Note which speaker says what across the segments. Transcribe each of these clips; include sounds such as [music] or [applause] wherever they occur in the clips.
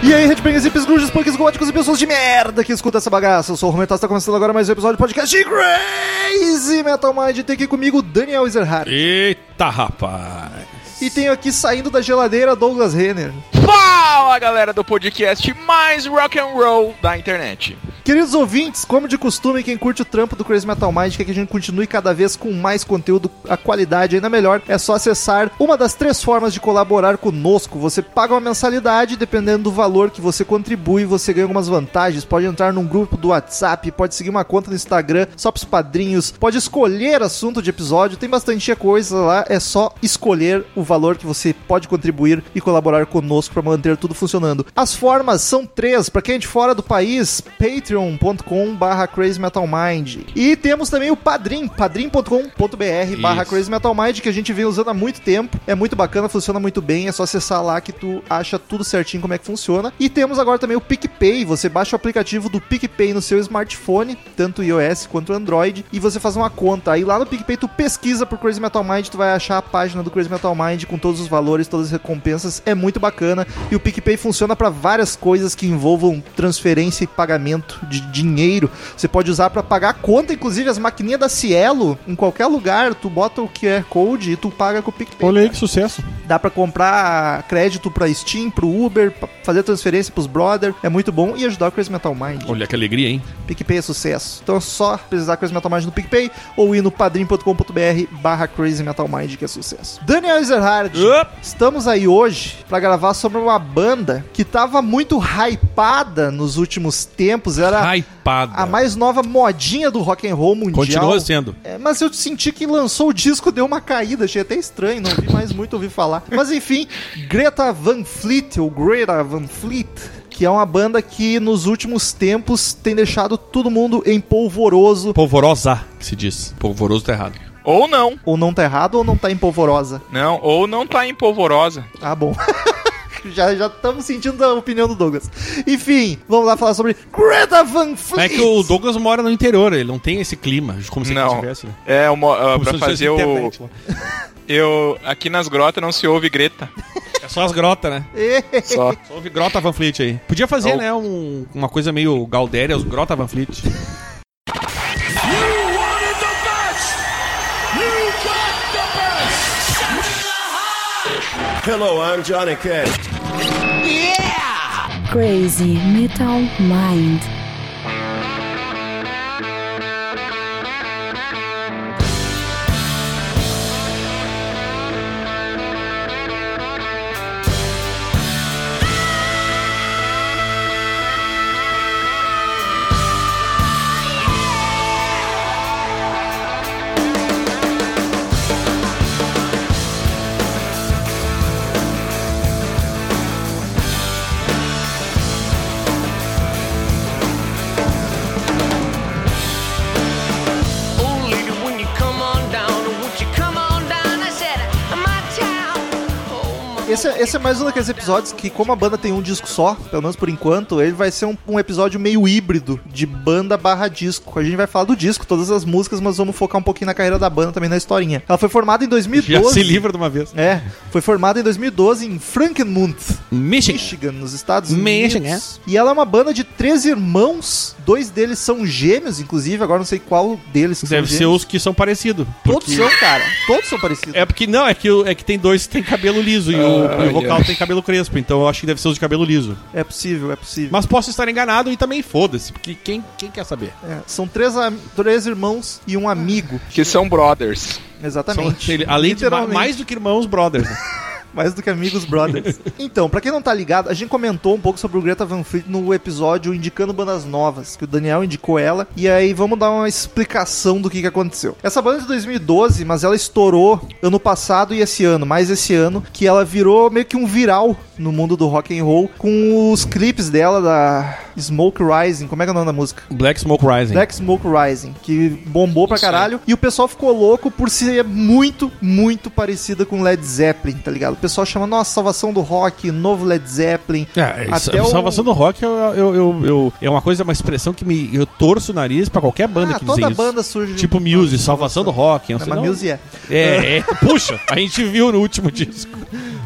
Speaker 1: E aí, headbangers, hippies, grunges, punks, góticos e pessoas de merda que escuta essa bagaça. Eu sou o Romero Tassi, tá começando agora mais um episódio do podcast de Crazy Metal Mind. Tem aqui comigo Daniel Ezerhard.
Speaker 2: Eita, rapaz!
Speaker 1: E tenho aqui saindo da geladeira Douglas Renner.
Speaker 3: Fala, galera do podcast mais rock and roll da internet.
Speaker 1: Queridos ouvintes, como de costume, quem curte o trampo do Crazy Metal Mind quer que a gente continue cada vez com mais conteúdo, a qualidade ainda melhor, é só acessar uma das três formas de colaborar conosco. Você paga uma mensalidade, dependendo do valor que você contribui, você ganha algumas vantagens. Pode entrar num grupo do WhatsApp, pode seguir uma conta no Instagram, só pros padrinhos, pode escolher assunto de episódio, tem bastante coisa lá, é só escolher o valor que você pode contribuir e colaborar conosco para manter tudo funcionando. As formas são três, para quem é de fora do país, Patreon patreon.com barra crazymetalmind e temos também o padrim, padrim.com.br barra crazymetalmind que a gente vem usando há muito tempo, é muito bacana, funciona muito bem, é só acessar lá que tu acha tudo certinho como é que funciona, e temos agora também o PicPay, você baixa o aplicativo do PicPay no seu smartphone, tanto iOS quanto Android, e você faz uma conta, aí lá no PicPay tu pesquisa por Crazy Metal Mind, tu vai achar a página do Crazy Metal Mind com todos os valores, todas as recompensas, é muito bacana, e o PicPay funciona para várias coisas que envolvam transferência e pagamento de dinheiro. Você pode usar para pagar a conta, inclusive as maquininhas da Cielo, em qualquer lugar, tu bota o QR Code e tu paga com o PicPay.
Speaker 2: Olha aí que sucesso.
Speaker 1: Dá para comprar crédito para Steam, pro Uber, pra fazer transferência pros brother, é muito bom e ajudar o Crazy Metal Mind.
Speaker 2: Olha que alegria, hein?
Speaker 1: PicPay é sucesso. Então é só precisar Crazy Metal Mind no PicPay ou ir no padrim.com.br barra Crazy Metal Mind que é sucesso. Daniel Ezerhard,
Speaker 2: Up.
Speaker 1: estamos aí hoje para gravar sobre uma banda que tava muito hypada nos últimos tempos, era
Speaker 2: Hypada.
Speaker 1: a mais nova modinha do rock and roll mundial.
Speaker 2: Continua sendo.
Speaker 1: É, mas eu senti que lançou o disco, deu uma caída, achei até estranho, não vi mais muito ouvir falar. Mas enfim, Greta Van Fleet, ou Greta Van Fleet, que é uma banda que nos últimos tempos tem deixado todo mundo em polvoroso.
Speaker 2: Polvorosa, que se diz. Polvoroso tá errado.
Speaker 3: Ou não.
Speaker 1: Ou não tá errado ou não tá em polvorosa.
Speaker 3: Não, ou não tá em polvorosa.
Speaker 1: Ah, bom. [laughs] Já estamos sentindo a opinião do Douglas. Enfim, vamos lá falar sobre Greta Van Fleet.
Speaker 2: É que o Douglas mora no interior, ele não tem esse clima, como se ele
Speaker 3: Não.
Speaker 2: tivesse, né?
Speaker 3: É, uma, ah,
Speaker 2: Como se
Speaker 3: pra
Speaker 2: não tivesse
Speaker 3: fazer o.
Speaker 2: internet né? lá.
Speaker 3: Eu. Aqui nas grotas não se ouve greta.
Speaker 2: É só as
Speaker 1: [laughs]
Speaker 2: grotas, né?
Speaker 3: Só. É
Speaker 2: Só ouve grota Van Fleet aí. Podia fazer,
Speaker 3: Não.
Speaker 2: né, um- uma coisa meio Galdéria, os grota Van Fleet.
Speaker 1: [laughs]
Speaker 4: Hello, I'm Johnny Cash.
Speaker 5: Crazy Metal Mind.
Speaker 6: Oh, lady, when you come on down, won't you come on down? I said, my town. Oh, my.
Speaker 1: Esse, é- esse é mais um daqueles episódios que, como a banda tem um disco só, pelo menos por enquanto, ele vai ser um, um episódio meio híbrido de banda barra disco. A gente vai falar do disco, todas as músicas, mas vamos focar um pouquinho na carreira da banda também, na historinha. Ela foi formada em
Speaker 2: Já
Speaker 1: 2012.
Speaker 2: se livra de uma vez.
Speaker 1: É, foi formada em 2012 em Frankenmuth,
Speaker 2: Michigan.
Speaker 1: Michigan, nos Estados Unidos.
Speaker 2: Michigan, é.
Speaker 1: E ela é uma banda de três irmãos, dois deles são gêmeos, inclusive, agora não sei qual deles que
Speaker 2: Deve
Speaker 1: são
Speaker 2: ser
Speaker 1: gêmeos.
Speaker 2: os que são parecidos.
Speaker 1: Todos são, cara. Todos são parecidos.
Speaker 2: É porque não, é que, o- é que tem dois que tem cabelo liso e
Speaker 1: Ah,
Speaker 2: o, e o vocal tem cabelo crespo, então eu acho que deve ser os de cabelo liso.
Speaker 1: É possível, é possível.
Speaker 2: Mas posso estar enganado e também foda-se, porque quem, quem quer saber?
Speaker 1: É, são três, am- três irmãos e um amigo.
Speaker 3: Que são brothers. [laughs]
Speaker 1: Exatamente.
Speaker 2: São- ele- além de ma-
Speaker 1: Literalmente.
Speaker 2: mais do que irmãos, brothers. né?
Speaker 1: Mais do que amigos,
Speaker 2: [laughs]
Speaker 1: brothers. Então, pra quem não tá ligado, a gente comentou um pouco sobre o Greta Van Fleet no episódio indicando bandas novas, que o Daniel indicou ela, e aí vamos dar uma explicação do que, que aconteceu. Essa banda é de 2012, mas ela estourou ano passado e esse ano, mais esse ano, que ela virou meio que um viral no mundo do rock and roll com os clipes dela da Smoke Rising, como é que é o nome da música?
Speaker 2: Black Smoke
Speaker 1: [laughs]
Speaker 2: Rising.
Speaker 1: Black Smoke Rising, que bombou pra
Speaker 3: Isso aí.
Speaker 1: caralho. E o pessoal ficou louco por ser muito, muito parecida com Led Zeppelin, tá ligado? O pessoal chama, nossa, salvação do rock, novo Led Zeppelin.
Speaker 2: É, isso-
Speaker 1: Até
Speaker 2: a
Speaker 1: o-
Speaker 2: Salvação do Rock eu, eu- eu- eu- é uma coisa, uma expressão que me, eu torço o nariz pra qualquer banda
Speaker 1: ah,
Speaker 2: que
Speaker 1: toda
Speaker 2: dizer isso.
Speaker 1: banda surge... de-
Speaker 2: Tipo Muse, Salvação do Rock. Não
Speaker 1: Não,
Speaker 2: sei,
Speaker 1: mas
Speaker 2: não.
Speaker 1: Muse é.
Speaker 2: É, é, puxa, a gente viu no último disco.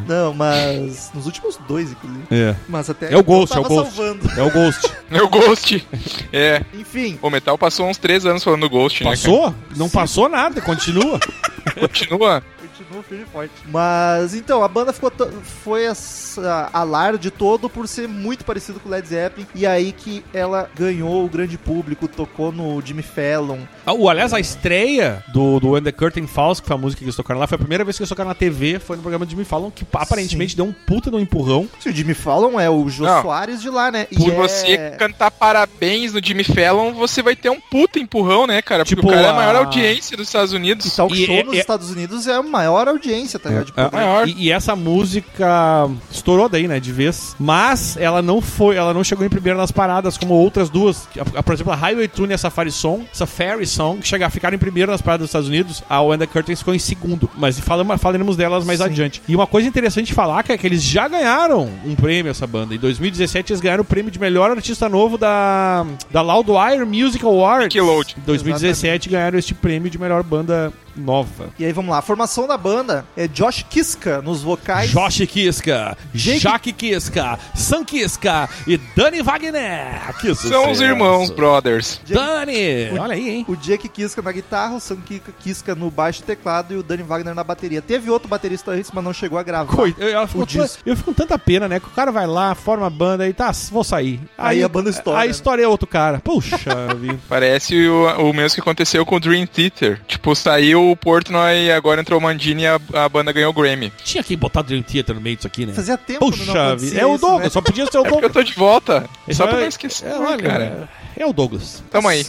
Speaker 1: Não, mas nos últimos dois, inclusive.
Speaker 2: É,
Speaker 1: Mas até
Speaker 2: É o Ghost,
Speaker 1: eu tava
Speaker 2: é o Ghost.
Speaker 1: salvando.
Speaker 2: é o Ghost.
Speaker 3: Meu Ghost. É.
Speaker 1: Enfim,
Speaker 3: O Metal passou uns três anos falando Ghost, né?
Speaker 2: Passou? Não passou nada, continua.
Speaker 3: cara?
Speaker 1: [laughs]
Speaker 3: Continua.
Speaker 1: continua firme e forte. Mas então, a banda ficou to- foi essa alarde todo por ser muito parecido com Led Zeppelin. E aí que ela ganhou o grande público, tocou no Jimmy Fallon.
Speaker 2: Ah, o- Aliás, a estreia do, do When the Curtain Falls, que foi a música que eles tocaram lá, foi a primeira vez que eles tocaram na TV, foi no programa de Me Falam, que aparentemente deu um puta no empurrão.
Speaker 1: Se o Jimmy Fallon é o Jô
Speaker 3: Não.
Speaker 1: Soares de lá, né? E
Speaker 3: Por
Speaker 1: é-
Speaker 3: você cantar parabéns no Jimmy Fallon, você vai ter um puta empurrão, né, cara? Porque
Speaker 2: Tipo,
Speaker 3: o cara é a
Speaker 2: a-
Speaker 3: maior audiência dos Estados
Speaker 1: E
Speaker 3: Unidos.
Speaker 1: talk
Speaker 2: E
Speaker 1: show
Speaker 2: é-
Speaker 1: nos
Speaker 2: é-
Speaker 1: Estados Unidos é a maior audiência, tá ligado? De programa.
Speaker 3: maior.
Speaker 2: E, e essa música estourou daí, né, de vez. Mas ela não foi, ela não chegou em primeiro nas paradas como outras duas. A- a- por exemplo, a Highway Tune e a Safari Song, essa Fairy Song, que chegaram, ficaram em primeiro nas paradas dos Estados Unidos. A When the Curtain ficou em segundo. Mas falamos, falaremos delas mais
Speaker 1: Sim.
Speaker 2: adiante. E uma coisa interessante de falar, cara, é que eles já ganharam um prêmio, essa banda. Em 2017, eles ganharam o prêmio de melhor artista novo da, da Loudwire Music Awards.
Speaker 3: Nickelodeon.
Speaker 2: Em 2017, ganharam este prêmio de melhor banda nova.
Speaker 1: E aí vamos lá, a formação da banda é Josh Kiska nos vocais.
Speaker 2: Josh Kiska,
Speaker 1: Jake-
Speaker 2: Jaque Kiska, Sam Kiska e Dani Wagner. Que
Speaker 3: São os
Speaker 2: Então, sucesso.
Speaker 3: irmãos, brothers.
Speaker 2: Dani! Olha aí, hein?
Speaker 1: O Jake Kiska na guitarra, o Sam Ki- Kiska no baixo e teclado e o Danny Wagner na bateria. Teve outro baterista antes, mas não chegou a gravar.
Speaker 2: Coi- Eu, eu fico,
Speaker 1: O disco.
Speaker 2: eu fico com tanta pena, né? Que o cara vai lá, forma a banda e tá, vou sair.
Speaker 1: Aí a banda estoura,
Speaker 2: Aí
Speaker 1: né?
Speaker 2: história é outro cara. Puxa [laughs] vida.
Speaker 3: Parece o, o mesmo que aconteceu com o Dream Theater. Tipo, saiu o Portnoy e agora entrou o Mandini e a, a banda ganhou o Grammy.
Speaker 2: Tinha que botar Dream Theater no meio disso aqui, né?
Speaker 1: Fazia tempo que um não
Speaker 2: Puxa
Speaker 1: acontecia
Speaker 2: vida. É o
Speaker 1: isso,
Speaker 2: Douglas,
Speaker 1: né?
Speaker 2: só podia ser o
Speaker 3: É porque eu
Speaker 2: Douglas.
Speaker 3: tô de volta.
Speaker 2: Ele
Speaker 3: só
Speaker 2: vai-
Speaker 3: pra não esquecer, né,
Speaker 2: É, tá olha,
Speaker 3: cara.
Speaker 2: é o Douglas.
Speaker 3: Tamo aí.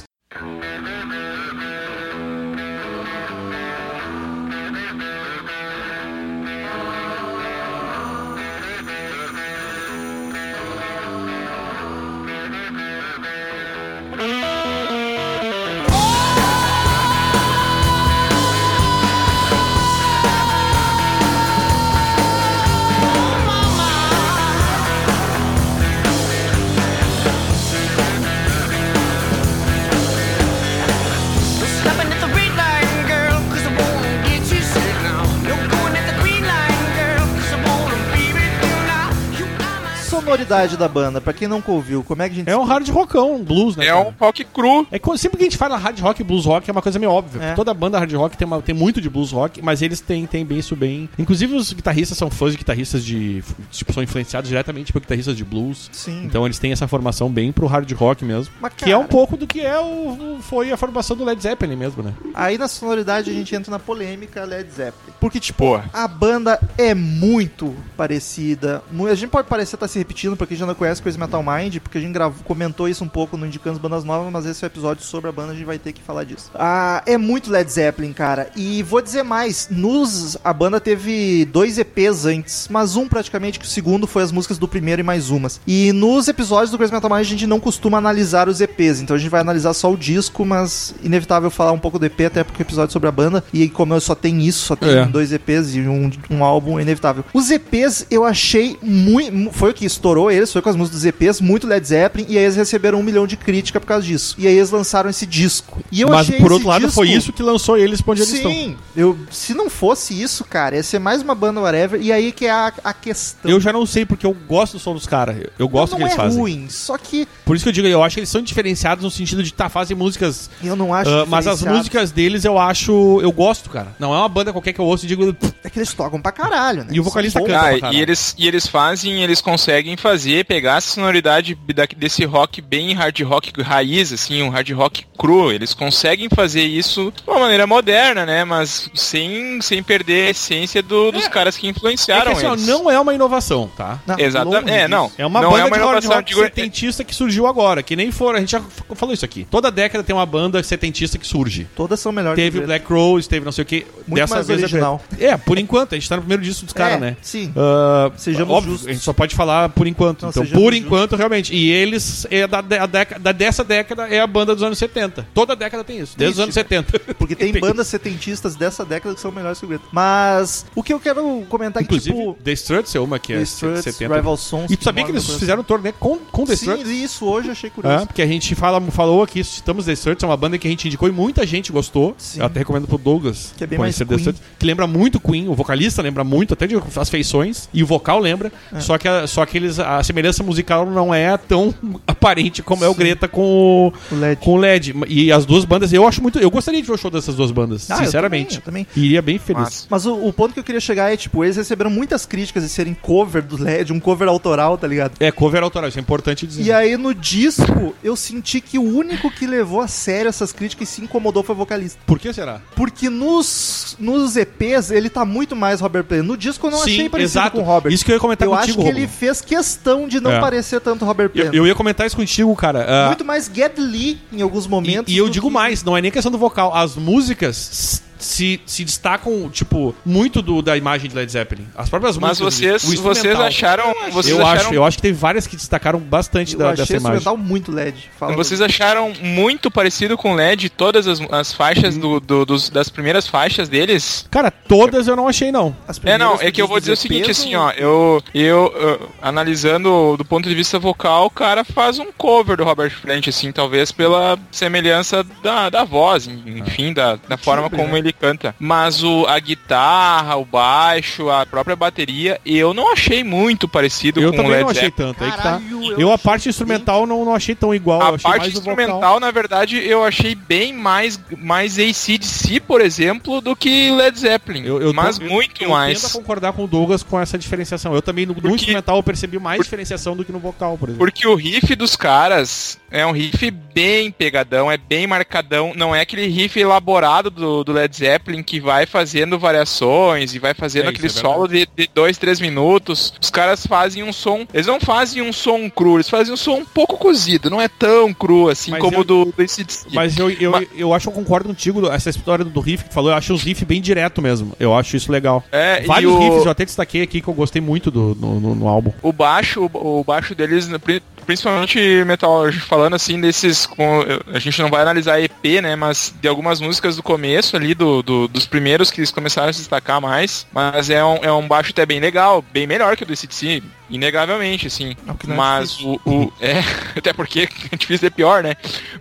Speaker 6: Stopping at the red light, girl, 'cause I wanna get you set now. You're going at the green light, girl, 'cause I wanna be with you now. You are my
Speaker 1: Sonoridade da banda, pra quem nunca ouviu, como é que a gente...
Speaker 2: É um hard rockão, um blues, né?
Speaker 3: É
Speaker 2: cara?
Speaker 3: um rock cru.
Speaker 2: É co- sempre que a gente fala hard rock e blues rock é uma coisa meio óbvia.
Speaker 1: É.
Speaker 2: Toda banda hard rock tem, uma- tem muito de blues rock, mas eles têm, têm bem isso bem. Inclusive os guitarristas são fãs de guitarristas de tipo são influenciados diretamente por guitarristas de blues.
Speaker 1: Sim.
Speaker 2: Então eles têm essa formação bem pro hard rock mesmo,
Speaker 1: Mas,
Speaker 2: que é um
Speaker 1: cara-
Speaker 2: pouco do que é o, o- foi a formação do Led Zeppelin mesmo, né?
Speaker 1: Aí na sonoridade a gente entra na polêmica Led Zeppelin.
Speaker 3: Porque, tipo,
Speaker 1: A banda é muito parecida. mu- A gente pode parecer estar se repetindo pra quem já não conhece Crazy Metal Mind, porque a gente gravou, comentou isso um pouco no Indicando as Bandas Novas, mas esse é o episódio sobre a banda, a gente vai ter que falar disso. Ah, é muito Led Zeppelin, cara. E vou dizer mais, nos a banda teve dois EPs antes, mas um praticamente que o segundo foi as músicas do primeiro e mais umas. E nos episódios do Crazy Metal Mind a gente não costuma analisar os EPs, então a gente vai analisar só o disco, mas inevitável falar um pouco do EP, até porque o episódio é sobre a banda, e como eu só tem isso, só tem
Speaker 2: É.
Speaker 1: dois EPs e um, um álbum é inevitável. Os EPs eu achei muito. Foi o que estourou eles, foi com as músicas dos EPs, muito Led Zeppelin, e aí eles receberam um milhão de crítica por causa disso. E aí eles lançaram esse disco. E eu
Speaker 2: mas
Speaker 1: achei
Speaker 2: por
Speaker 1: esse
Speaker 2: outro lado
Speaker 1: disco-
Speaker 2: foi isso que lançou eles pra onde eles estão.
Speaker 1: Sim, eu, se não fosse isso, cara, ia ser mais uma banda whatever, e aí que é a, a questão.
Speaker 2: Eu já não sei porque eu gosto do som dos caras. Eu- Eu gosto
Speaker 1: não
Speaker 2: do que eles
Speaker 1: é
Speaker 2: fazem.
Speaker 1: ruim, só que
Speaker 2: Por isso que eu digo, eu acho que eles são diferenciados no sentido de tá fazem músicas
Speaker 1: eu não acho.
Speaker 2: Ah, mas as
Speaker 1: diferenciado.
Speaker 2: músicas deles eu acho. Eu gosto, cara. Não é uma banda qualquer que eu ouço e digo. "Pff", é
Speaker 1: É que eles tocam pra caralho, né?
Speaker 2: E o vocalista
Speaker 1: São bons.
Speaker 2: canta.
Speaker 3: Ah,
Speaker 2: pra caralho.
Speaker 3: e eles, e eles fazem, eles conseguem fazer, pegar essa sonoridade da- desse rock bem hard rock raiz, assim, um hard rock cru. Eles conseguem fazer isso de uma maneira moderna, né? Mas sem, sem perder a essência do- dos caras que
Speaker 2: É
Speaker 3: influenciaram
Speaker 2: que, assim, ó,
Speaker 3: eles.
Speaker 2: não é uma inovação, tá?
Speaker 1: Não,
Speaker 3: Exatamente.
Speaker 1: longe
Speaker 3: É, não.
Speaker 2: É uma
Speaker 3: não
Speaker 2: banda
Speaker 3: é uma
Speaker 2: de hard
Speaker 3: inovação.
Speaker 2: rock
Speaker 3: digo,
Speaker 2: setentista que surgiu agora, que nem foram. A gente já f- falou isso aqui. Toda década tem uma banda setentista que surge.
Speaker 1: Todas são melhores
Speaker 2: Teve o Black Rose, teve não sei o que.
Speaker 1: Muito mais original.
Speaker 2: É, é, por enquanto, a gente tá no primeiro disco dos caras,
Speaker 1: É,
Speaker 2: né?
Speaker 1: sim.
Speaker 2: Ah,
Speaker 1: Sejamos
Speaker 2: óbvio,
Speaker 1: justos.
Speaker 2: A gente só pode falar por enquanto.
Speaker 1: Não,
Speaker 2: então,
Speaker 1: sejamos
Speaker 2: por
Speaker 1: justos.
Speaker 2: enquanto, realmente. E eles, é da, dé- a década, da- dessa década, é a banda dos anos 70. Toda década tem isso, desde os anos
Speaker 1: Triste, né?
Speaker 2: 70. [laughs]
Speaker 1: Porque tem bandas setentistas dessa década que são melhores que o Greta. Mas o que eu quero comentar é que,
Speaker 2: Inclusive,
Speaker 1: tipo,
Speaker 2: The Struts é uma que é
Speaker 1: The Struts,
Speaker 2: 70.
Speaker 1: Rival Sons.
Speaker 2: E tu sabia que eles fizeram um torneio com, com The
Speaker 1: Sim,
Speaker 2: Struts?
Speaker 1: li isso hoje, achei
Speaker 2: É,
Speaker 1: curioso.
Speaker 2: porque a gente fala, falou aqui, citamos The Search, é uma banda que a gente indicou e muita gente gostou.
Speaker 1: Sim.
Speaker 2: Eu até recomendo pro Douglas
Speaker 1: Que é bem
Speaker 2: conhecer
Speaker 1: mais
Speaker 2: The
Speaker 1: Queen.
Speaker 2: Search, que lembra muito Queen, o vocalista lembra muito, até de as feições, e o vocal lembra,
Speaker 1: É.
Speaker 2: só que, a, só que eles, a semelhança musical não é tão [laughs] aparente como é o Greta com o,
Speaker 1: O LED.
Speaker 2: com o LED. E as duas bandas, eu acho muito. Eu gostaria de ver o show dessas duas bandas,
Speaker 1: Ah, eu
Speaker 2: sinceramente.
Speaker 1: também, eu
Speaker 2: Iria bem feliz.
Speaker 3: Massa.
Speaker 1: Mas o, o ponto que eu queria chegar é, tipo, eles receberam muitas críticas de serem cover do LED, um cover autoral, tá ligado?
Speaker 2: É, cover autoral, isso é importante dizer.
Speaker 1: E aí no disco, eu senti que o único que levou a sério essas críticas e se incomodou foi o vocalista.
Speaker 2: Por que será?
Speaker 1: Porque nos, nos EPs ele tá muito mais Robert Plant. No disco eu não achei parecido com o Robert.
Speaker 2: Isso que eu ia comentar
Speaker 1: eu
Speaker 2: tá contigo,
Speaker 1: acho que
Speaker 2: Romulo.
Speaker 1: ele fez questão de não
Speaker 2: É.
Speaker 1: parecer tanto Robert
Speaker 2: Eu,
Speaker 1: Plant.
Speaker 2: eu ia comentar isso contigo, cara. Ah,
Speaker 1: Muito mais Get Lee em alguns momentos.
Speaker 2: E, e eu
Speaker 1: do
Speaker 2: digo
Speaker 1: que-
Speaker 2: mais, não é nem questão do vocal. As músicas s- se, se destacam, tipo, muito do, da imagem de Led Zeppelin. As próprias
Speaker 3: Mas
Speaker 2: músicas.
Speaker 3: vocês,
Speaker 2: o
Speaker 3: vocês
Speaker 2: instrumental.
Speaker 3: acharam. Vocês
Speaker 2: eu,
Speaker 3: acharam
Speaker 2: acho, eu acho que é teve várias que destacaram bastante
Speaker 1: Eu
Speaker 2: da,
Speaker 1: achei
Speaker 2: dessa
Speaker 1: esse
Speaker 2: imagem.
Speaker 1: metal muito LED. Fala
Speaker 3: Vocês acharam muito parecido com o LED todas as, as
Speaker 2: Uhum.
Speaker 3: faixas do, do- dos- das primeiras faachas deles?
Speaker 2: Cara, todas eu não achei, não.
Speaker 1: as
Speaker 3: É,
Speaker 1: primeiras
Speaker 3: não, é que eu vou dizer o
Speaker 1: dos
Speaker 3: seguinte,
Speaker 1: EPs,
Speaker 3: assim, ó, eu, eu, uh, analisando do ponto de vista vocal, o cara faz um cover do Robert Plant, assim, talvez pela semelhança da, da voz,
Speaker 2: Ah.
Speaker 3: en- enfim, da, da forma
Speaker 1: timbre,
Speaker 2: é.
Speaker 3: como ele canta. Mas o, a guitarra, o baixo, a própria bateria, eu não achei muito parecido
Speaker 2: Eu
Speaker 3: com o
Speaker 2: também
Speaker 3: Led
Speaker 2: não achei
Speaker 3: Zeppelin.
Speaker 2: tanto. aí
Speaker 1: Caralho,
Speaker 2: que tá.
Speaker 1: eu
Speaker 2: Eu, a parte instrumental, não, não achei tão igual. eu
Speaker 3: A
Speaker 2: achei
Speaker 3: parte
Speaker 2: mais o vocal.
Speaker 3: instrumental, na verdade, eu achei bem mais, mais AC/DC, por exemplo, do que Led Zeppelin.
Speaker 2: Eu, eu
Speaker 3: mas
Speaker 2: tô- eu-
Speaker 3: muito
Speaker 2: eu tendo a
Speaker 3: mais.
Speaker 2: concordar com o Douglas com essa diferenciação. Eu também, no, no
Speaker 3: Porque-
Speaker 2: instrumental, eu percebi mais
Speaker 3: por-
Speaker 2: diferenciação do que no vocal, por exemplo.
Speaker 3: Porque o riff dos caras é um riff bem pegadão, é bem marcadão. Não é aquele riff elaborado do, do Led Zeppelin que vai fazendo variações e vai fazendo
Speaker 2: É,
Speaker 3: aquele
Speaker 2: isso é
Speaker 3: solo de, de dois, três minutos. Os caras fazem um som. Eles não fazem um som cru, eles fazem um som um pouco cozido. Não é tão cru assim
Speaker 2: Mas
Speaker 3: como
Speaker 2: eu-
Speaker 3: o do, do AC/DC.
Speaker 2: Mas eu, eu,
Speaker 3: Mas-
Speaker 2: eu acho que eu concordo contigo, essa história do riff que tu falou, eu acho os riffs bem direto mesmo. Eu acho isso legal.
Speaker 3: É, e
Speaker 2: Vários
Speaker 3: o-
Speaker 2: riffs eu até destaquei aqui que eu gostei muito do, no, no- no álbum.
Speaker 3: o baixo, o o baixo deles, né, pri- principalmente metal, falando assim desses, com- a gente não vai analisar EP, né, mas de algumas músicas do começo ali, do, do- dos primeiros que eles começaram a se destacar mais, mas é um, é um baixo até bem legal, bem melhor que o do CDC, inegavelmente, assim,
Speaker 1: Não, que não é
Speaker 3: mas o, o- [laughs] é, até porque [laughs] é difícil é pior, né,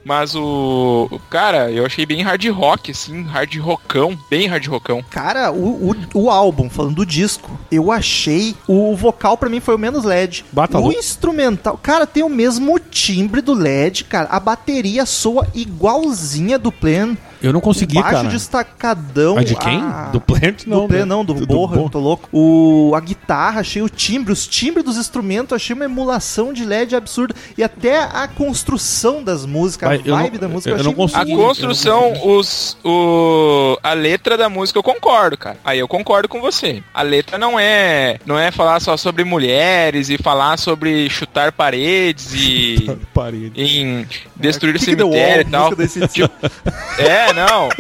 Speaker 3: mas o, o- cara, eu achei bem hard rock, assim, hard rockão, bem hard rockão.
Speaker 1: Cara, o, o, o álbum, falando do disco, eu achei. O vocal pra mim foi o menos LED.
Speaker 2: Bah, tá
Speaker 1: o
Speaker 2: louco.
Speaker 1: instrumental, cara, tem o mesmo timbre do LED, cara. A bateria soa igualzinha do Plan.
Speaker 2: Eu não consegui,
Speaker 1: baixo
Speaker 2: cara.
Speaker 1: destacadão.
Speaker 2: Ah, de quem?
Speaker 1: a-
Speaker 2: Do Plant? Não.
Speaker 1: do Plan,
Speaker 2: né?
Speaker 1: não, do,
Speaker 2: Do- do
Speaker 1: Borra,
Speaker 2: Borra.
Speaker 1: eu tô louco. O, a guitarra, achei o timbre, os timbres dos instrumentos, achei uma emulação de LED absurda. E até a construção das músicas,
Speaker 2: Mas eu
Speaker 1: a vibe
Speaker 2: não-
Speaker 1: da música,
Speaker 2: eu- eu não
Speaker 3: A
Speaker 2: consegui. Sim,
Speaker 3: construção, os, o, a letra da música, eu concordo, cara. Aí eu concordo com você. A letra não é, não é falar só sobre mulheres e falar sobre chutar paredes e
Speaker 2: [laughs] Parede.
Speaker 3: em destruir o
Speaker 1: Kick the
Speaker 3: cemitério e
Speaker 1: wall,
Speaker 3: tal.
Speaker 1: música desse tipo.
Speaker 3: É, não.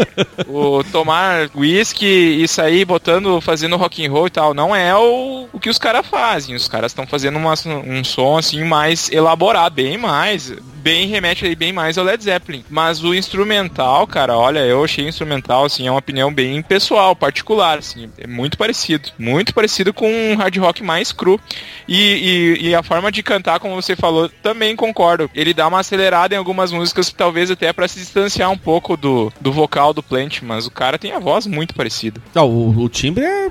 Speaker 3: O tomar uísque e sair botando, fazendo rock and roll e tal, não é o, o que os caras fazem. Os caras estão fazendo uma- um som assim mais elaborado, bem mais. Bem remete aí bem mais ao Led Zeppelin. Mas o instrumental, cara, olha, eu achei o instrumental, assim, é uma opinião bem pessoal, particular, assim. É muito parecido. Muito parecido com um hard rock mais cru. E, e- e a forma de cantar, como você falou, também concordo. Ele dá uma acelerada em algumas músicas, talvez até pra se distanciar um pouco do, do vocal do Plant, mas o cara tem a voz muito parecida.
Speaker 2: Não, o, o timbre é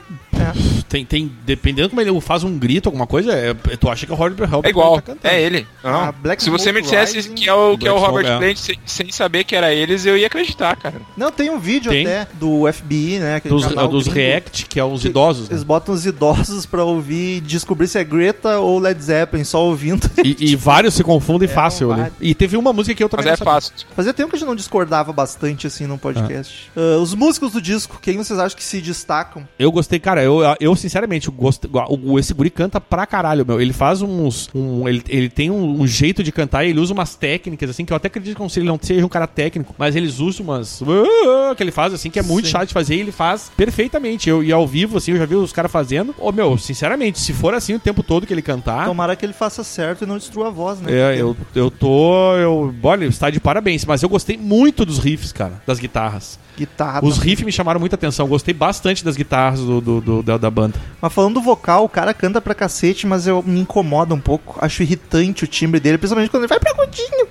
Speaker 2: Tem, tem, dependendo como ele faz um grito, alguma coisa, é- tu acha que é o Robert Help
Speaker 3: É igual,
Speaker 2: cantando.
Speaker 3: é ele. Não.
Speaker 1: Ah, Black
Speaker 3: Se você me
Speaker 1: Smoke
Speaker 3: dissesse
Speaker 1: Rising,
Speaker 3: que é o, que é o
Speaker 2: Black
Speaker 3: Robert
Speaker 2: Smoke, é.
Speaker 3: Plant sem, sem saber que era eles, eu ia acreditar, cara.
Speaker 1: Não, tem um vídeo
Speaker 2: Tem.
Speaker 1: até do FBI, né?
Speaker 3: É,
Speaker 1: aquele
Speaker 2: Dos, é,
Speaker 1: canal
Speaker 2: dos
Speaker 1: gringo.
Speaker 2: React, que é os
Speaker 1: Que-
Speaker 2: idosos. né?
Speaker 1: Eles botam os idosos pra ouvir e descobrir se é Greta ou Led Zeppelin, só ouvindo. [laughs]
Speaker 2: E, e vários se confundem
Speaker 1: É,
Speaker 2: fácil
Speaker 1: não
Speaker 2: ali.
Speaker 1: vale.
Speaker 2: E teve uma música que eu
Speaker 3: Mas
Speaker 2: também
Speaker 3: é
Speaker 2: não sabia.
Speaker 3: fácil.
Speaker 1: Fazia tempo que a gente não discordava bastante, assim, num podcast. Ah, os músicos do disco, quem vocês acham que se destacam?
Speaker 2: Eu gostei, cara. Eu, eu sinceramente, eu gosto, o- esse guri canta pra caralho, meu. Ele faz uns. um- ele, ele tem um, um jeito de cantar e ele usa umas técnicas, assim, que eu até acredito que ele não seja um cara técnico, mas eles usam umas. que ele faz, assim, que é muito
Speaker 1: Sim.
Speaker 2: chato de fazer e ele faz perfeitamente. Eu, e ao vivo, assim, eu já vi os caras fazendo. Ô, meu, sinceramente, se for assim o tempo todo que ele cantar.
Speaker 1: Tomara que ele faça certo e não destrua a voz, né?
Speaker 2: Ah. É, eu, eu tô. Eu, olha, está de parabéns, mas eu gostei muito dos riffs, cara, das guitarras.
Speaker 1: Guitarra.
Speaker 2: Os
Speaker 1: tá-
Speaker 2: riffs me chamaram muita atenção, gostei bastante das guitarras do, do- do- da, da banda.
Speaker 1: Mas falando do vocal, o cara canta pra cacete, mas eu me incomoda um pouco. Acho irritante o timbre dele, principalmente quando ele vai pra
Speaker 2: [laughs]
Speaker 1: Godinho.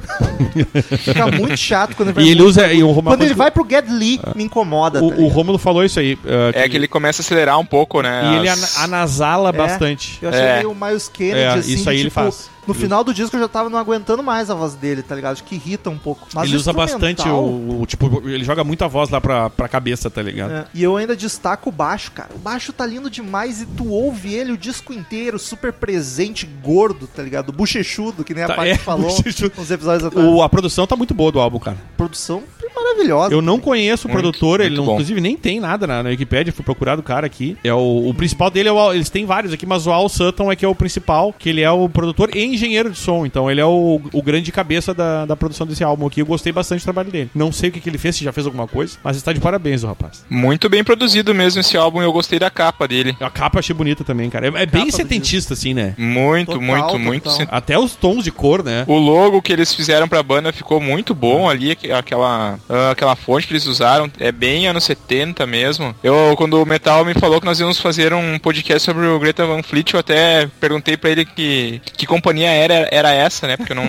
Speaker 1: Fica muito chato quando ele vai
Speaker 2: E ele usa. E o Romulo,
Speaker 1: Quando ele vai pro Get Lee, me incomoda. tá
Speaker 2: o, o
Speaker 1: ligado?
Speaker 2: Rômulo falou isso aí. uh,
Speaker 3: É que ele começa a acelerar um pouco, né?
Speaker 2: E ele
Speaker 3: as-
Speaker 2: ana- anasala
Speaker 1: É.
Speaker 2: bastante.
Speaker 1: Eu achei
Speaker 3: É.
Speaker 1: meio Miles Kennedy,
Speaker 2: É,
Speaker 1: assim.
Speaker 2: isso
Speaker 1: de,
Speaker 2: aí ele
Speaker 1: tipo,
Speaker 2: faz.
Speaker 1: No
Speaker 2: Ele-
Speaker 1: final do disco eu já tava não aguentando mais a voz dele, tá ligado? Acho que irrita um pouco. Mas
Speaker 2: ele usa bastante
Speaker 1: instrumental-
Speaker 2: o, o- Tipo, ele joga muita voz lá pra, pra cabeça, tá ligado?
Speaker 1: É, E eu ainda destaco o baixo, cara. O baixo tá lindo demais e tu ouve ele o disco inteiro, super presente, gordo, tá ligado? Bochechudo, que nem a
Speaker 2: Tá,
Speaker 1: parte
Speaker 2: é,
Speaker 1: falou
Speaker 2: bochechudo.
Speaker 1: uns episódios atrás.
Speaker 2: O- a produção tá muito boa do álbum, cara.
Speaker 1: A produção é maravilhosa.
Speaker 2: Eu não conheço o
Speaker 3: Muito,
Speaker 2: produtor, ele
Speaker 3: muito
Speaker 2: não-
Speaker 3: bom.
Speaker 2: inclusive nem tem nada na, na Wikipedia, fui procurar do cara aqui. É o, o principal dele é o Al- eles têm vários aqui, mas o Al Sutton é que é o principal, que ele é o produtor e engenheiro de som, então ele é o, o grande cabeça da, da produção desse álbum aqui. Eu gostei bastante do trabalho dele. Não sei o que, que ele fez, se já fez alguma coisa, mas está de parabéns o rapaz.
Speaker 3: Muito bem produzido mesmo esse álbum, eu gostei da capa dele.
Speaker 2: A capa eu achei bonita também, cara. É, é bem
Speaker 1: do
Speaker 2: setentista assim, né?
Speaker 3: Muito,
Speaker 1: Total,
Speaker 3: muito,
Speaker 1: total.
Speaker 3: muito. sen-
Speaker 2: Até os tons de cor, né?
Speaker 3: O logo que eles fizeram pra banda ficou muito bom ali, aqu- aquela, ah, aquela fonte que eles usaram, é bem anos 70 mesmo. Eu, quando o Metal me falou que nós íamos fazer um podcast sobre o Greta Van Fleet, eu até perguntei pra ele que, que companhia era, era essa, né? Porque eu não,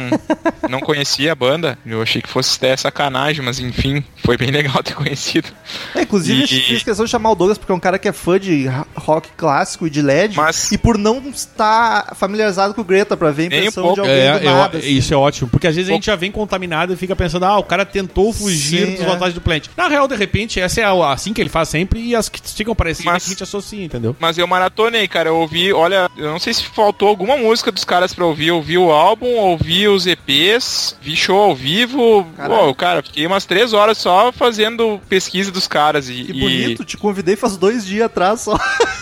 Speaker 3: não conhecia a banda. Eu achei que fosse até sacanagem, mas enfim, foi bem legal ter [laughs] conhecido.
Speaker 1: É, inclusive,
Speaker 3: E-
Speaker 1: eu fiz questão de chamar o Douglas, porque é um cara que é fã de ra- rock clássico e de LED.
Speaker 3: Mas-
Speaker 1: E por não estar familiarizado com o Greta, pra ver a
Speaker 3: Nem um
Speaker 1: impressão de
Speaker 3: pouco.
Speaker 1: alguém
Speaker 2: É,
Speaker 1: do
Speaker 2: eu-
Speaker 1: nada. assim.
Speaker 2: isso é ótimo, porque às vezes a gente já vem contaminado e fica pensando, ah, o cara tentou fugir
Speaker 1: Sim,
Speaker 2: dos
Speaker 1: é.
Speaker 2: vantagens do Plant. Na real, de repente, essa é a- assim que ele faz sempre e as que ficam parecidas
Speaker 3: Mas-
Speaker 2: a gente associa, entendeu?
Speaker 3: Mas eu maratonei, cara. Eu ouvi, olha, eu não sei se faltou alguma música dos caras pra ouvir. Eu ouvi o álbum, ouvi os EPs, vi show ao vivo.
Speaker 1: Caralho.
Speaker 3: Pô, cara, fiquei umas três horas só fazendo pesquisa dos caras. E,
Speaker 1: Que
Speaker 3: e-
Speaker 1: bonito, te convidei faz dois dias atrás só. [laughs]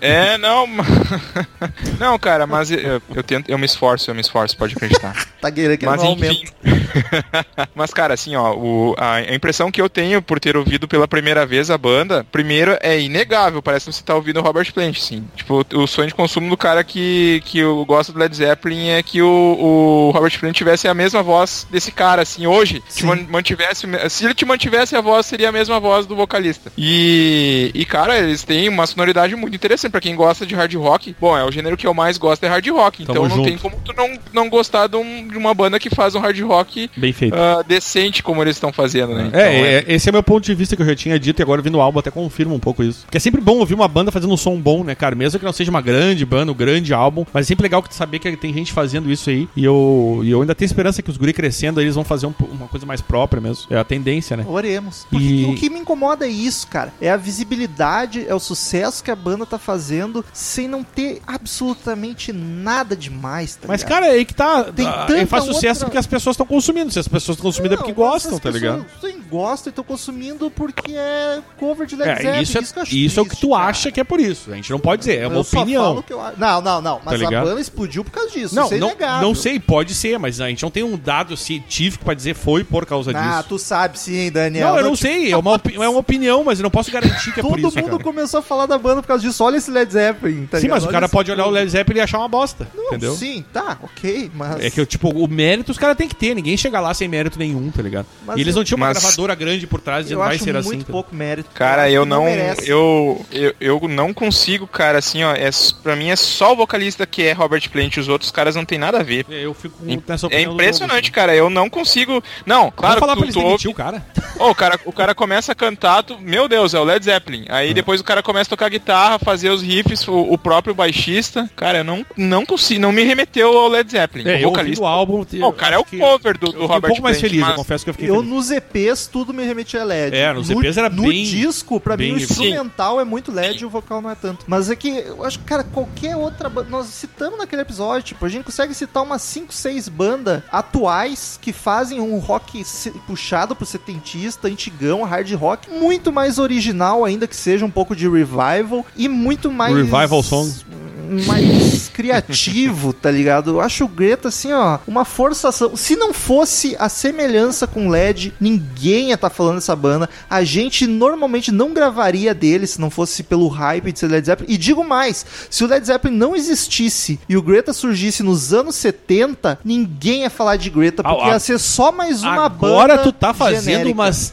Speaker 3: É, não. [laughs] não, cara, mas eu, eu tento, eu me esforço, eu me esforço, pode acreditar.
Speaker 1: Tá querendo que
Speaker 3: Mas
Speaker 1: não
Speaker 3: enfim.
Speaker 1: aumenta.
Speaker 3: é [laughs] Mas, cara, assim, ó, o- a, a impressão que eu tenho por ter ouvido pela primeira vez a banda, primeiro é inegável, parece que você tá ouvindo o Robert Plant, sim. Tipo, o, o sonho de consumo do cara que, que eu gosto do Led Zeppelin é que o, o Robert Plant tivesse a mesma voz desse cara, assim, hoje. Te
Speaker 1: Sim.
Speaker 3: man- mantivesse, se ele te mantivesse a voz, seria a mesma voz do vocalista. E, e, cara, eles têm uma sonoridade muito interessante pra quem gosta de hard rock. Bom, é o gênero que eu mais gosto, é hard rock. Então
Speaker 2: Tamo
Speaker 3: não
Speaker 2: junto.
Speaker 3: tem como tu não, não gostar de, um- de uma banda que faz um hard rock
Speaker 2: Bem feito.
Speaker 3: ah, decente como eles estão fazendo, né? Então,
Speaker 2: é, é, esse é meu ponto de vista que eu já tinha dito e agora vindo o álbum até confirma um pouco isso. Porque é sempre bom ouvir uma banda fazendo um som bom, né, cara? Mesmo que não seja uma grande banda, um grande álbum, mas é sempre legal que tu saber que tem gente fazendo isso aí. E eu, e eu ainda tenho esperança que os guri crescendo, aí eles vão fazer um po- uma coisa mais própria mesmo. É a tendência, né?
Speaker 1: Oremos. Porque
Speaker 2: E-
Speaker 1: o que me incomoda é isso, cara. É a visibilidade, é o sucesso que a banda tá fazendo sem não ter absolutamente nada demais, tá
Speaker 2: Mas,
Speaker 1: ligado?
Speaker 2: cara, é aí que tá.
Speaker 1: Tem
Speaker 2: ah,
Speaker 1: tanta
Speaker 2: ele faz sucesso
Speaker 1: outra-
Speaker 2: porque as pessoas estão consumindo. Se as pessoas estão consumindo é porque
Speaker 1: Não,
Speaker 2: gostam,
Speaker 1: essas
Speaker 2: tá
Speaker 1: pessoas
Speaker 2: ligado?
Speaker 1: Sim, gostam e estão consumindo porque é cover de Led
Speaker 2: É,
Speaker 1: Zeppelin.
Speaker 2: isso, é,
Speaker 1: eu acho
Speaker 2: isso é o que
Speaker 1: triste,
Speaker 2: tu
Speaker 1: cara.
Speaker 2: acha que é por isso. A gente não pode dizer, é uma
Speaker 1: eu só falo
Speaker 2: opinião. Tá
Speaker 1: que eu acho- Não, não, não. Mas a
Speaker 2: ligado?
Speaker 1: banda explodiu por causa disso.
Speaker 2: Não,
Speaker 1: isso é
Speaker 2: não,
Speaker 1: inegável.
Speaker 2: não sei, pode ser, mas a gente não tem um dado científico pra dizer foi por causa
Speaker 1: Ah,
Speaker 2: disso.
Speaker 1: tu sabe sim, Daniel.
Speaker 2: Não, eu não
Speaker 1: te-
Speaker 2: sei, é uma, opi- é uma opinião, mas eu não posso garantir que
Speaker 1: [laughs]
Speaker 2: é
Speaker 1: Todo
Speaker 2: por isso,
Speaker 1: mundo
Speaker 2: cara.
Speaker 1: começou a falar da banda por causa disso. Olha esse Led Zeppelin, tá
Speaker 2: Sim,
Speaker 1: ligado?
Speaker 2: mas o
Speaker 1: Olha
Speaker 2: cara
Speaker 1: esse
Speaker 2: pode olhar o
Speaker 1: tudo.
Speaker 2: Led Zeppelin e achar uma bosta,
Speaker 1: Não,
Speaker 2: entendeu?
Speaker 1: Sim, tá, ok, mas.
Speaker 2: É que, eu, tipo, o mérito os caras têm que ter. Ninguém chegar lá sem mérito nenhum, tá ligado?
Speaker 1: Mas
Speaker 2: e eles não tinham uma
Speaker 3: mas-
Speaker 2: gravadora grande por trás dizendo
Speaker 1: Eu
Speaker 2: vai
Speaker 1: acho
Speaker 2: ser
Speaker 1: muito
Speaker 2: assim. tá ligado?
Speaker 1: pouco mérito.
Speaker 3: Cara,
Speaker 1: acho
Speaker 3: eu
Speaker 1: que
Speaker 3: não.
Speaker 1: merece.
Speaker 3: eu, eu, eu não consigo, cara, assim, ó. É, pra mim é só o vocalista que é Robert Plant, os outros caras não tem nada a ver.
Speaker 2: Eu fico com
Speaker 3: Im-
Speaker 2: nessa
Speaker 3: É
Speaker 2: opinião do
Speaker 3: impressionante,
Speaker 2: Douglas,
Speaker 3: cara. Eu não consigo.
Speaker 2: né?
Speaker 3: Não,
Speaker 2: assim. Vamos
Speaker 3: claro
Speaker 2: falar pra
Speaker 3: que tu,
Speaker 2: eles
Speaker 3: tu ouve-
Speaker 2: demitir o cara?
Speaker 3: Ô, o, cara, o cara começa a cantar, tu- meu Deus, é o Led Zeppelin. Aí depois o cara começa a tocar guitarra, fazer os riffs, o, o próprio baixista. Cara, eu não, não consigo, não me remeteu ao Led
Speaker 2: É,
Speaker 3: Zeppelin. o
Speaker 2: eu ouvi
Speaker 3: vocalista.
Speaker 2: do álbum.
Speaker 3: Ó, o cara é o cover do, do
Speaker 2: eu fiquei um
Speaker 3: Robert
Speaker 2: pouco mais
Speaker 3: Plant,
Speaker 2: feliz, eu
Speaker 3: mas-
Speaker 2: confesso que eu fiquei
Speaker 1: Eu
Speaker 2: feliz.
Speaker 1: nos EPs tudo me remetia a LED.
Speaker 2: É, nos
Speaker 1: no,
Speaker 2: EPs era
Speaker 1: no
Speaker 2: bem-
Speaker 1: disco, pra mim
Speaker 2: bem-
Speaker 1: o instrumental é muito LED e o vocal não é tanto. Mas é que eu acho que, cara, qualquer outra banda. Nós citamos naquele episódio, tipo, a gente consegue citar umas 5, 6 bandas atuais que fazem um rock se- puxado pro setentista, antigão, hard rock, muito mais original, ainda que seja um pouco de revival e muito mais.
Speaker 2: Revival songs.
Speaker 1: mais criativo, tá ligado? Eu acho o Greta, assim, ó, uma forçação. Se não fosse a semelhança com LED, ninguém ia estar falando dessa banda. A gente normalmente não gravaria dele se não fosse pelo hype de ser Led Zeppelin. E digo mais, se o Led Zeppelin não existisse e o Greta surgisse nos anos 70, ninguém ia falar de Greta,
Speaker 2: Ah,
Speaker 1: porque
Speaker 2: ah,
Speaker 1: ia ser só mais uma banda
Speaker 2: Agora tu tá fazendo
Speaker 1: genérica.
Speaker 2: umas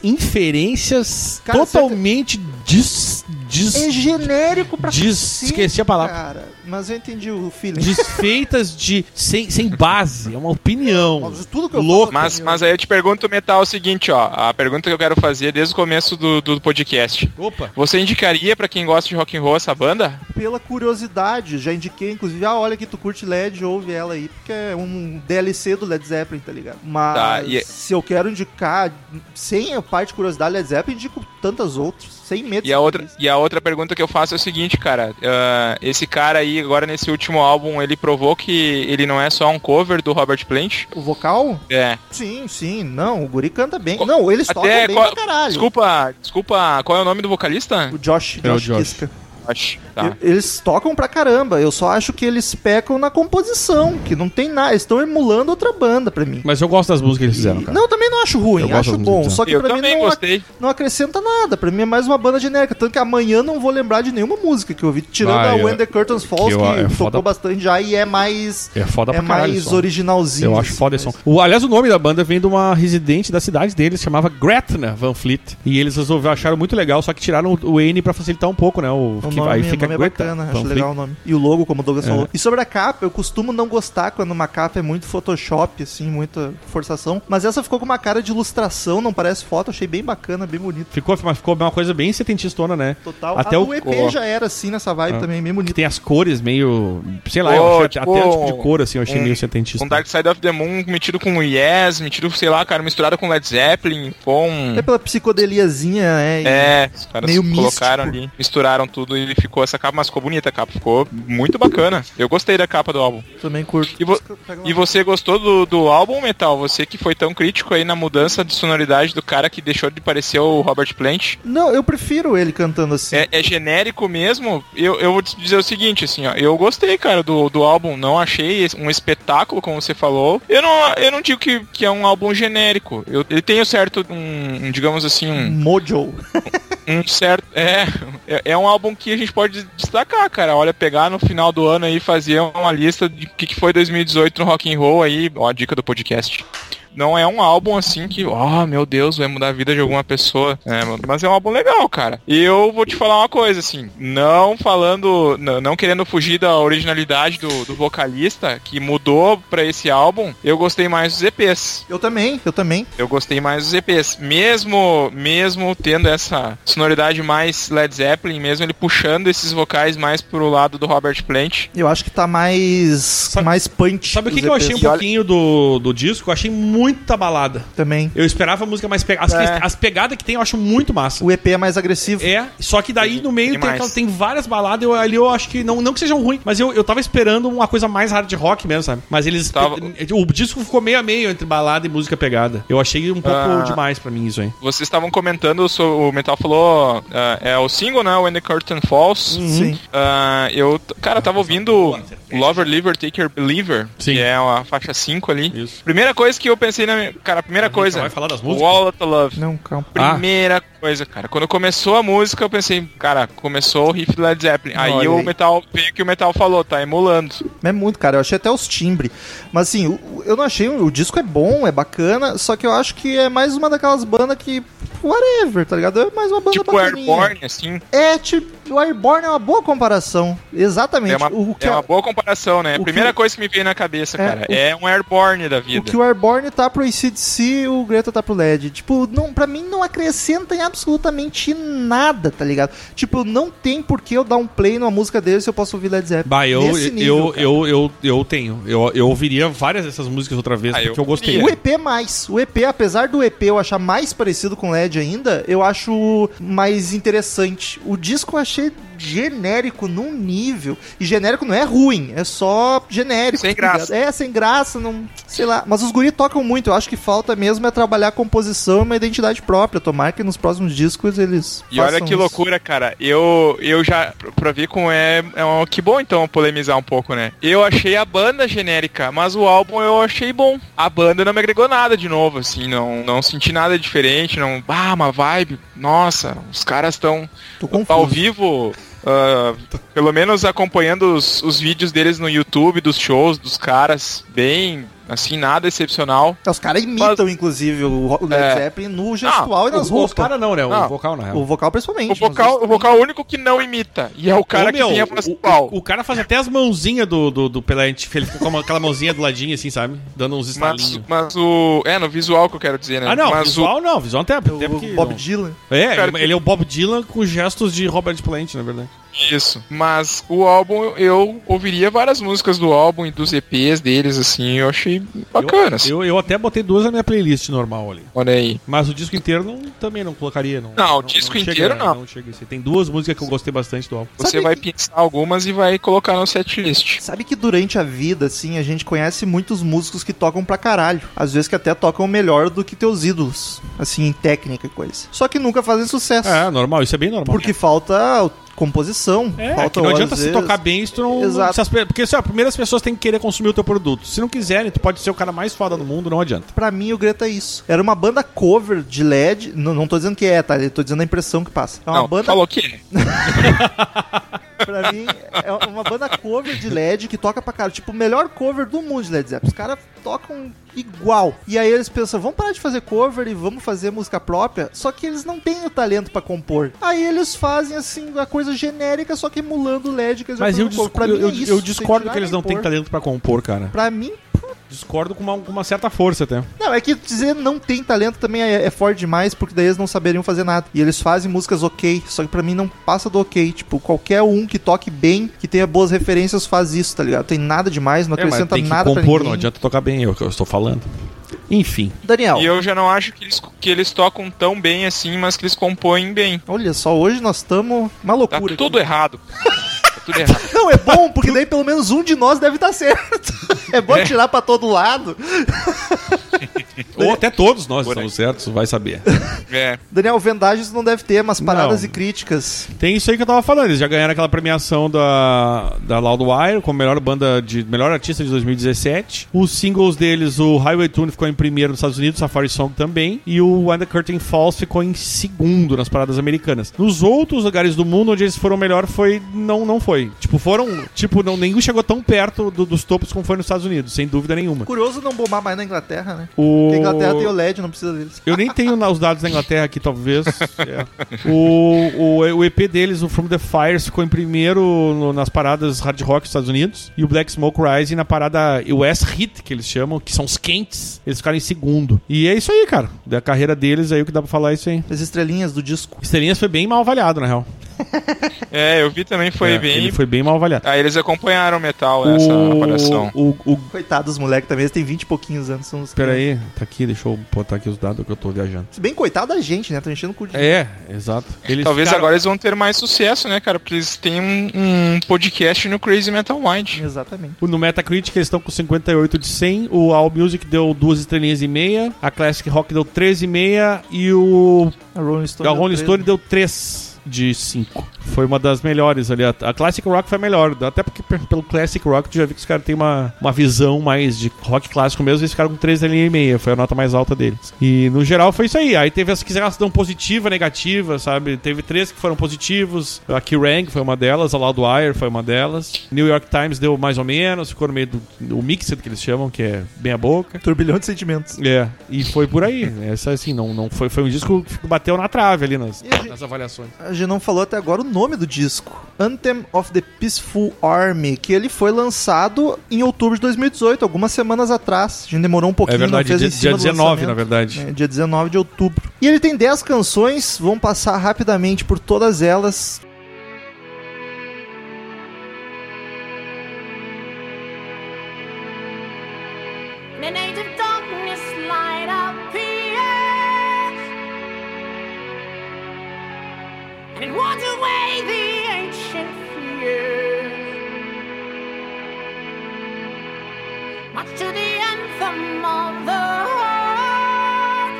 Speaker 2: inferências
Speaker 1: Cara,
Speaker 2: totalmente des, des,
Speaker 1: É genérico pra
Speaker 2: des-
Speaker 1: cacete,
Speaker 2: esqueci a palavra.
Speaker 1: Cara, mas eu entendi o feeling.
Speaker 2: Desfeitas de sem, sem base, é uma opinião.
Speaker 1: Mas Tudo que eu
Speaker 2: Louco.
Speaker 1: falo, é
Speaker 3: Mas,
Speaker 1: eu-
Speaker 3: mas aí eu te pergunto, Metal, é o seguinte, ó. A pergunta que eu quero fazer é desde o começo do, do podcast.
Speaker 2: Opa.
Speaker 3: Você indicaria pra quem gosta de rock and roll essa banda?
Speaker 1: pela curiosidade. Já indiquei, inclusive, ah, olha que tu curte LED, ouve ela aí, porque é um DLC do Led Zeppelin, tá ligado? Mas
Speaker 3: Tá, e-
Speaker 1: se eu quero indicar, sem a parte de curiosidade Led Zeppelin, indico tantas outras, sem medo. de
Speaker 3: E a
Speaker 1: ser
Speaker 3: outra,
Speaker 1: feliz.
Speaker 3: e a outra pergunta que eu faço é o seguinte, cara. ah, esse cara aí, agora nesse último álbum, ele provou que ele não é só um cover do Robert Plant.
Speaker 1: O vocal?
Speaker 3: É.
Speaker 1: Sim, sim. Não, o guri canta bem. Não, eles tocam
Speaker 3: Até
Speaker 1: é bem
Speaker 3: qual-
Speaker 1: pra caralho.
Speaker 3: Desculpa, desculpa, qual é o nome do vocalista?
Speaker 1: O Josh,
Speaker 2: É o
Speaker 1: Josh,
Speaker 2: Josh.
Speaker 1: Kiska.
Speaker 3: Acho. Tá.
Speaker 1: E- Eles tocam pra caramba. Eu só acho que eles pecam na composição, que não tem nada. Eles estão emulando outra banda pra mim.
Speaker 2: Mas eu gosto das músicas que eles fizeram, cara.
Speaker 1: Não, eu também não acho ruim,
Speaker 2: Eu gosto
Speaker 1: acho
Speaker 2: muito
Speaker 1: bom.
Speaker 2: dela.
Speaker 1: Só que
Speaker 3: Eu
Speaker 1: pra mim
Speaker 3: também
Speaker 1: não, ac-
Speaker 3: gostei.
Speaker 1: não acrescenta nada. Pra mim é mais uma banda genérica. Tanto que amanhã não vou lembrar de nenhuma música que eu ouvi. Tirando
Speaker 2: Ah,
Speaker 1: a
Speaker 2: eu-
Speaker 1: When the Curtains Falls,
Speaker 2: eu-
Speaker 1: que,
Speaker 2: é
Speaker 1: tocou
Speaker 2: foda-
Speaker 1: bastante já e é mais.
Speaker 2: É foda
Speaker 1: É
Speaker 2: pra caralho.
Speaker 1: mais
Speaker 2: esse som.
Speaker 1: originalzinho.
Speaker 2: Eu acho
Speaker 1: assim,
Speaker 2: foda
Speaker 1: mas-
Speaker 2: esse som. O, aliás, o nome da banda vem de uma residente da cidade deles, chamava Gretna Van Fleet. E eles resolveram, acharam muito legal, só que tiraram o, o N pra facilitar um pouco, né? O,
Speaker 1: O
Speaker 2: que
Speaker 1: nome,
Speaker 2: aí
Speaker 1: o
Speaker 2: fica
Speaker 1: nome é
Speaker 2: Greta
Speaker 1: bacana,
Speaker 2: Van
Speaker 1: acho legal o nome. E o logo, como o Douglas
Speaker 2: É.
Speaker 1: falou. E sobre a capa, eu costumo não gostar quando uma capa é muito Photoshop, assim, muita forçação. Mas essa ficou com uma cara de ilustração, não parece foto, achei bem bacana, bem bonito.
Speaker 2: Ficou, mas ficou uma coisa bem setentistona, né?
Speaker 1: Total. Ah,
Speaker 2: Até
Speaker 1: a
Speaker 2: o-
Speaker 1: do EP
Speaker 3: o-
Speaker 1: já era assim nessa vibe
Speaker 2: Ah.
Speaker 1: também, bem bonito.
Speaker 2: Que tem as cores meio. Sei lá,
Speaker 3: Pô,
Speaker 2: eu achei
Speaker 3: tipo,
Speaker 2: até o tipo de cor, assim, eu achei
Speaker 3: um-
Speaker 2: meio setentista.
Speaker 3: Um Dark Side of the Moon metido com Yes, metido, sei lá, cara, misturado com Led Zeppelin, com.
Speaker 1: É pela psicodeliazinha, né? e-
Speaker 3: É, os caras
Speaker 1: Meio
Speaker 3: colocaram ali, misturaram tudo e ficou essa capa, mas ficou bonita a capa, ficou muito bacana. Eu gostei da capa do álbum.
Speaker 1: Também curto.
Speaker 3: E vo-
Speaker 1: Pega lá.
Speaker 3: E você gostou do, do álbum Metal? Você que foi tão crítico aí na mudança de sonoridade do cara que deixou de parecer o Robert Plant.
Speaker 1: Não, eu prefiro ele cantando assim.
Speaker 3: É, é genérico mesmo? Eu, eu vou te dizer o seguinte, assim, ó. Eu gostei, cara, do, do álbum. Não achei esse- um espetáculo, como você falou. Eu não, eu não digo que, que é um álbum genérico. Eu, ele tem um certo, um, um, digamos assim, um,
Speaker 1: Mojo.
Speaker 3: um certo. É, é- é um álbum que a gente pode destacar, cara. Olha, pegar no final do ano aí, fazer uma lista de o que, que foi 2018 no rock and roll aí, ó, a dica do podcast. Não é um álbum assim que, ó, meu Deus, vai mudar a vida de alguma pessoa. É, mas é um álbum legal, cara. E eu vou te falar uma coisa, assim, não falando, não, não querendo fugir da originalidade do, do vocalista que mudou pra esse álbum, eu gostei mais dos EPs.
Speaker 1: Eu também, eu também.
Speaker 3: Eu gostei mais dos EPs. Mesmo, mesmo tendo essa sonoridade mais Led Zeppelin, mesmo ele puxando esses vocais mais pro lado do Robert Plant.
Speaker 1: Eu acho que tá mais. mais punch.
Speaker 2: Sabe o que,
Speaker 1: os
Speaker 2: que eu
Speaker 1: EPs.
Speaker 2: achei um
Speaker 3: E olha-
Speaker 2: pouquinho do, do disco? Eu achei muita balada.
Speaker 1: Também.
Speaker 2: Eu esperava a música mais pegada. As,
Speaker 3: É.
Speaker 2: que- as pegadas que tem eu acho muito massa.
Speaker 1: O EP é mais agressivo.
Speaker 2: É, só que daí no meio
Speaker 3: Tem
Speaker 2: tem,
Speaker 3: mais.
Speaker 2: aquela- tem várias baladas, eu, ali eu acho que não, não que sejam ruins, mas eu, eu tava esperando uma coisa mais hard rock mesmo, sabe? Mas eles.
Speaker 3: Tava-
Speaker 2: O disco ficou meio a meio entre balada e música pegada. Eu achei um pouco
Speaker 3: Ah.
Speaker 2: demais pra mim isso aí.
Speaker 3: Vocês estavam comentando, so- o Metal falou,
Speaker 2: Uhum.
Speaker 3: ah, é o single, né? When the Curtain Falls.
Speaker 1: Sim.
Speaker 3: Ah, eu, t- cara, eu tava ouvindo Lover, Liver, Take Your Liver,
Speaker 2: Sim.
Speaker 3: que é a faixa 5 ali.
Speaker 2: Isso.
Speaker 3: Primeira coisa que eu pensei na minha... Cara, a primeira coisa...
Speaker 2: vai falar das músicas?
Speaker 3: Wall of Love.
Speaker 1: Não, calma.
Speaker 2: Ah.
Speaker 3: Primeira coisa, cara. Quando começou a música, eu pensei, cara, começou o riff do Led Zeppelin. Aí
Speaker 1: Olha
Speaker 3: o
Speaker 1: aí.
Speaker 3: metal, veio o que o metal falou, tá emulando.
Speaker 1: É muito, cara. Eu achei até os timbres. Mas assim, o- eu não achei. O disco é bom, é bacana. Só que eu acho que é mais uma daquelas bandas que. Whatever, tá ligado? É mais uma banda
Speaker 3: tipo
Speaker 1: bacaninha.
Speaker 3: Airborne, assim.
Speaker 1: É, tipo. O Airborne é uma boa comparação. Exatamente.
Speaker 3: É uma,
Speaker 1: o, que
Speaker 3: é
Speaker 1: a-
Speaker 3: uma boa comparação, né?
Speaker 1: o
Speaker 3: A primeira
Speaker 1: que-
Speaker 3: coisa que me veio na cabeça,
Speaker 1: É,
Speaker 3: cara,
Speaker 1: o-
Speaker 3: é um Airborne da
Speaker 1: o
Speaker 3: vida.
Speaker 1: que o Airborne tá pro ACDC, o Greta tá pro LED. Tipo, não, pra mim não acrescenta em absolutamente nada, tá ligado? Tipo, não tem por que eu dar um play numa música dele se eu posso ouvir Led Zeppelin.
Speaker 2: Bah, eu,
Speaker 1: Nesse nível,
Speaker 2: eu,
Speaker 1: cara.
Speaker 2: eu, eu, eu tenho. Eu, eu ouviria várias dessas músicas outra vez,
Speaker 3: Ah, eu
Speaker 2: porque eu, gostei.
Speaker 3: ouviria.
Speaker 1: O EP mais. O EP, apesar do EP eu achar mais parecido com LED ainda, eu acho mais interessante. O disco eu achei genérico num nível. E genérico não é ruim, é só genérico.
Speaker 3: Sem
Speaker 1: tá ligado?
Speaker 3: graça.
Speaker 1: É, sem graça, não. Sei lá. Mas os guri tocam muito. Eu acho que falta mesmo é trabalhar a composição e uma identidade própria. Tomara que nos próximos discos eles.
Speaker 3: E olha
Speaker 1: façam
Speaker 3: que
Speaker 1: isso.
Speaker 3: loucura, cara. Eu, eu já. Pra ver como é. é um, que bom então polemizar um pouco, né? Eu achei a banda genérica, mas o álbum eu achei bom. A banda não me agregou nada de novo, assim. Não, não senti nada diferente. Não. Ah, uma vibe. Nossa, os caras estão
Speaker 1: Tô confuso.
Speaker 3: tá ao vivo. ah, pelo menos acompanhando os, os vídeos deles no YouTube, dos shows, dos caras, bem assim, nada excepcional.
Speaker 1: É, Os caras imitam, inclusive, o o Led
Speaker 3: É. Ah,
Speaker 1: Zeppelin no gestual e nas
Speaker 2: O, os
Speaker 1: roupas.
Speaker 2: caras não, né? O
Speaker 3: Não.
Speaker 2: vocal não.
Speaker 1: O vocal principalmente.
Speaker 3: O
Speaker 1: mas
Speaker 3: vocal, o vocal único que não imita. E é o cara
Speaker 2: Ô, meu,
Speaker 3: que tem a voz
Speaker 2: o-
Speaker 3: igual.
Speaker 2: O, cara faz até as mãozinhas do, do, do Pelé, ele fica com uma- aquela mãozinha do ladinho, assim, sabe? Dando uns
Speaker 3: Mas,
Speaker 2: estalinhos.
Speaker 3: mas o. É, no visual que eu quero dizer, né?
Speaker 2: Ah, não,
Speaker 3: mas
Speaker 2: visual não, visual até, até
Speaker 1: O
Speaker 2: porque
Speaker 1: Bob
Speaker 2: não-
Speaker 1: Dylan.
Speaker 2: É,
Speaker 3: Cara,
Speaker 2: ele- ele é o Bob Dylan com gestos de Robert Plant, na verdade.
Speaker 3: o. Isso. Mas o álbum, eu ouviria várias músicas do álbum e dos EPs deles, assim, eu achei bacanas.
Speaker 2: Eu, eu até botei duas na minha playlist normal ali.
Speaker 3: Olha aí.
Speaker 2: Mas o disco inteiro não, também não colocaria. Não,
Speaker 3: Não, o disco
Speaker 2: chega,
Speaker 3: inteiro
Speaker 2: né?
Speaker 3: não.
Speaker 2: chega isso aí. Tem duas músicas que eu gostei bastante do álbum.
Speaker 3: Você
Speaker 1: Sabe
Speaker 3: vai
Speaker 1: que-
Speaker 3: pensar algumas e vai colocar no setlist.
Speaker 1: Sabe que durante a vida, assim, a gente conhece muitos músicos que tocam pra caralho. Às vezes que até tocam melhor do que teus ídolos, assim, em técnica e coisa. Só que nunca fazem sucesso.
Speaker 2: É, normal, isso é bem normal.
Speaker 1: Porque falta composição.
Speaker 2: É,
Speaker 1: falta
Speaker 2: que não
Speaker 1: às
Speaker 2: adianta se
Speaker 1: vezes-
Speaker 2: tocar bem se tu não.
Speaker 1: Exato.
Speaker 2: se as pe- porque assim, ó, primeiro as pessoas têm que querer consumir o teu produto. Se não quiserem, tu pode ser o cara mais foda do mundo, não adianta.
Speaker 1: Pra mim, o Greta é isso. Era uma banda cover de LED. Não, não tô dizendo que é, tá? Eu tô dizendo a impressão que passa. É uma
Speaker 3: não, tá
Speaker 1: banda
Speaker 3: falou que.
Speaker 1: Pra mim, é uma banda cover de LED que toca pra cara. Tipo, o melhor cover do mundo de Led Zeppelin. Os caras tocam igual. E aí eles pensam, vamos parar de fazer cover e vamos fazer música própria. Só que eles não têm o talento pra compor. Aí eles fazem, assim, a coisa genérica, só que emulando o LED que eles já
Speaker 2: Mas
Speaker 1: fazem
Speaker 2: eu,
Speaker 1: no
Speaker 2: discu-
Speaker 1: cover. Pra
Speaker 2: eu,
Speaker 1: mim é
Speaker 2: eu-
Speaker 1: isso,
Speaker 2: eu
Speaker 1: sem
Speaker 2: discordo
Speaker 1: tirar
Speaker 2: que eles
Speaker 1: nem
Speaker 2: não têm
Speaker 1: pôr.
Speaker 2: talento pra compor, cara.
Speaker 1: Pra mim,
Speaker 2: Discordo com uma, com uma certa força até.
Speaker 1: não, é que dizer não tem talento também é, é forte demais, porque daí eles não saberiam fazer nada. E eles fazem músicas ok, só que pra mim não passa do ok. Tipo, qualquer um que toque bem, que tenha boas referências, faz isso, tá ligado? Tem nada demais, não
Speaker 2: É, mas
Speaker 1: acrescenta
Speaker 2: tem que
Speaker 1: nada pra
Speaker 2: compor,
Speaker 1: ninguém.
Speaker 2: não adianta tocar bem, é o que eu estou falando. Enfim.
Speaker 1: Daniel,
Speaker 3: E eu já não acho que eles, que eles tocam tão bem assim, mas que eles compõem bem.
Speaker 1: olha só, hoje nós estamos uma
Speaker 3: Tá
Speaker 1: loucura.
Speaker 3: tudo errado. tá tudo errado.
Speaker 1: Não, é bom,
Speaker 3: [laughs]
Speaker 1: porque daí pelo menos um de nós deve estar certo. [laughs] É bom tirar pra todo lado.
Speaker 2: Ou até todos nós
Speaker 3: Por
Speaker 2: estamos certos, vai saber.
Speaker 3: É.
Speaker 1: Daniel, vendagens não deve ter, mas paradas
Speaker 2: Não.
Speaker 1: e críticas.
Speaker 2: [laughs] Tem isso aí que eu tava falando, eles já ganharam aquela premiação da, da Loudwire como melhor banda de melhor artista de 2017. Os singles deles, o Highway Tune ficou em primeiro nos Estados Unidos, Safari Song também, e o When the Curtain Falls ficou em segundo nas paradas americanas. Nos outros lugares do mundo onde eles foram melhor foi não não foi. Tipo, foram, tipo, não nenhum chegou tão perto do- dos topos como foi nos Estados Unidos, sem dúvida nenhuma.
Speaker 1: Curioso não bombar mais na Inglaterra, né?
Speaker 2: O...
Speaker 1: Porque a Inglaterra tem o LED, não precisa deles.
Speaker 2: Eu nem tenho na- os dados da Inglaterra aqui, talvez. É. O, o, o EP deles, o From the Fires, ficou em primeiro no- nas paradas hard rock dos Estados Unidos. E o Black Smoke Rising na parada US Hit, que eles chamam, que são os quentes. Eles ficaram em segundo. E é isso aí, cara. Da carreira deles, aí o que dá pra falar é isso aí.
Speaker 1: As estrelinhas do disco.
Speaker 2: Estrelinhas foi bem mal avaliado, na real.
Speaker 3: É, eu vi também, foi
Speaker 2: É,
Speaker 3: bem.
Speaker 2: Ele foi bem mal avaliado.
Speaker 3: Aí eles acompanharam o metal nessa avaliação.
Speaker 2: o, o, o
Speaker 1: Coitados, os moleques também, eles têm 20 e pouquinhos anos. São uns crianças.
Speaker 2: Peraí, tá aqui, deixa eu botar aqui os dados que eu tô viajando.
Speaker 1: Se bem coitado da gente, né? Tá enchendo o cu de...
Speaker 2: É, exato. Eles
Speaker 3: Talvez
Speaker 2: ficaram-
Speaker 3: agora eles vão ter mais sucesso, né, cara? Porque eles têm um, um podcast no Crazy Metal Mind.
Speaker 1: Exatamente.
Speaker 2: No Metacritic eles estão com 58 de 100, o All Music deu duas estrelinhas e meia, a Classic Rock deu 13,5 e o
Speaker 1: A Rolling Stone.
Speaker 2: É
Speaker 1: é
Speaker 2: a
Speaker 1: deu
Speaker 2: Rolling
Speaker 1: três,
Speaker 2: Stone
Speaker 1: né?
Speaker 2: deu 3 de 5. Foi uma das melhores ali. A, a Classic Rock foi a melhor. Até porque pe- pelo Classic Rock tu já viu que os caras têm uma, uma visão mais de rock clássico mesmo. Eles ficaram com 3 da linha e meia. Foi a nota mais alta deles. E no geral foi isso aí. Aí teve as que dão positiva, negativa, sabe? Teve três que foram positivos. A Kerrang foi uma delas. A Loudwire foi uma delas. New York Times deu mais ou menos. Ficou no meio do o mixed que eles chamam, que é bem a boca.
Speaker 1: Turbilhão de sentimentos.
Speaker 2: É, e foi por aí. Essa, assim, não, não foi, foi um disco que bateu na trave ali nas,
Speaker 1: E a gente-
Speaker 2: nas avaliações.
Speaker 1: A gente não falou até agora o nome do disco. Anthem of the Peaceful Army, que ele foi lançado em outubro de 2018, algumas semanas atrás. A gente demorou um pouquinho,
Speaker 2: É verdade,
Speaker 1: não
Speaker 2: dia,
Speaker 1: fez em cima
Speaker 2: dia
Speaker 1: do
Speaker 2: 19,
Speaker 1: lançamento.
Speaker 2: na verdade.
Speaker 1: É, dia 19 de outubro. E ele tem 10 canções, vamos passar rapidamente por todas elas.
Speaker 6: In an age of darkness, light appears. And it wards away the ancient fears. Much to the anthem of the heart.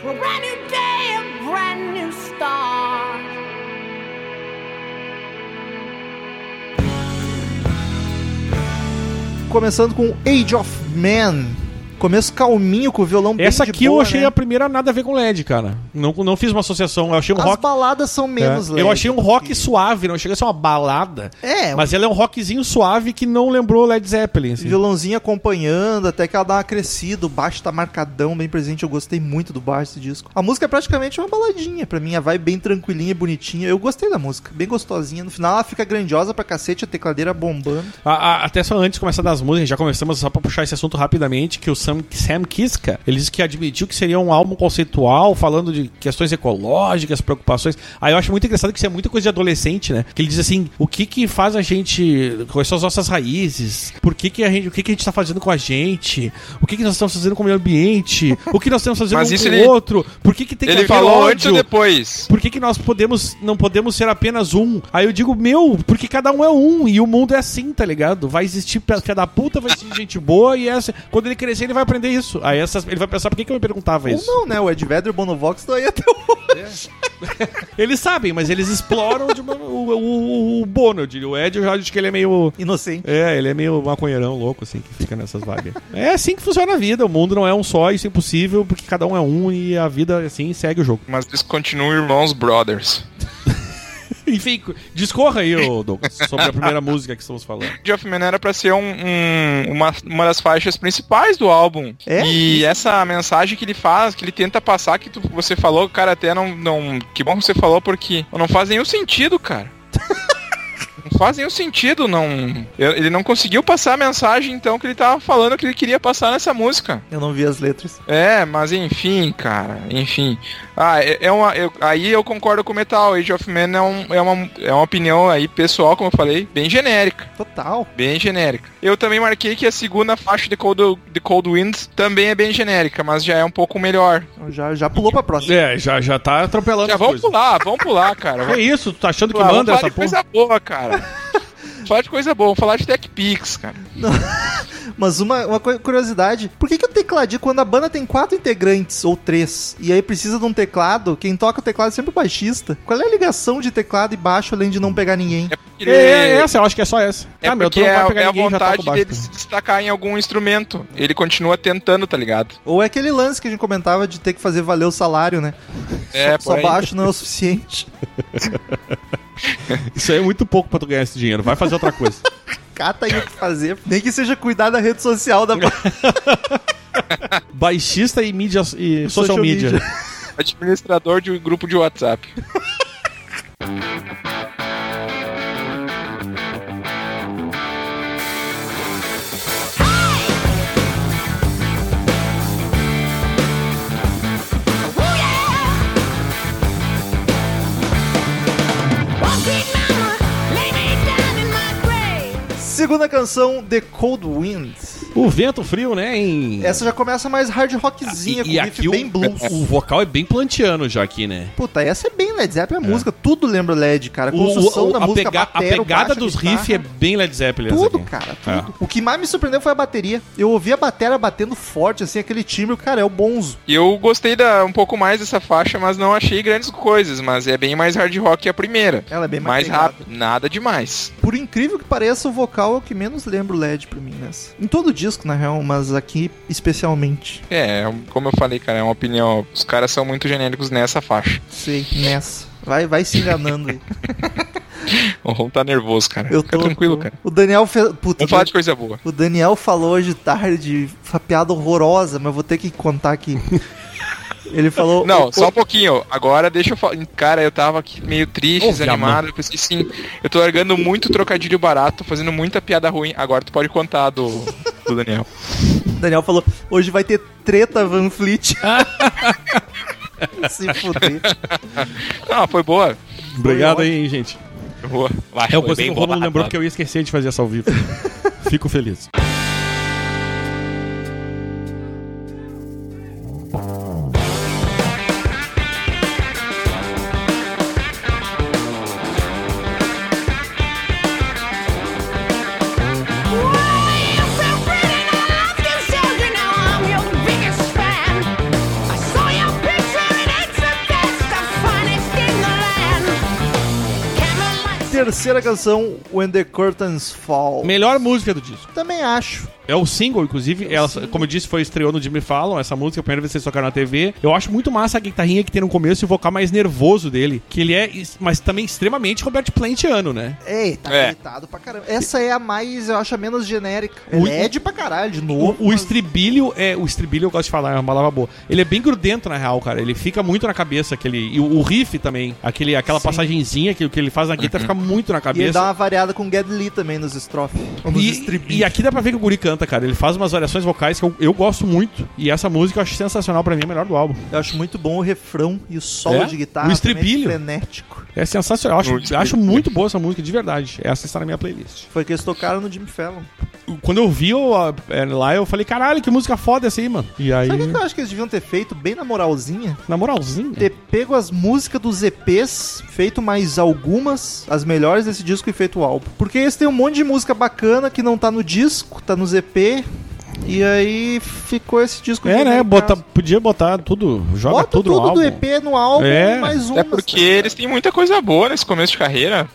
Speaker 6: To a brand new day, a brand new start.
Speaker 1: Começando com Age of Man. Começo calminho com o violão bem
Speaker 2: Essa
Speaker 1: de
Speaker 2: aqui eu
Speaker 1: boa,
Speaker 2: achei
Speaker 1: né?
Speaker 2: a primeira nada a ver com LED, cara. Não, não fiz uma associação. Eu achei um
Speaker 1: As
Speaker 2: rock.
Speaker 1: baladas são menos
Speaker 2: é.
Speaker 1: leves.
Speaker 2: Eu achei um rock suave, não chega a ser uma balada.
Speaker 1: É,
Speaker 2: Mas ela é um rockzinho suave que não lembrou Led Zeppelin.
Speaker 1: um
Speaker 2: assim.
Speaker 1: violãozinho acompanhando, até que ela dá uma crescida, o baixo tá marcadão, bem presente, eu gostei muito do baixo desse disco. A música é praticamente uma baladinha, pra mim, a vibe bem tranquilinha e bonitinha. Eu gostei da música, bem gostosinha. No final ela fica grandiosa pra cacete, a tecladeira bombando.
Speaker 2: A- a- até só antes de começar das músicas, já começamos só pra puxar esse assunto rapidamente, que o Sam, Sam Kiska, ele disse que admitiu que seria um álbum conceitual, falando de questões ecológicas, preocupações. Aí eu acho muito engraçado que isso é muita coisa de adolescente, né? Que ele diz assim, o que que faz a gente, quais são as nossas raízes, por que que a gente, o que que a gente tá fazendo com a gente, o que que nós estamos fazendo com o meio ambiente, o que nós estamos fazendo
Speaker 3: Mas
Speaker 2: um
Speaker 3: isso
Speaker 2: com o
Speaker 3: ele-
Speaker 2: outro, por que que tem
Speaker 3: Ele
Speaker 2: que haver
Speaker 3: falou
Speaker 2: ódio?
Speaker 3: antes ou depois?
Speaker 2: Por que, que nós podemos não podemos ser apenas um? Aí eu digo, meu, porque cada um é um e o mundo é assim, tá ligado? Vai existir pe- filha da puta, vai existir gente boa e essa, quando ele crescer ele vai aprender isso. Aí essas, ele vai pensar, por que, que eu me perguntava isso?
Speaker 1: Ou não, né? O Ed Vedder e o [laughs] Bonovox estão aí até hoje.
Speaker 2: Eles sabem, mas eles exploram de uma- o, o, o, o Bono, eu diria. O Ed, eu já acho que ele é meio...
Speaker 1: Inocente.
Speaker 2: É, ele é meio maconheirão louco, assim, que fica nessas vagas. É assim que funciona a vida. O mundo não é um só, isso é impossível, porque cada um é um e a vida, assim, segue o jogo.
Speaker 3: Mas eles continuam irmãos brothers.
Speaker 2: Enfim, discorra aí, ô Douglas, sobre a primeira [laughs] música que estamos falando.
Speaker 3: Age of Man era pra ser um- um- uma, uma das faixas principais do álbum.
Speaker 1: É?
Speaker 3: E essa mensagem que ele faz, que ele tenta passar, que tu- você falou, cara, até não, não. Que bom que você falou, porque não faz nenhum sentido, cara. Não faz nenhum sentido, não. eu- Ele não conseguiu passar a mensagem, então, que ele tava falando que ele queria passar nessa música.
Speaker 1: Eu não vi as letras.
Speaker 3: É, mas enfim, cara, enfim. Ah, é, é uma. eu- aí eu concordo com o Metal. Age of Man é, um- é uma, é uma opinião aí pessoal, como eu falei, bem genérica
Speaker 1: Total.
Speaker 3: bem genérica. Eu também marquei que a segunda faixa de Cold, de Cold Winds também é bem genérica, mas já é um pouco melhor.
Speaker 1: Então Já, já pulou pra próxima.
Speaker 2: É, já, já tá atropelando
Speaker 3: Já
Speaker 2: as
Speaker 3: vamos
Speaker 2: coisas.
Speaker 3: pular, vamos pular, cara.
Speaker 2: Que
Speaker 3: Vamos
Speaker 2: isso? Tu tá achando que
Speaker 3: pular,
Speaker 2: manda
Speaker 3: vamos falar
Speaker 2: essa porra?
Speaker 3: de coisa boa, cara. falar de coisa boa, vamos falar de Tech Pix, cara.
Speaker 1: Mas uma, uma co- curiosidade, por que, que o tecladinho, quando a banda tem quatro integrantes, ou três, e aí precisa de um teclado, quem toca o teclado é sempre o baixista. Qual é a ligação de teclado e baixo, além de não pegar ninguém?
Speaker 3: É porque
Speaker 2: É, é essa, eu acho que é só essa.
Speaker 3: é
Speaker 2: ah, meu, tu
Speaker 3: porque
Speaker 2: não
Speaker 3: é,
Speaker 2: vai pegar
Speaker 3: é a
Speaker 2: ninguém, já tá
Speaker 3: vontade
Speaker 2: com baixo.
Speaker 3: dele se destacar em algum instrumento. Ele continua tentando, tá ligado?
Speaker 1: Ou é aquele lance que a gente comentava de ter que fazer valer o salário, né?
Speaker 3: É,
Speaker 1: Só
Speaker 3: por aí.
Speaker 1: baixo não é o suficiente.
Speaker 2: Isso aí é muito pouco pra tu ganhar esse dinheiro. Vai fazer outra coisa.
Speaker 1: Cata aí o que fazer. Nem que seja cuidar da rede social da banda.
Speaker 2: [laughs] Baixista e, mídia, e social,
Speaker 1: Social
Speaker 2: media.
Speaker 1: media.
Speaker 3: Administrador de um grupo de WhatsApp.
Speaker 1: Segunda canção, The Cold Wind.
Speaker 2: O vento frio, né? Em...
Speaker 1: Essa já começa mais hard rockzinha, com
Speaker 2: Ah, e, e
Speaker 1: riff
Speaker 2: aqui o,
Speaker 1: bem blues.
Speaker 2: o vocal [laughs] é bem plantiano já aqui, né?
Speaker 1: Puta, essa é bem Led Zeppelin, a música, tudo lembra Led, cara. A
Speaker 2: O-
Speaker 1: construção
Speaker 2: o-
Speaker 1: da
Speaker 2: a,
Speaker 1: música,
Speaker 2: pega- a
Speaker 1: batera, o
Speaker 2: pegada
Speaker 1: baixo, a
Speaker 2: dos
Speaker 1: guitarra.
Speaker 2: riffs é bem Led Zeppelin. essa
Speaker 1: Tudo,
Speaker 2: aqui. É.
Speaker 1: cara, tudo. O que mais me surpreendeu foi a bateria. Eu ouvi a batera batendo forte, assim, aquele timbre, cara, é o bonzo.
Speaker 3: E eu gostei da, um pouco mais dessa faixa, mas não achei grandes coisas. Mas é bem mais hard rock que a primeira.
Speaker 1: Ela é bem mais,
Speaker 3: mais
Speaker 1: pegada.
Speaker 3: rápido, nada demais.
Speaker 1: Por incrível que pareça, o vocal é o que menos lembra o LED pra mim nessa. Em todo o disco, na real, mas aqui especialmente.
Speaker 3: É, como eu falei, cara, é uma opinião. Os caras são muito genéricos nessa faixa. [laughs]
Speaker 1: Sei, nessa. Vai, vai se enganando
Speaker 2: [laughs]
Speaker 1: aí.
Speaker 3: O Ron tá nervoso, cara.
Speaker 1: Eu
Speaker 3: Fica
Speaker 1: tô.
Speaker 3: tranquilo,
Speaker 1: tô.
Speaker 3: cara.
Speaker 1: O Daniel fez. Puta,
Speaker 3: Vamos falar de coisa boa.
Speaker 1: o Daniel falou hoje tarde uma piada horrorosa, mas eu vou ter que contar
Speaker 2: [laughs]
Speaker 1: aqui. Ele falou.
Speaker 3: Não,
Speaker 1: o-
Speaker 3: só um pouquinho. Agora deixa eu falar. Cara, eu tava aqui meio triste,
Speaker 2: Ô,
Speaker 3: desanimado. Eu pensei, sim, eu tô largando muito trocadilho barato, tô fazendo muita piada ruim. Agora tu pode contar do,
Speaker 1: [laughs]
Speaker 3: do Daniel.
Speaker 1: O Daniel falou: hoje vai ter treta Van
Speaker 2: [laughs]
Speaker 1: Fleet. se fuder.
Speaker 3: Não, foi boa.
Speaker 2: Obrigado aí, hein, gente.
Speaker 3: Foi Boa. Lá,
Speaker 2: É, o
Speaker 3: foi
Speaker 2: coisa que
Speaker 3: bem tá,
Speaker 2: o Romulo
Speaker 3: boa.
Speaker 2: lembrou porque eu ia esquecer de fazer essa ao [laughs] vivo. Fico feliz.
Speaker 1: Terceira canção: When the Curtains Fall.
Speaker 2: Melhor música do disco.
Speaker 1: Também acho.
Speaker 2: É o single, inclusive. ela, Como eu disse, foi estreou no Jimmy Fallon, essa música, a primeira vez que vocês tocaram na TV. Eu acho muito massa a guitarrinha que tem no começo e o vocal mais nervoso dele. Que ele é, is- mas também extremamente Robert Plantiano, né?
Speaker 1: Eita,
Speaker 3: É.
Speaker 1: gritado tá pra caramba. Essa é a mais, eu acho, a menos genérica. É
Speaker 2: O-
Speaker 1: LED pra caralho, de
Speaker 2: O,
Speaker 1: novo.
Speaker 2: o estribilho é. O estribilho eu gosto de falar, é uma palavra boa. Ele é bem grudento, na real, cara. Ele fica muito na cabeça, aquele. E o, o riff também. Aquele, aquela passagenzinha que, que ele faz na guitarra fica muito
Speaker 1: E
Speaker 2: na
Speaker 1: ele
Speaker 2: cabeça.
Speaker 1: dá uma variada com o Geddy Lee também nos estrofes. ou Nos estribilhos.
Speaker 2: E, e aqui dá pra ver que o Guri canta, cara. Ele faz umas variações vocais que eu, eu gosto muito. E essa música eu acho sensacional pra mim, é a melhor do álbum.
Speaker 1: Eu acho muito bom o refrão e o solo
Speaker 2: É?
Speaker 1: de guitarra.
Speaker 2: O estribilho.
Speaker 1: também Frenético.
Speaker 2: É sensacional. Eu Acho,
Speaker 3: Muito.
Speaker 2: acho muito boa essa música, de verdade. Essa está na minha playlist.
Speaker 1: Foi que eles tocaram no Jimmy Fallon.
Speaker 2: Quando eu vi eu, ah, é, lá, eu falei, caralho, que música foda essa aí, mano. E aí,
Speaker 1: Sabe o que que eu acho que eles deviam ter feito, bem na moralzinha?
Speaker 2: na moralzinha.
Speaker 1: Ter pego as músicas dos EPs, feito mais algumas, as melhores desse disco e feito o álbum. Porque eles têm um monte de música bacana que não tá no disco, tá nos EP. E aí ficou esse disco
Speaker 2: É, né?
Speaker 1: genérico.
Speaker 2: Botar, podia botar tudo, joga
Speaker 1: Bota
Speaker 2: tudo, no álbum.
Speaker 1: do EP no álbum
Speaker 2: É.
Speaker 1: e mais um.
Speaker 3: Até porque
Speaker 2: né?
Speaker 3: eles têm muita coisa boa nesse começo de carreira.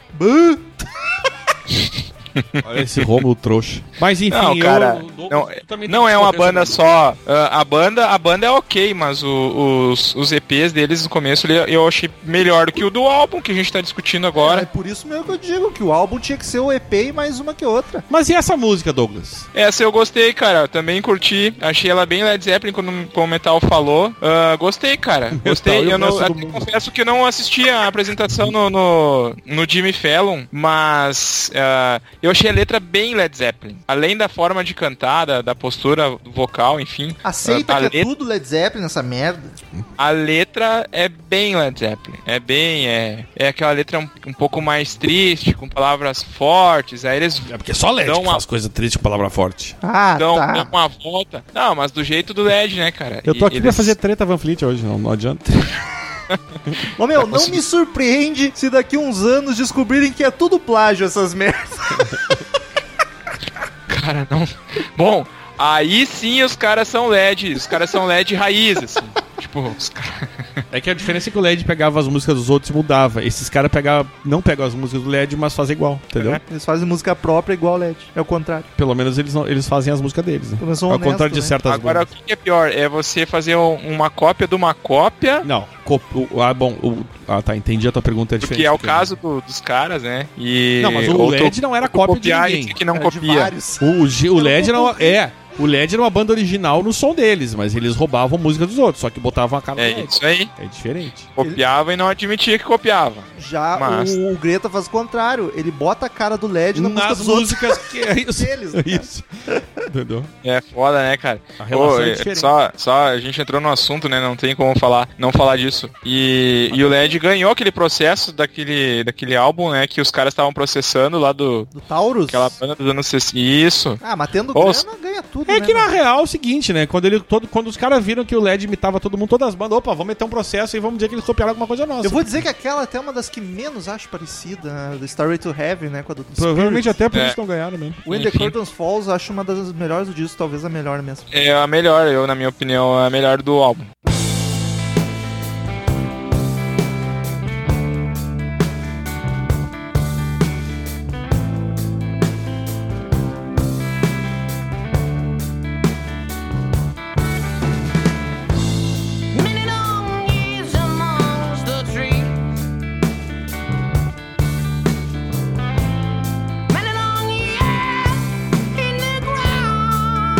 Speaker 2: Olha esse Rômulo trouxa. Mas enfim,
Speaker 3: Não, cara,
Speaker 2: eu, eu-
Speaker 3: não,
Speaker 2: eu também
Speaker 3: não
Speaker 2: tenho
Speaker 3: é uma
Speaker 2: que escolher
Speaker 3: banda
Speaker 2: essa
Speaker 3: só. ah, a banda a banda é ok, mas o- os, os EPs deles no começo ele- eu achei melhor do que o do álbum que a gente tá discutindo
Speaker 1: É
Speaker 3: agora.
Speaker 1: por isso mesmo que eu digo que o álbum tinha que ser o EP e mais uma que outra.
Speaker 2: Mas e essa música, Douglas?
Speaker 3: Essa eu gostei, cara. Também curti. Achei ela bem Led Zeppelin quando, como o Metal falou. Ah,
Speaker 2: [laughs]
Speaker 3: gostei, cara.
Speaker 2: Metal e
Speaker 3: Gostei.
Speaker 2: o
Speaker 3: Eu não,
Speaker 2: resto do
Speaker 3: até
Speaker 2: mundo.
Speaker 3: confesso que eu não assisti a apresentação no, no, no Jimmy Fallon, mas ah, eu achei a letra bem Led Zeppelin. Além da forma de cantar, da, da postura vocal, enfim.
Speaker 1: Aceita
Speaker 3: a
Speaker 1: que é
Speaker 3: letra-
Speaker 1: tudo Led Zeppelin nessa merda.
Speaker 3: A letra é bem Led Zeppelin. É bem. É, é aquela letra um, um pouco mais triste, com palavras fortes. Aí eles
Speaker 2: É porque é só LED
Speaker 3: Não,
Speaker 2: que
Speaker 3: a-
Speaker 2: faz coisa triste com palavra forte.
Speaker 1: Ah,
Speaker 3: dão, dão
Speaker 1: tá.
Speaker 3: uma volta. Não, mas do jeito do Led, né, cara?
Speaker 2: Eu tô
Speaker 3: E
Speaker 2: aqui pra
Speaker 3: eles-
Speaker 2: fazer treta Van Fleet hoje, não, não adianta.
Speaker 1: Ô meu, não me surpreende se daqui uns anos descobrirem que é tudo plágio essas merdas.
Speaker 3: Cara, não. Bom, aí sim os caras são LED. Os caras são LED raiz,
Speaker 2: [laughs]
Speaker 3: assim. tipo, os caras.
Speaker 2: [laughs] É que a diferença é que o LED pegava as músicas dos outros e mudava. Esses caras pegava, não pegam as músicas do LED, mas fazem igual, entendeu?
Speaker 1: Eles fazem música própria igual LED. É o contrário.
Speaker 2: Pelo menos eles, não- eles fazem as músicas deles. Né?
Speaker 1: Pelo menos são
Speaker 2: Ao
Speaker 1: honestos,
Speaker 2: contrário de
Speaker 1: né?
Speaker 2: certas
Speaker 3: Agora, o
Speaker 2: bandas.
Speaker 3: que que é pior? É você fazer um- uma cópia de uma cópia.
Speaker 2: Não, co- o- ah, bom, o- ah, tá, entendi a tua pergunta é diferente.
Speaker 3: Que é o
Speaker 2: porque-
Speaker 3: caso do- dos caras, né? E
Speaker 2: Não, mas o
Speaker 3: ou tu-
Speaker 2: LED não era
Speaker 3: ou tu
Speaker 2: cópia de
Speaker 3: copiar e
Speaker 2: ninguém.
Speaker 3: dizer que não
Speaker 1: Era de
Speaker 3: copia.
Speaker 1: vários.
Speaker 2: O, o G- o LED era uma, é, o LED era uma banda original no som deles, mas eles roubavam música dos outros, só que botavam a cara
Speaker 3: É
Speaker 2: do LED.
Speaker 3: isso aí.
Speaker 2: É diferente.
Speaker 3: Copiava e não admitia que copiava.
Speaker 1: Já
Speaker 3: Mas-
Speaker 1: o, o Greta faz o contrário. Ele bota a cara do LED na música
Speaker 2: Nas
Speaker 1: dos outros.
Speaker 2: músicas
Speaker 1: [laughs]
Speaker 2: que é isso.
Speaker 1: Deles, né, cara?
Speaker 2: isso. Entendeu?
Speaker 3: É foda, né, cara?
Speaker 2: A relação
Speaker 3: Pô,
Speaker 2: é
Speaker 3: é,
Speaker 2: diferente.
Speaker 3: só, só a gente entrou no assunto, né? Não tem como falar, não falar disso. E, e o LED ganhou aquele processo daquele, daquele álbum, né? Que os caras estavam processando lá do
Speaker 1: Do Taurus.
Speaker 3: aquela banda dos anos 60. Isso.
Speaker 1: Ah, mas tendo
Speaker 3: Ô,
Speaker 1: grana, ganha tudo.
Speaker 2: É
Speaker 1: né,
Speaker 2: que na
Speaker 1: mano?
Speaker 2: real é o seguinte, né? Quando, ele, todo, quando os caras viram que o LED imitava todo mundo, todas as bandas, opa, vamos meter um processo e vamos dizer que eles copiaram alguma coisa nossa.
Speaker 1: Eu vou dizer que aquela até é uma das que menos acho parecida, né? do Starway to Heaven, né? Com a do
Speaker 2: Provavelmente até por
Speaker 3: É.
Speaker 2: isso não ganharam mesmo.
Speaker 1: When the
Speaker 3: Enfim.
Speaker 1: Curtains Falls, eu acho uma das melhores do disco, talvez a melhor mesmo.
Speaker 3: É a melhor, eu, na minha opinião, é a melhor do álbum.
Speaker 6: Many long years amongst the trees. Many long years in the ground.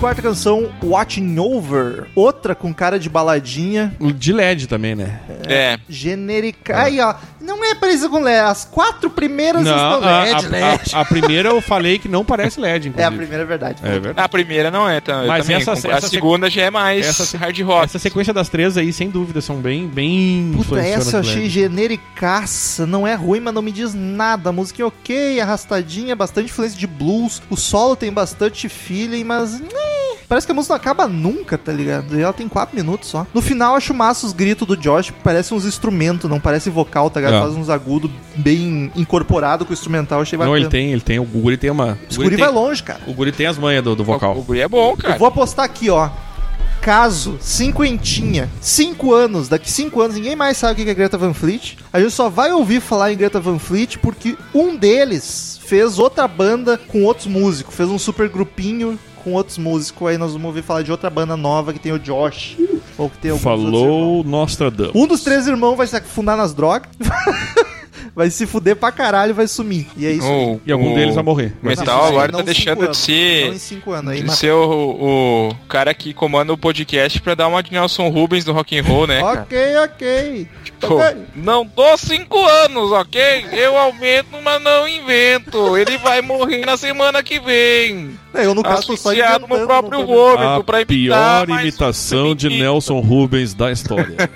Speaker 1: Quarta canção, Watching Over. Outra com cara de baladinha.
Speaker 2: De LED também, né?
Speaker 3: É.
Speaker 1: Generica. Aí, ó. Não é parecida com LED. As quatro primeiras
Speaker 2: Não,
Speaker 1: estão
Speaker 2: a,
Speaker 1: LED,
Speaker 2: a-
Speaker 1: LED.
Speaker 2: a- a primeira eu falei que não parece LED,
Speaker 1: É a
Speaker 2: inclusive.
Speaker 1: primeira verdade.
Speaker 2: É verdade.
Speaker 3: A primeira não é, tá, eu
Speaker 2: Mas
Speaker 3: também.
Speaker 2: essa-
Speaker 3: concordo.
Speaker 2: essa
Speaker 3: a segunda já é mais
Speaker 2: essa se-
Speaker 3: hard rock.
Speaker 2: Essa sequência das três aí, sem dúvida, são bem, bem
Speaker 1: Puta, essa eu
Speaker 2: do
Speaker 1: achei
Speaker 2: LED.
Speaker 1: genericaça. Não é ruim, mas não me diz nada. A música é ok, arrastadinha, é bastante influência de blues. O solo tem bastante feeling, mas. né, Parece que a música não acaba nunca, tá ligado? E ela tem 4 minutos só. No final, acho massa os gritos do Josh. Parece uns instrumentos, não parece vocal, tá ligado?
Speaker 2: É.
Speaker 1: Faz uns agudos bem incorporado com o instrumental. Achei
Speaker 2: Não,
Speaker 1: bacana.
Speaker 2: ele tem, ele tem, o Guri tem uma...
Speaker 1: Esse
Speaker 2: o
Speaker 1: guri
Speaker 2: Guri
Speaker 1: vai
Speaker 2: tem-
Speaker 1: longe, cara.
Speaker 2: O Guri tem as manhas do, do
Speaker 3: O
Speaker 2: vocal.
Speaker 3: Guri é bom,
Speaker 1: Eu
Speaker 3: cara.
Speaker 1: vou apostar aqui, ó. Caso, cinquentinha, cinco anos, daqui cinco anos, ninguém mais sabe o que é Greta Van Fleet. A gente só vai ouvir falar em Greta Van Fleet porque um deles fez outra banda com outros músicos, fez um super grupinho com outros músicos. Aí nós vamos ouvir falar de outra banda nova que tem o Josh. Ou que tem alguns outros irmãos.
Speaker 2: Falou Nostradamus.
Speaker 1: Um dos três irmãos vai se afundar nas drogas, [laughs] vai se fuder pra caralho e vai sumir. E é isso. aí.
Speaker 3: O-
Speaker 2: E algum
Speaker 3: o
Speaker 2: deles vai morrer.
Speaker 3: Mas-
Speaker 1: Não,
Speaker 3: Metal
Speaker 1: não,
Speaker 3: agora
Speaker 1: não
Speaker 3: tá
Speaker 1: cinco
Speaker 3: deixando de
Speaker 1: anos,
Speaker 3: ser-
Speaker 1: Não em cinco anos. é Aí,
Speaker 3: De
Speaker 1: mas-
Speaker 3: ser é o, o cara que comanda o podcast pra dar uma de Nelson Rubens do rock and
Speaker 1: [laughs]
Speaker 3: roll, né? cara?
Speaker 1: Ok, ok.
Speaker 3: Pô, não dou cinco anos, ok? Eu aumento, mas não invento. Ele vai morrer na semana que vem.
Speaker 1: É, eu no caso tô só
Speaker 3: Associado no
Speaker 1: inventando, né?
Speaker 3: próprio
Speaker 1: não tô-
Speaker 3: vômito pra
Speaker 2: A
Speaker 3: imitar, um
Speaker 2: pior
Speaker 3: mas-
Speaker 2: imitação de
Speaker 3: imita.
Speaker 2: Nelson Rubens
Speaker 1: [laughs]
Speaker 2: da história.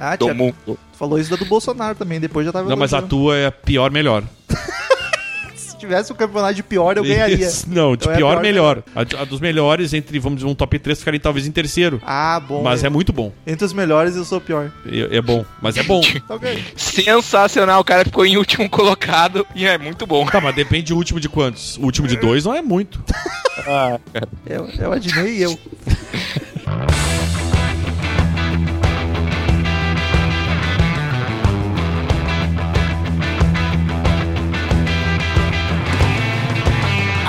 Speaker 1: Ah,
Speaker 3: Do
Speaker 1: tia,
Speaker 3: mundo.
Speaker 1: tu falou isso da do Bolsonaro também, depois já tava...
Speaker 2: Não, mas a
Speaker 1: elogiando.
Speaker 2: tua é a pior melhor.
Speaker 1: Se tivesse um campeonato de pior, eu ganharia.
Speaker 2: Isso, Não, de
Speaker 1: Então é a
Speaker 2: pior,
Speaker 1: pior
Speaker 2: melhor. A, de- a dos melhores, entre, vamos dizer, um top 3, ficaria talvez em terceiro.
Speaker 1: Ah, bom.
Speaker 2: mas é muito bom.
Speaker 1: Entre os melhores, eu sou o pior.
Speaker 2: É, é bom, mas é bom.
Speaker 1: Tá ok.
Speaker 3: Sensacional, o cara ficou em último [laughs] colocado e é muito bom.
Speaker 2: Tá, mas depende o último de quantos. O último de dois não é muito.
Speaker 1: Eu, eu adinei e eu.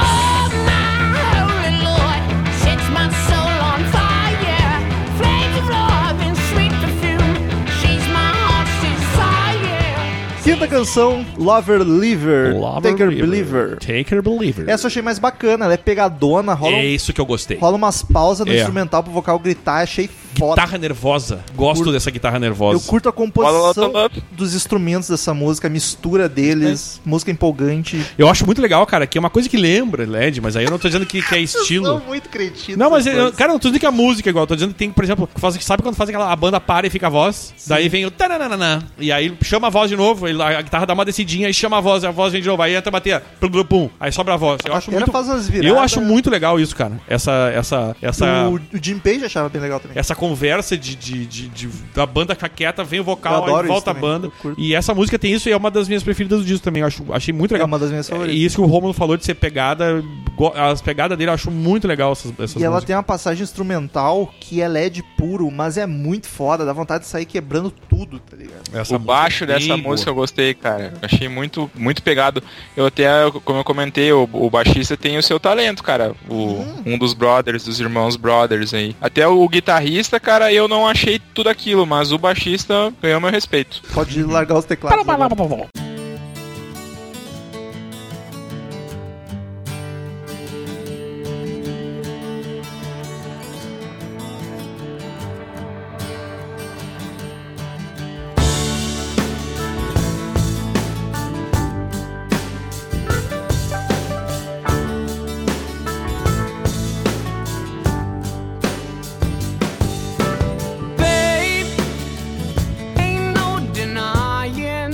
Speaker 6: Oh, my holy Lord, sets my soul on fire. Flames of love and sweet perfume. She's my heart's desire.
Speaker 1: Quinta canção, Lover Liver, Taker Believer.
Speaker 2: Taker Believer.
Speaker 1: Essa eu achei mais bacana, ela é pegadona, rola,
Speaker 2: É
Speaker 1: um-
Speaker 2: isso que eu gostei.
Speaker 1: rola umas pausas no
Speaker 2: É.
Speaker 1: instrumental pro vocal gritar, achei foda.
Speaker 2: Guitarra nervosa. Gosto
Speaker 1: Curto.
Speaker 2: dessa guitarra
Speaker 1: Eu
Speaker 2: nervosa.
Speaker 1: curto a composição
Speaker 3: Rola, rola, rola.
Speaker 1: dos instrumentos dessa música, a mistura deles, música empolgante.
Speaker 2: Eu acho muito legal, cara, que é uma coisa que lembra LED, mas aí eu não tô dizendo
Speaker 1: [laughs]
Speaker 2: que, que é
Speaker 1: São
Speaker 2: estilo.
Speaker 1: muito cretinos.
Speaker 2: Não, mas,
Speaker 1: essas
Speaker 2: eu,
Speaker 1: coisas.
Speaker 2: cara, eu não tô dizendo que a música é igual. Eu tô dizendo que tem, por exemplo, que faz, sabe quando faz aquela a banda para e fica a voz? Daí vem o tananana. E aí chama a voz de novo, ele- a, a guitarra dá uma descidinha e chama a voz, a voz vem de novo. Aí entra a bater, plum, plum, plum. Aí sobra a voz. Eu
Speaker 1: A
Speaker 2: acho,
Speaker 1: batera
Speaker 2: muito,
Speaker 1: faz umas viradas.
Speaker 2: eu acho muito legal isso, cara. Essa, essa, essa,
Speaker 1: O, o Jim Page achava bem legal também.
Speaker 2: essa conversa de, de, de- de- da banda caqueta, vem o
Speaker 1: Eu
Speaker 2: vocal,
Speaker 1: adoro
Speaker 2: aí
Speaker 1: isso
Speaker 2: volta a
Speaker 1: também, eu
Speaker 2: banda.
Speaker 1: curto.
Speaker 2: E essa música tem isso e é uma das minhas preferidas do disco também. Eu acho, achei muito
Speaker 1: É
Speaker 2: legal.
Speaker 1: uma das minhas favoritas.
Speaker 2: E isso que o Romulo falou de ser pegada, go- as pegadas dele eu acho muito legal essas, essas
Speaker 1: E ela
Speaker 2: músicas.
Speaker 1: tem uma passagem instrumental que é LED puro, mas é muito foda, dá vontade de sair quebrando tudo, tá ligado?
Speaker 2: Essa música
Speaker 3: O baixo
Speaker 2: é
Speaker 3: dessa
Speaker 2: bem
Speaker 3: música eu gostei, cara. Achei muito, muito pegado. Eu até, como eu comentei, o, o baixista tem o seu talento, cara. O,
Speaker 2: Uhum.
Speaker 3: um dos brothers, dos irmãos brothers aí. Até o guitarrista, cara, eu não achei tudo aquilo, mas o baixista ganhou meu respeito.
Speaker 2: [laughs]
Speaker 1: Pode largar os teclados. agora.
Speaker 2: boa.
Speaker 6: Babe, ain't no denying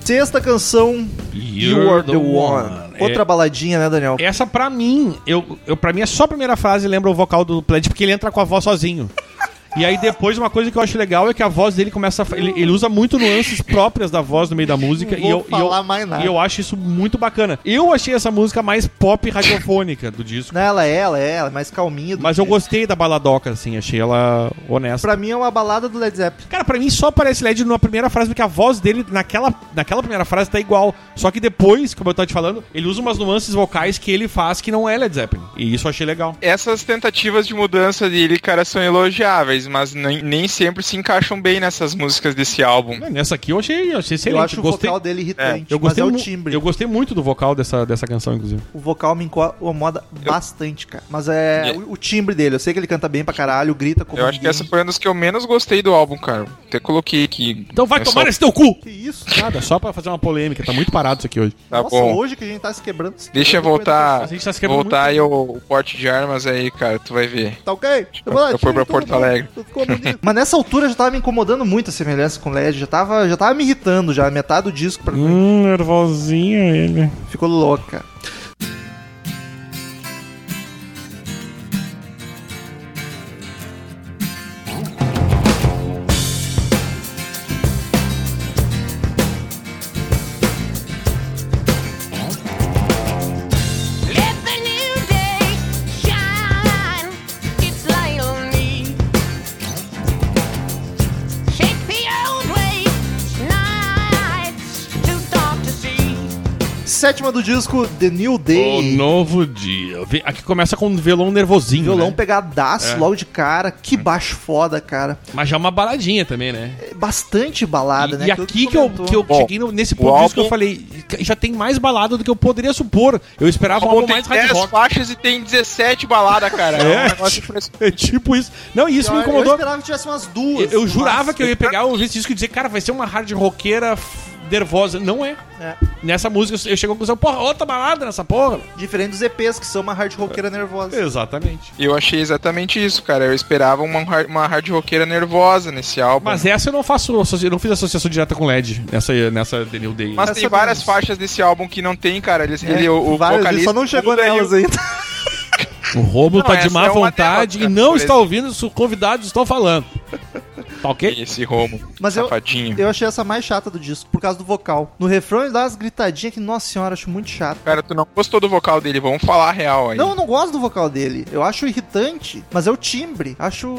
Speaker 1: Sexta canção, You, Are The One.
Speaker 2: É-
Speaker 1: Outra baladinha, né, Daniel?
Speaker 2: Essa, pra mim, eu, eu, pra mim é só a primeira frase lembra o vocal do Pledge, porque ele entra com a voz sozinho. E aí depois, uma coisa que eu acho legal é que a voz dele começa. a fa- Ele, ele usa muito nuances próprias da voz no meio da música.
Speaker 1: Não
Speaker 2: e
Speaker 1: vou
Speaker 2: eu, e
Speaker 1: falar
Speaker 2: eu,
Speaker 1: mais nada.
Speaker 2: E eu acho isso muito bacana. Eu achei essa música mais pop radiofônica do disco.
Speaker 1: Não, Ela é, ela é, ela é mais calminha. Do
Speaker 2: Mas
Speaker 1: que-
Speaker 2: eu gostei da baladoca, assim, achei ela honesta.
Speaker 1: Pra mim é uma balada do Led Zeppelin.
Speaker 2: Cara, pra mim só aparece LED na primeira frase, porque a voz dele naquela, naquela primeira frase tá igual. Só que depois, como eu tava te falando, ele usa umas nuances vocais que ele faz que não é Led Zeppelin. E isso eu achei legal.
Speaker 3: Essas tentativas de mudança dele, cara, são elogiáveis, mas nem, nem sempre se encaixam bem nessas músicas desse álbum.
Speaker 2: Mas Nessa aqui eu achei, eu achei excelente.
Speaker 1: Eu acho
Speaker 2: gostei,
Speaker 1: o vocal dele irritante,
Speaker 2: eu gostei
Speaker 1: mas é
Speaker 2: mu-
Speaker 1: o timbre.
Speaker 2: Eu gostei muito do vocal dessa, dessa canção, inclusive.
Speaker 1: O vocal me incomoda bastante, cara. Mas é
Speaker 3: Eu-
Speaker 1: o, o timbre dele. Eu sei que ele canta bem pra caralho, grita como
Speaker 3: Eu acho que
Speaker 1: ninguém.
Speaker 3: essa foi uma das que eu menos gostei do álbum, cara. Até coloquei aqui.
Speaker 2: Então vai
Speaker 3: É
Speaker 2: tomar
Speaker 3: só-
Speaker 2: esse teu cu!
Speaker 1: Que isso?
Speaker 2: Nada, só pra fazer uma polêmica, tá muito parado isso aqui hoje.
Speaker 3: Tá
Speaker 1: Nossa,
Speaker 3: bom.
Speaker 1: hoje que a gente tá se quebrando. se
Speaker 3: Deixa eu
Speaker 1: quebrando,
Speaker 3: voltar,
Speaker 2: A gente tá se quebrando
Speaker 3: voltar
Speaker 2: muito.
Speaker 3: aí o, o porte de armas aí, cara. Tu vai ver.
Speaker 1: Tá ok?
Speaker 3: Eu fui pra
Speaker 1: tudo,
Speaker 3: Porto
Speaker 1: mano.
Speaker 3: Alegre.
Speaker 1: Tudo ficou bonito. Mas nessa altura já tava me incomodando muito a semelhança com o LED. Já tava, já tava me irritando já. Metade do disco pra mim
Speaker 2: Hum, nervosinho ele.
Speaker 1: ficou louca.
Speaker 6: Let the new day shine its light on me. Shake the old waves, nights too dark to see.
Speaker 1: Sétima do disco, The New
Speaker 2: O
Speaker 1: Day.
Speaker 2: novo dia. Vi- Aqui começa com um violão nervosinho.
Speaker 1: Violão
Speaker 2: né?
Speaker 1: pegadaço logo de cara.
Speaker 2: Hum.
Speaker 1: Que baixo foda, cara.
Speaker 2: Mas já é uma baladinha também, né?
Speaker 1: É Bastante balada,
Speaker 2: e
Speaker 1: né?
Speaker 2: e
Speaker 1: Aquilo
Speaker 2: aqui
Speaker 1: tu
Speaker 2: que eu,
Speaker 1: comentou.
Speaker 2: que eu
Speaker 3: Bom,
Speaker 2: cheguei no- nesse
Speaker 3: o
Speaker 2: ponto disso que eu
Speaker 3: álbum-
Speaker 2: falei, já tem mais balada do que eu poderia supor. Eu esperava um álbum
Speaker 3: tem
Speaker 2: mais hard
Speaker 3: 10
Speaker 2: rock.
Speaker 3: faixas e tem 17 baladas, cara.
Speaker 1: [laughs]
Speaker 3: É, um negócio impressionante.
Speaker 2: É tipo isso. Não, e isso me
Speaker 1: Eu- Eu
Speaker 2: incomodou.
Speaker 1: esperava que tivesse umas duas.
Speaker 2: Eu, eu
Speaker 1: mas-
Speaker 2: jurava que eu ia pegar o disco e dizer, cara, vai ser uma hard roqueira f- nervosa. Não é.
Speaker 1: É.
Speaker 2: Nessa música eu chego à conclusão, porra, outra balada nessa porra.
Speaker 1: Diferente dos EPs, que são uma hard roqueira nervosa.
Speaker 2: Exatamente.
Speaker 3: Eu achei exatamente isso, cara. Eu esperava uma, har- uma hard roqueira nervosa nesse álbum.
Speaker 2: Mas essa eu não faço, associa- eu não fiz associação direta com LED nessa, nessa The New Day.
Speaker 3: Mas
Speaker 1: Essa
Speaker 3: tem várias
Speaker 1: menos.
Speaker 3: faixas desse álbum que não tem, cara. Eles, É. ele, o, o
Speaker 1: Várias, ele
Speaker 3: vocalista
Speaker 1: É, só não chegou
Speaker 3: muda e o-
Speaker 1: nelas ainda.
Speaker 3: [laughs]
Speaker 2: O Romulo
Speaker 3: Não,
Speaker 2: tá de
Speaker 3: essa
Speaker 2: má
Speaker 3: é uma
Speaker 2: vontade
Speaker 3: derrota,
Speaker 2: e não
Speaker 3: por
Speaker 2: está
Speaker 3: exemplo.
Speaker 2: ouvindo os convidados estão falando. Tá ok?
Speaker 3: Esse Romo,
Speaker 1: Mas eu,
Speaker 3: safadinho.
Speaker 1: eu achei essa mais chata do disco, por causa do vocal. No refrão ele dá umas gritadinhas que, nossa senhora, acho muito chato.
Speaker 3: Cara, tu não gostou do vocal dele, vamos falar a real aí.
Speaker 1: Não, eu não gosto do vocal dele. Eu acho irritante, mas é o timbre. Acho.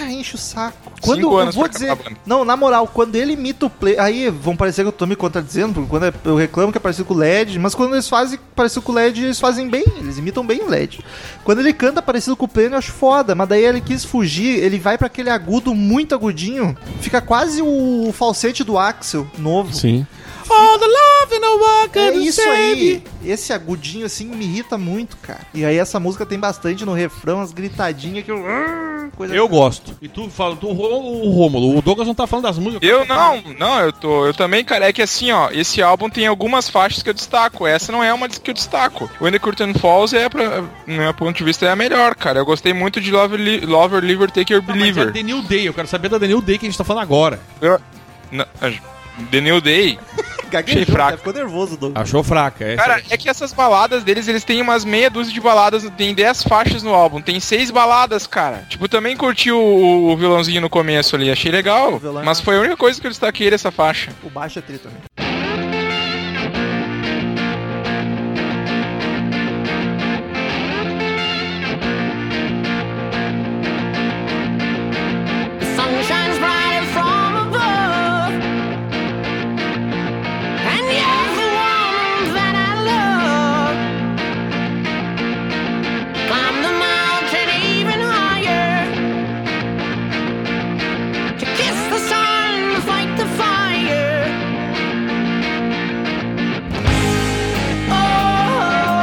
Speaker 1: Ah, enche o saco. Quando eu
Speaker 3: anos
Speaker 1: vou
Speaker 3: pra
Speaker 1: dizer.
Speaker 3: acabar a banda.
Speaker 1: Não, na moral, quando ele imita o play. Aí vão parecer que eu tô me contradizendo, porque quando é- eu reclamo que é parecido com o LED, mas quando eles fazem parecido com o LED, eles fazem bem, eles imitam bem o LED. Quando ele canta parecido com o pleno, eu acho foda, mas daí ele quis fugir, ele vai pra aquele agudo muito agudinho, fica quase o falsete do Axel novo.
Speaker 2: Sim. All the love in a world
Speaker 1: É
Speaker 2: could
Speaker 1: isso
Speaker 2: save
Speaker 1: aí.
Speaker 2: you.
Speaker 1: Esse agudinho assim me irrita muito, cara. E aí essa música tem bastante no refrão, as gritadinhas que eu. ah, Coisa
Speaker 2: Eu gosto. E tu fala, tu, o Romulo, o Douglas não tá falando das músicas.
Speaker 3: Eu não, não, eu tô. Eu também, cara, é que assim, ó, esse álbum tem algumas faixas que eu destaco. Essa não é uma das que eu destaco. O Andy Curtain Falls é, pra, no meu ponto de vista, é a melhor, cara. Eu gostei muito de Lover, Li- Lover Liver, Take Your
Speaker 2: Tá, mas é
Speaker 3: Believer.
Speaker 2: The New Day, eu quero saber da The New Day que a gente tá falando agora.
Speaker 3: Eu- não, The New Day.
Speaker 1: gaguejou,
Speaker 3: achei fraco.
Speaker 1: cara, Ficou nervoso, Doug.
Speaker 2: Achou fraca, é.
Speaker 3: Cara, é que essas baladas deles, eles têm umas meia dúzia de baladas, tem 10 faixas no álbum, tem seis baladas, cara. Tipo, também curti o, o vilãozinho no começo ali, achei legal.
Speaker 1: vilão.
Speaker 3: Mas foi a única coisa que eu destaquei dessa faixa.
Speaker 1: O baixo é tri também.
Speaker 6: The sun shines brighter from above. And you're the woman that I love. Climb the mountain even higher. To kiss the sun, fight the fire. Oh,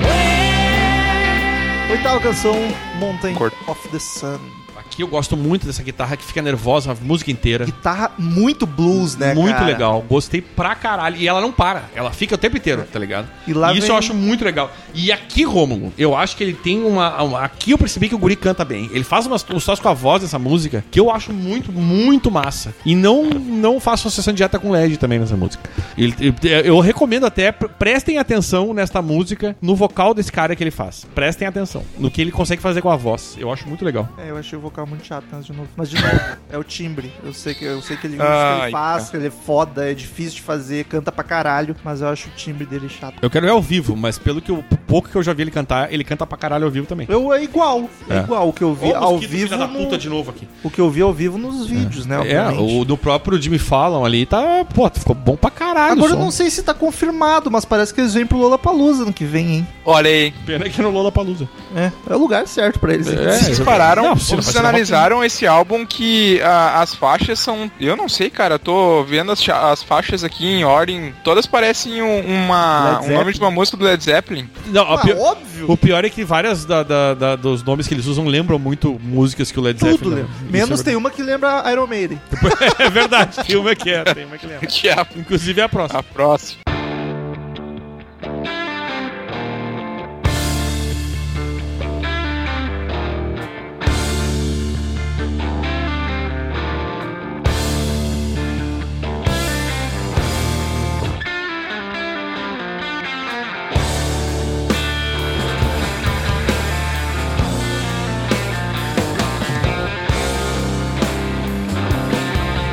Speaker 6: where
Speaker 1: Oitava canção, Mountain
Speaker 3: Cor-
Speaker 1: of the Sun.
Speaker 2: aqui, eu gosto muito dessa guitarra que fica nervosa a música inteira.
Speaker 1: Guitarra muito blues, né,
Speaker 2: muito
Speaker 1: cara?
Speaker 2: legal. Gostei pra caralho. E ela não para. Ela fica o tempo inteiro, tá ligado?
Speaker 1: E lá
Speaker 2: isso
Speaker 1: vem-
Speaker 2: eu acho muito legal. E aqui, Rômulo, eu acho que ele tem uma, uma- Aqui eu percebi que o Guri canta bem. Ele faz umas uns troços com a voz dessa música que eu acho muito, muito massa. E não, não faço associação direta com LED também nessa música. Ele- ele- eu recomendo até. pre- Prestem atenção nesta música, no vocal desse cara que ele faz. Prestem atenção. No que ele consegue fazer com a voz. Eu acho muito legal.
Speaker 1: É, eu achei o vocal muito chato, mas de novo. Mas de novo, é o timbre. Eu sei que, eu sei que ele, que ele
Speaker 3: Ai,
Speaker 1: faz, que ele é foda, é difícil de fazer, canta pra caralho, mas eu acho o timbre dele chato.
Speaker 2: Eu quero ver ao vivo, mas pelo que eu, pouco que eu já vi ele cantar, ele canta pra caralho ao vivo também.
Speaker 1: Eu é igual, é,
Speaker 2: É.
Speaker 1: igual o que eu vi
Speaker 2: Ó,
Speaker 1: ao
Speaker 2: mosquito, filha
Speaker 1: vivo.
Speaker 2: da
Speaker 1: no-
Speaker 2: puta de novo aqui.
Speaker 1: O que eu vi ao vivo nos vídeos, né?
Speaker 2: É,
Speaker 1: obviamente.
Speaker 2: o do próprio Jimmy Fallon ali tá. Pô, ficou bom pra caralho.
Speaker 1: Agora
Speaker 2: o
Speaker 1: eu não sei se tá confirmado, mas parece que eles vêm pro Lollapalooza ano que vem, hein?
Speaker 3: Olha aí.
Speaker 2: Pena que no Lola Palusa.
Speaker 1: É, é o lugar certo pra eles. hein?
Speaker 2: É,
Speaker 3: Vocês
Speaker 2: eu-
Speaker 3: pararam,
Speaker 2: Não, sim, mas
Speaker 3: vocês
Speaker 2: eu não
Speaker 3: analisaram esse álbum que a- as faixas são. Eu não sei, cara, eu tô vendo as, cha- as faixas aqui em ordem. Todas parecem um- uma,
Speaker 1: Led
Speaker 3: um nome de uma música do Led Zeppelin.
Speaker 2: Não, a
Speaker 1: Ah,
Speaker 2: pior-
Speaker 1: óbvio.
Speaker 2: o pior é que várias da- da- da- dos nomes que eles usam lembram muito músicas que o Led
Speaker 1: Tudo
Speaker 2: Zeppelin.
Speaker 1: lembra. Menos tem uma que lembra Iron Maiden.
Speaker 2: tem. [laughs] É verdade, tem uma que é, tem uma que lembra.
Speaker 3: Que é a,
Speaker 2: Inclusive é a próxima.
Speaker 3: a próxima.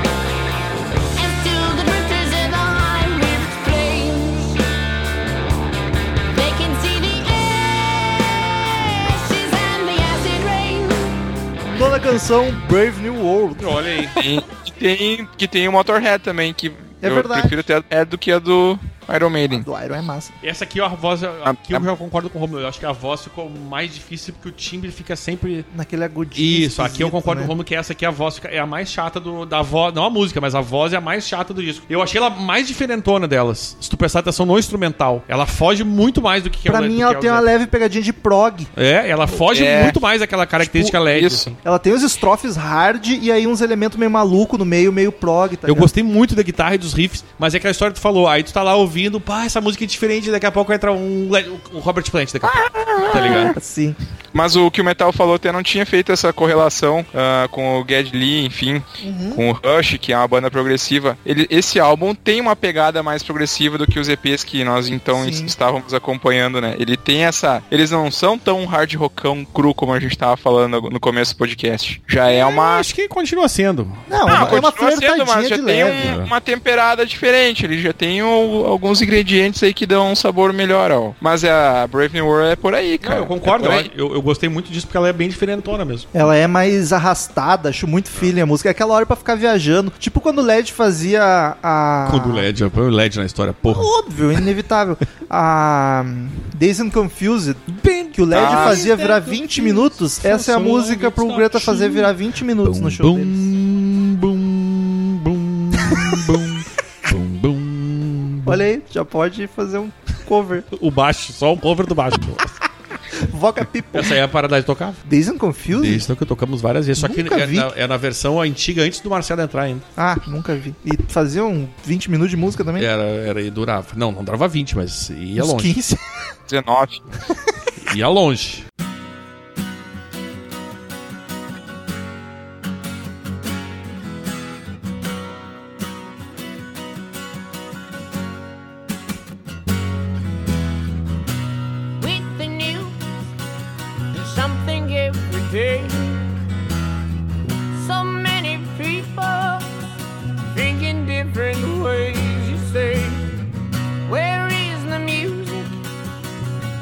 Speaker 6: And still the drifters in the high rift flames, they can see the ashes and the acid rain.
Speaker 1: Toda canção Brave New World.
Speaker 2: Ah, Olha aí.
Speaker 3: Tem- que, tem, que tem o Motorhead também, que
Speaker 1: É
Speaker 3: eu
Speaker 1: verdade.
Speaker 3: prefiro ter a, é do que a do Iron Maiden.
Speaker 1: Do Iron é massa.
Speaker 2: Essa aqui, ó, a voz. Aqui eu já concordo com o Romulo. Eu acho que a voz ficou mais difícil porque o timbre fica sempre
Speaker 1: Naquele agudinho.
Speaker 2: Isso, aqui eu
Speaker 1: esquisito,
Speaker 2: concordo
Speaker 1: né?
Speaker 2: com o Romulo que essa aqui é a voz, fica- é a mais chata do, da voz, não a música, mas a voz é a mais chata do disco. Eu achei ela mais diferentona delas, se tu prestar atenção no instrumental. Ela foge muito mais do que, que
Speaker 1: Pra
Speaker 2: é o do
Speaker 1: mim,
Speaker 2: que é
Speaker 1: ela
Speaker 2: o
Speaker 1: tem uma
Speaker 2: Zé.
Speaker 1: leve pegadinha de prog.
Speaker 2: É, ela foge
Speaker 3: É. Tipo
Speaker 2: muito mais daquela característica LED.
Speaker 3: Isso.
Speaker 2: assim.
Speaker 1: Ela tem os estrofes hard e aí uns elementos meio maluco no meio, meio prog. Tá
Speaker 2: Eu
Speaker 1: ligado?
Speaker 2: gostei muito da guitarra e dos riffs, mas é aquela história que tu falou, aí tu tá lá ouvindo, pá, essa música é diferente, daqui a pouco entra um, le- um Robert Plant daqui a pouco. Tá ligado?
Speaker 1: Sim.
Speaker 3: Mas o que o Metal falou até não tinha feito essa correlação ah, com o Geddy Lee, enfim,
Speaker 1: Uhum.
Speaker 3: com o Rush, que é uma banda progressiva. Ele, esse álbum tem uma pegada mais progressiva do que os EPs que nós então
Speaker 1: Sim.
Speaker 3: estávamos acompanhando, né? Ele tem essa. Eles não são tão hard rockão cru como a gente estava falando no começo do podcast. Já é
Speaker 2: Eu
Speaker 1: Ah,
Speaker 3: uma.
Speaker 2: Acho que continua sendo.
Speaker 1: Não,
Speaker 3: Não,
Speaker 1: é uma
Speaker 3: Ah, continua sendo, mas
Speaker 1: flertadinha
Speaker 3: já
Speaker 1: de
Speaker 3: tem
Speaker 1: leve.
Speaker 3: um- uma temperada diferente. Ele já tem o- alguns ingredientes aí que dão um sabor melhor, ó. Mas a Brave New World é por aí,
Speaker 2: Não,
Speaker 3: cara.
Speaker 2: eu concordo,
Speaker 3: É por aí.
Speaker 2: eu, eu gostei muito disso porque ela é bem diferentona mesmo.
Speaker 1: Ela é mais arrastada, acho muito feeling a música. É aquela hora pra ficar viajando. Tipo quando o LED fazia a.
Speaker 2: Quando o LED, põe o LED na história, porra.
Speaker 1: Óbvio,
Speaker 2: [laughs]
Speaker 1: inevitável. a. Days and Confused. Que o LED
Speaker 3: Ah.
Speaker 1: fazia virar 20 minutos. Essa é a música pro Greta fazer virar 20 minutos no show deles.
Speaker 2: bum, bum, bum, bum, bum, bum.
Speaker 1: Olha aí, já pode fazer um
Speaker 2: [laughs]
Speaker 1: cover.
Speaker 2: O baixo, só o cover do baixo.
Speaker 1: Voca People.
Speaker 2: Essa aí é a parada de tocar.
Speaker 1: Days and Confused?
Speaker 2: Isso é que tocamos várias vezes. Só que
Speaker 1: Nunca
Speaker 2: é
Speaker 1: vi.
Speaker 2: na, é na versão antiga, antes do Marcelo entrar ainda.
Speaker 1: Ah, nunca vi. E fazia um 20 minutos de música também?
Speaker 2: Era, era e durava. Não, não durava 20, mas
Speaker 1: Uns
Speaker 2: ia É,
Speaker 1: [laughs]
Speaker 2: longe.
Speaker 1: 15.
Speaker 3: 19.
Speaker 2: Ia longe.
Speaker 6: With the news, there's something every day. So many people thinking different ways. You say, Where is the music?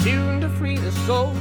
Speaker 6: Tuned to free the soul.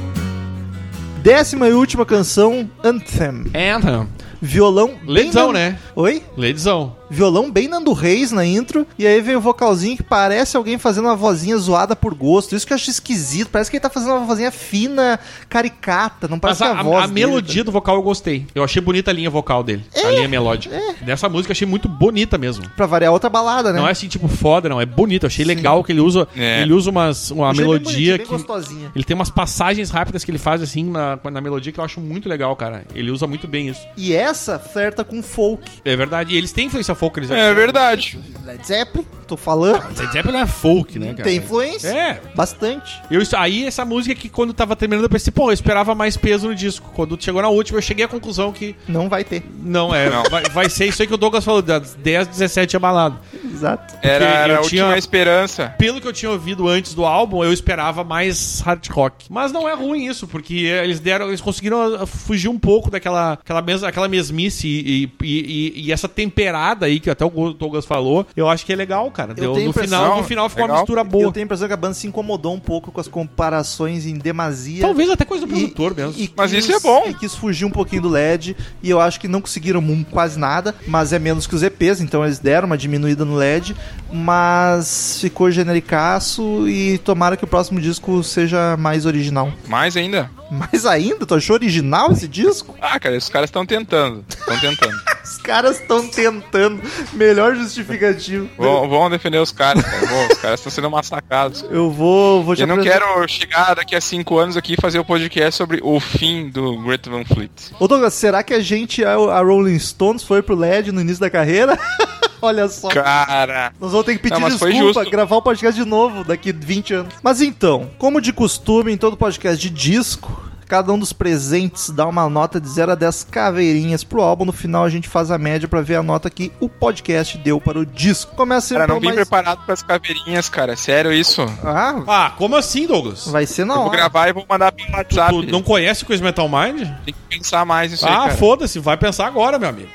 Speaker 1: Décima e última canção, Anthem.
Speaker 2: É, Anthem.
Speaker 1: Violão. bem
Speaker 2: Ledzão,
Speaker 1: Nan-
Speaker 2: né?
Speaker 1: Oi?
Speaker 2: Ledzão.
Speaker 1: Violão bem Nando Reis na intro, e aí vem o vocalzinho que parece alguém fazendo uma vozinha zoada por gosto. Isso que eu acho esquisito. Parece que ele tá fazendo uma vozinha fina, caricata. Não
Speaker 2: Mas
Speaker 1: parece
Speaker 2: a,
Speaker 1: que
Speaker 2: a-
Speaker 1: a, voz.
Speaker 2: a
Speaker 1: dele tá-
Speaker 2: melodia do vocal eu gostei. Eu achei bonita a linha vocal dele. a linha melódica. Dessa música eu achei muito bonita mesmo.
Speaker 1: Pra variar outra balada, né?
Speaker 2: Não é assim, tipo, foda, não. É bonito. Eu achei legal que ele usa.
Speaker 3: É.
Speaker 2: Ele usa umas, uma
Speaker 1: Achei bem
Speaker 2: melodia
Speaker 1: bonitinha, bem
Speaker 2: que.
Speaker 1: gostosinha.
Speaker 2: Ele tem umas passagens rápidas que ele faz assim na, na melodia que eu acho muito legal, cara. Ele usa muito bem isso.
Speaker 1: E essa flerta com folk.
Speaker 2: É verdade. E eles têm influência folk, eles
Speaker 3: É verdade.
Speaker 1: Led Zeppelin, tô falando.
Speaker 2: Led Zeppelin é folk, né, [laughs] cara?
Speaker 1: Tem influência.
Speaker 2: É.
Speaker 1: Bastante.
Speaker 2: Eu, aí essa música que quando tava terminando eu pensei, pô, eu esperava mais peso no disco. Quando chegou na última eu cheguei à conclusão que
Speaker 1: Não vai ter.
Speaker 2: não é,
Speaker 3: Não.
Speaker 2: Vai, vai ser isso aí que o Douglas falou, das 10, 17 é balado.
Speaker 1: Exato.
Speaker 3: Era,
Speaker 2: Eu
Speaker 3: era a
Speaker 2: tinha-
Speaker 3: última esperança.
Speaker 2: Pelo que eu tinha ouvido antes do álbum, eu esperava mais hard rock. Mas não é ruim isso, porque eles deram, eles conseguiram ah, fugir um pouco daquela aquela mes, aquela mesmice e, e- e- e essa temperada aí que até o Douglas falou. Eu acho que é legal, cara. Deu-
Speaker 1: tenho
Speaker 2: no final,
Speaker 3: impressão-
Speaker 2: no final ficou uma
Speaker 3: legal.
Speaker 2: mistura
Speaker 1: Eu
Speaker 2: boa.
Speaker 1: tenho a impressão que a banda se incomodou um pouco com as comparações em demasia.
Speaker 2: Talvez até coisa do
Speaker 1: E-
Speaker 2: produtor mesmo.
Speaker 1: e
Speaker 3: Mas
Speaker 1: quis-
Speaker 3: isso é bom.
Speaker 1: E quis fugir um pouquinho do LED. E eu acho que não conseguiram mu- quase nada. Mas é menos que os EPs, então eles deram uma diminuída no LED. Mas ficou genericaço. E tomara que o próximo disco seja mais original. [laughs]
Speaker 3: Mais ainda.
Speaker 1: Mas ainda, tu achou original esse disco?
Speaker 3: Ah, cara, os caras estão tentando.
Speaker 2: [laughs]
Speaker 3: Estão tentando.
Speaker 1: Os caras estão tentando. Melhor justificativo.
Speaker 3: [laughs] vão, vão defender os caras, cara. Vão, os caras estão sendo massacrados.
Speaker 1: Eu vou, vou te
Speaker 3: Eu não
Speaker 1: apresentar-
Speaker 3: quero chegar daqui a cinco anos aqui e fazer o podcast sobre o fim do Great Van Fleet.
Speaker 1: Ô Douglas, será que a gente, a, a Rolling Stones, foi pro LED no início da carreira? [laughs] Olha só.
Speaker 3: Cara,
Speaker 1: Nós vamos ter que pedir
Speaker 3: Não, mas foi
Speaker 1: desculpa,
Speaker 3: justo.
Speaker 1: gravar o podcast de novo daqui 20 anos. Mas então, como de costume em todo podcast de disco, cada um dos presentes dá uma nota de 0 a 10 caveirinhas pro álbum. No final a gente faz a média pra ver a nota que o podcast deu para o disco. Começa sempre
Speaker 3: cara, não
Speaker 1: pelo
Speaker 3: vim
Speaker 1: mais...
Speaker 3: preparado pras caveirinhas, cara. Sério isso?
Speaker 1: Ah,
Speaker 2: Ah, como assim, Douglas?
Speaker 1: vai ser na
Speaker 3: Eu vou
Speaker 1: hora.
Speaker 3: gravar e vou mandar pelo
Speaker 2: Tu
Speaker 3: WhatsApp.
Speaker 2: é. Tipo, não conhece o Quiz Metal Mind?
Speaker 3: Tem que pensar mais nisso
Speaker 2: ah,
Speaker 3: aí, cara.
Speaker 2: foda-se, vai pensar agora, meu amigo.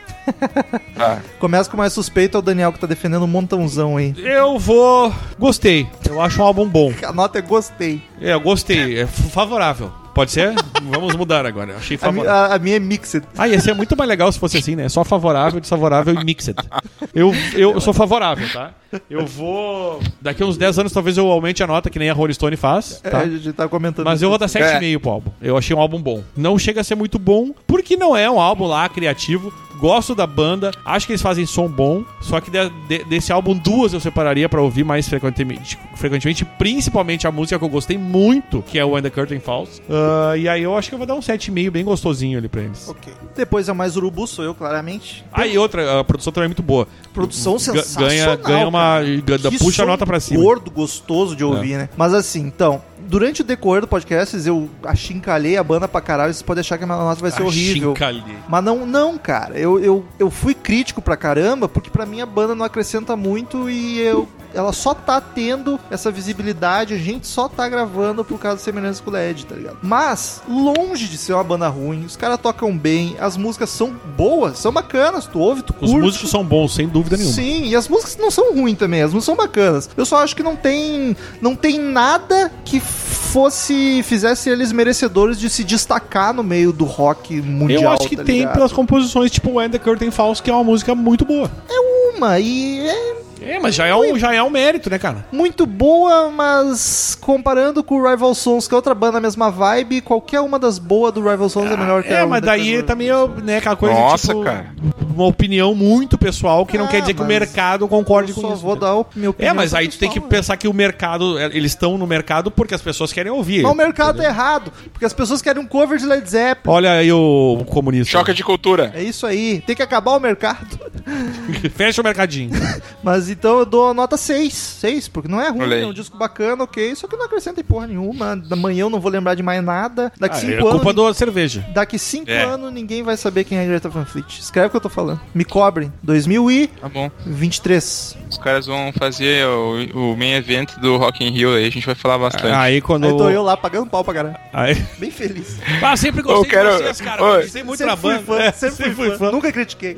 Speaker 3: Ah,
Speaker 1: Começa com o mais suspeito, é o Daniel que tá defendendo um montãozão aí.
Speaker 2: Eu vou. Gostei. Eu acho um álbum bom.
Speaker 1: A nota é gostei.
Speaker 2: É, eu gostei. É f- favorável. Pode ser? [laughs] Vamos mudar agora. Eu achei
Speaker 1: A, mi-
Speaker 2: favorável.
Speaker 1: a- a minha é mixed.
Speaker 2: Ah, ia ser muito mais legal se fosse assim, né? Só favorável, desfavorável e mixed. Eu, eu sou favorável, tá? Eu vou. Daqui a uns 10 anos talvez eu aumente a nota, que nem a Rolling Stone faz.
Speaker 1: É,
Speaker 2: Tá?
Speaker 1: a gente tá comentando.
Speaker 2: Mas eu vou dar 7,5 pro álbum. Eu achei um álbum bom. Não chega a ser muito bom, porque não é um álbum lá criativo. Gosto da banda, acho que eles fazem som bom. Só que de- de- desse álbum, duas eu separaria pra ouvir mais frequentemente, frequentemente. Principalmente a música que eu gostei muito, que é o When the Curtain Falls. Ah, e aí eu acho que eu vou dar um 7,5 bem gostosinho ali pra eles.
Speaker 1: Depois é o mais urubu, sou eu, claramente.
Speaker 2: Ah, e outra, a produção também é muito boa.
Speaker 1: Produção
Speaker 2: Ga-
Speaker 1: sensacional.
Speaker 2: Ganha, ganha uma. ga-
Speaker 1: Que
Speaker 2: puxa a
Speaker 1: som
Speaker 2: nota pra cima. É.
Speaker 1: gordo, gostoso de ouvir, né? Mas assim, então, durante o decorrer do podcast, eu achincalhei a banda pra caralho. Vocês podem achar que a minha nota vai ser horrível.
Speaker 2: Achincalhei.
Speaker 1: Mas não, não, cara. Eu, eu, eu fui crítico pra caramba, porque pra mim a banda não acrescenta muito e eu, ela só tá tendo essa visibilidade, a gente só tá gravando por causa da semelhança com o LED, tá ligado? Mas, longe de ser uma banda ruim, os caras tocam bem, as músicas são boas, são bacanas, tu ouve, tu
Speaker 2: Os
Speaker 1: curte.
Speaker 2: músicos são bons, sem dúvida nenhuma.
Speaker 1: Sim, e as músicas não são ruins também, as músicas são bacanas. Eu só acho que não tem, não tem nada que fosse fizesse eles merecedores de se destacar no meio do rock mundial.
Speaker 2: Eu acho que
Speaker 1: tá
Speaker 2: tem
Speaker 1: ligado?
Speaker 2: pelas composições, tipo When the Curtain Falls, que é uma música muito boa.
Speaker 1: uma e é
Speaker 2: É, mas já é um, já é um mérito, né, cara?
Speaker 1: muito boa, mas comparando com o Rival Sons, que é outra banda na mesma vibe, qualquer uma das boas do Rival Sons é melhor que
Speaker 2: É,
Speaker 1: a
Speaker 2: mas
Speaker 1: da-
Speaker 2: daí também é né, aquela coisa
Speaker 3: Nossa,
Speaker 2: tipo,
Speaker 3: cara.
Speaker 2: uma opinião muito pessoal que não
Speaker 1: Ah,
Speaker 2: quer dizer que o
Speaker 1: mas
Speaker 2: mercado concorde
Speaker 1: Eu
Speaker 2: com
Speaker 1: só
Speaker 2: isso.
Speaker 1: vou
Speaker 2: entendeu?
Speaker 1: dar o meu
Speaker 2: É, mas aí tu tem
Speaker 1: um.
Speaker 2: que
Speaker 1: né?
Speaker 2: pensar que o mercado, é, eles estão no mercado porque as pessoas querem ouvir.
Speaker 1: Mas o mercado é errado, porque as pessoas querem um cover de Led Zeppelin.
Speaker 2: Olha aí o comunista.
Speaker 3: choca de cultura.
Speaker 1: É isso aí, tem que acabar o mercado.
Speaker 2: [laughs] Fecha o mercadinho.
Speaker 1: [laughs] Mas então eu dou a nota 6. 6, porque não é ruim,
Speaker 3: Olha aí.
Speaker 1: é um disco bacana, ok. Só que não acrescenta em porra nenhuma. Amanhã eu não vou lembrar de mais nada. Daqui
Speaker 2: Ah,
Speaker 1: 5
Speaker 2: é
Speaker 1: anos.
Speaker 2: culpa da cerveja.
Speaker 1: Daqui 5
Speaker 3: É.
Speaker 1: anos ninguém vai saber quem é Greta Van Fleet. Escreve o que eu tô falando. Me cobrem. 2023.
Speaker 3: Tá bom. Os caras vão fazer o, o main event do Rock in Rio aí, a gente vai falar bastante.
Speaker 2: Aí quando.
Speaker 1: Aí tô eu lá pagando pau pra caralho.
Speaker 2: Aí- [laughs]
Speaker 1: Bem feliz.
Speaker 2: Ah, sempre gostei
Speaker 3: Eu quero-
Speaker 2: de vocês, cara.
Speaker 3: Oi.
Speaker 2: Gostei muito da
Speaker 1: sempre fui
Speaker 2: banda.
Speaker 1: fã,
Speaker 2: É,
Speaker 1: sempre, fui fã. Nunca
Speaker 2: [laughs]
Speaker 1: critiquei.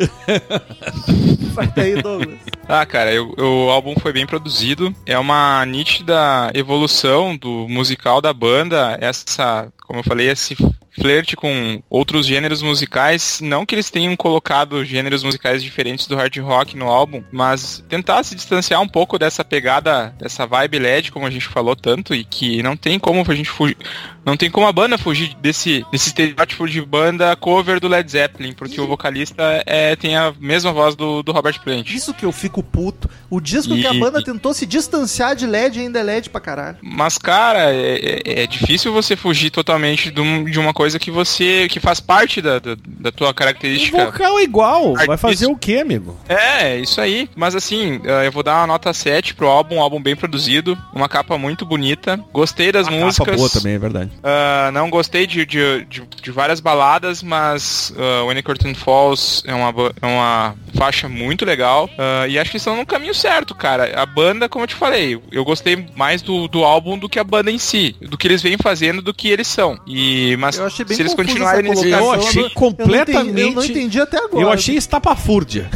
Speaker 1: Vai daí, Douglas.
Speaker 3: Ah, cara, eu- o álbum foi bem produzido. É uma nítida evolução do musical da banda. Essa, como eu falei, esse flerte com outros gêneros musicais. Não que eles tenham colocado gêneros musicais diferentes do hard rock no álbum, mas tentar se distanciar um pouco dessa pegada, dessa vibe LED, como a gente falou tanto, e que não tem como a gente fugir. Não tem como a banda fugir desse, desse estereótipo de banda cover do Led Zeppelin, porque o vocalista é, tem a mesma voz do, do Robert Plant.
Speaker 1: Isso que eu fico puto. O disco que a
Speaker 3: E-
Speaker 1: banda tentou se distanciar de LED ainda é LED pra caralho.
Speaker 3: Mas, cara, é, é- é difícil você fugir totalmente de, um- de uma coisa que você. que faz parte da, da, da tua
Speaker 2: O
Speaker 3: característica.
Speaker 2: vocal é igual. Vai
Speaker 3: Artista.
Speaker 2: fazer o quê, amigo?
Speaker 3: É, isso aí. Mas assim, eh, eu vou dar uma nota 7 pro álbum, um álbum bem produzido, uma capa muito bonita. Gostei das músicas.
Speaker 2: boa também, é verdade.
Speaker 3: Ah, não gostei de, de, de, de várias baladas, mas ah, When the Curtain Falls é uma, ba- é uma faixa muito legal. Ah, e acho que estão no caminho certo, cara. A banda, como eu te falei, eu gostei mais do, do álbum do que a banda em si. Do que eles vêm fazendo, do que eles são. E, mas
Speaker 1: Eu achei bem
Speaker 3: se eles
Speaker 1: confusa
Speaker 3: continuarem
Speaker 1: essa
Speaker 3: nesse
Speaker 1: colocação.
Speaker 3: caminho...
Speaker 2: Eu achei
Speaker 1: não- Eu não
Speaker 2: completamente-
Speaker 1: entendi, eu não entendi até agora.
Speaker 2: Eu achei estapafúrdia.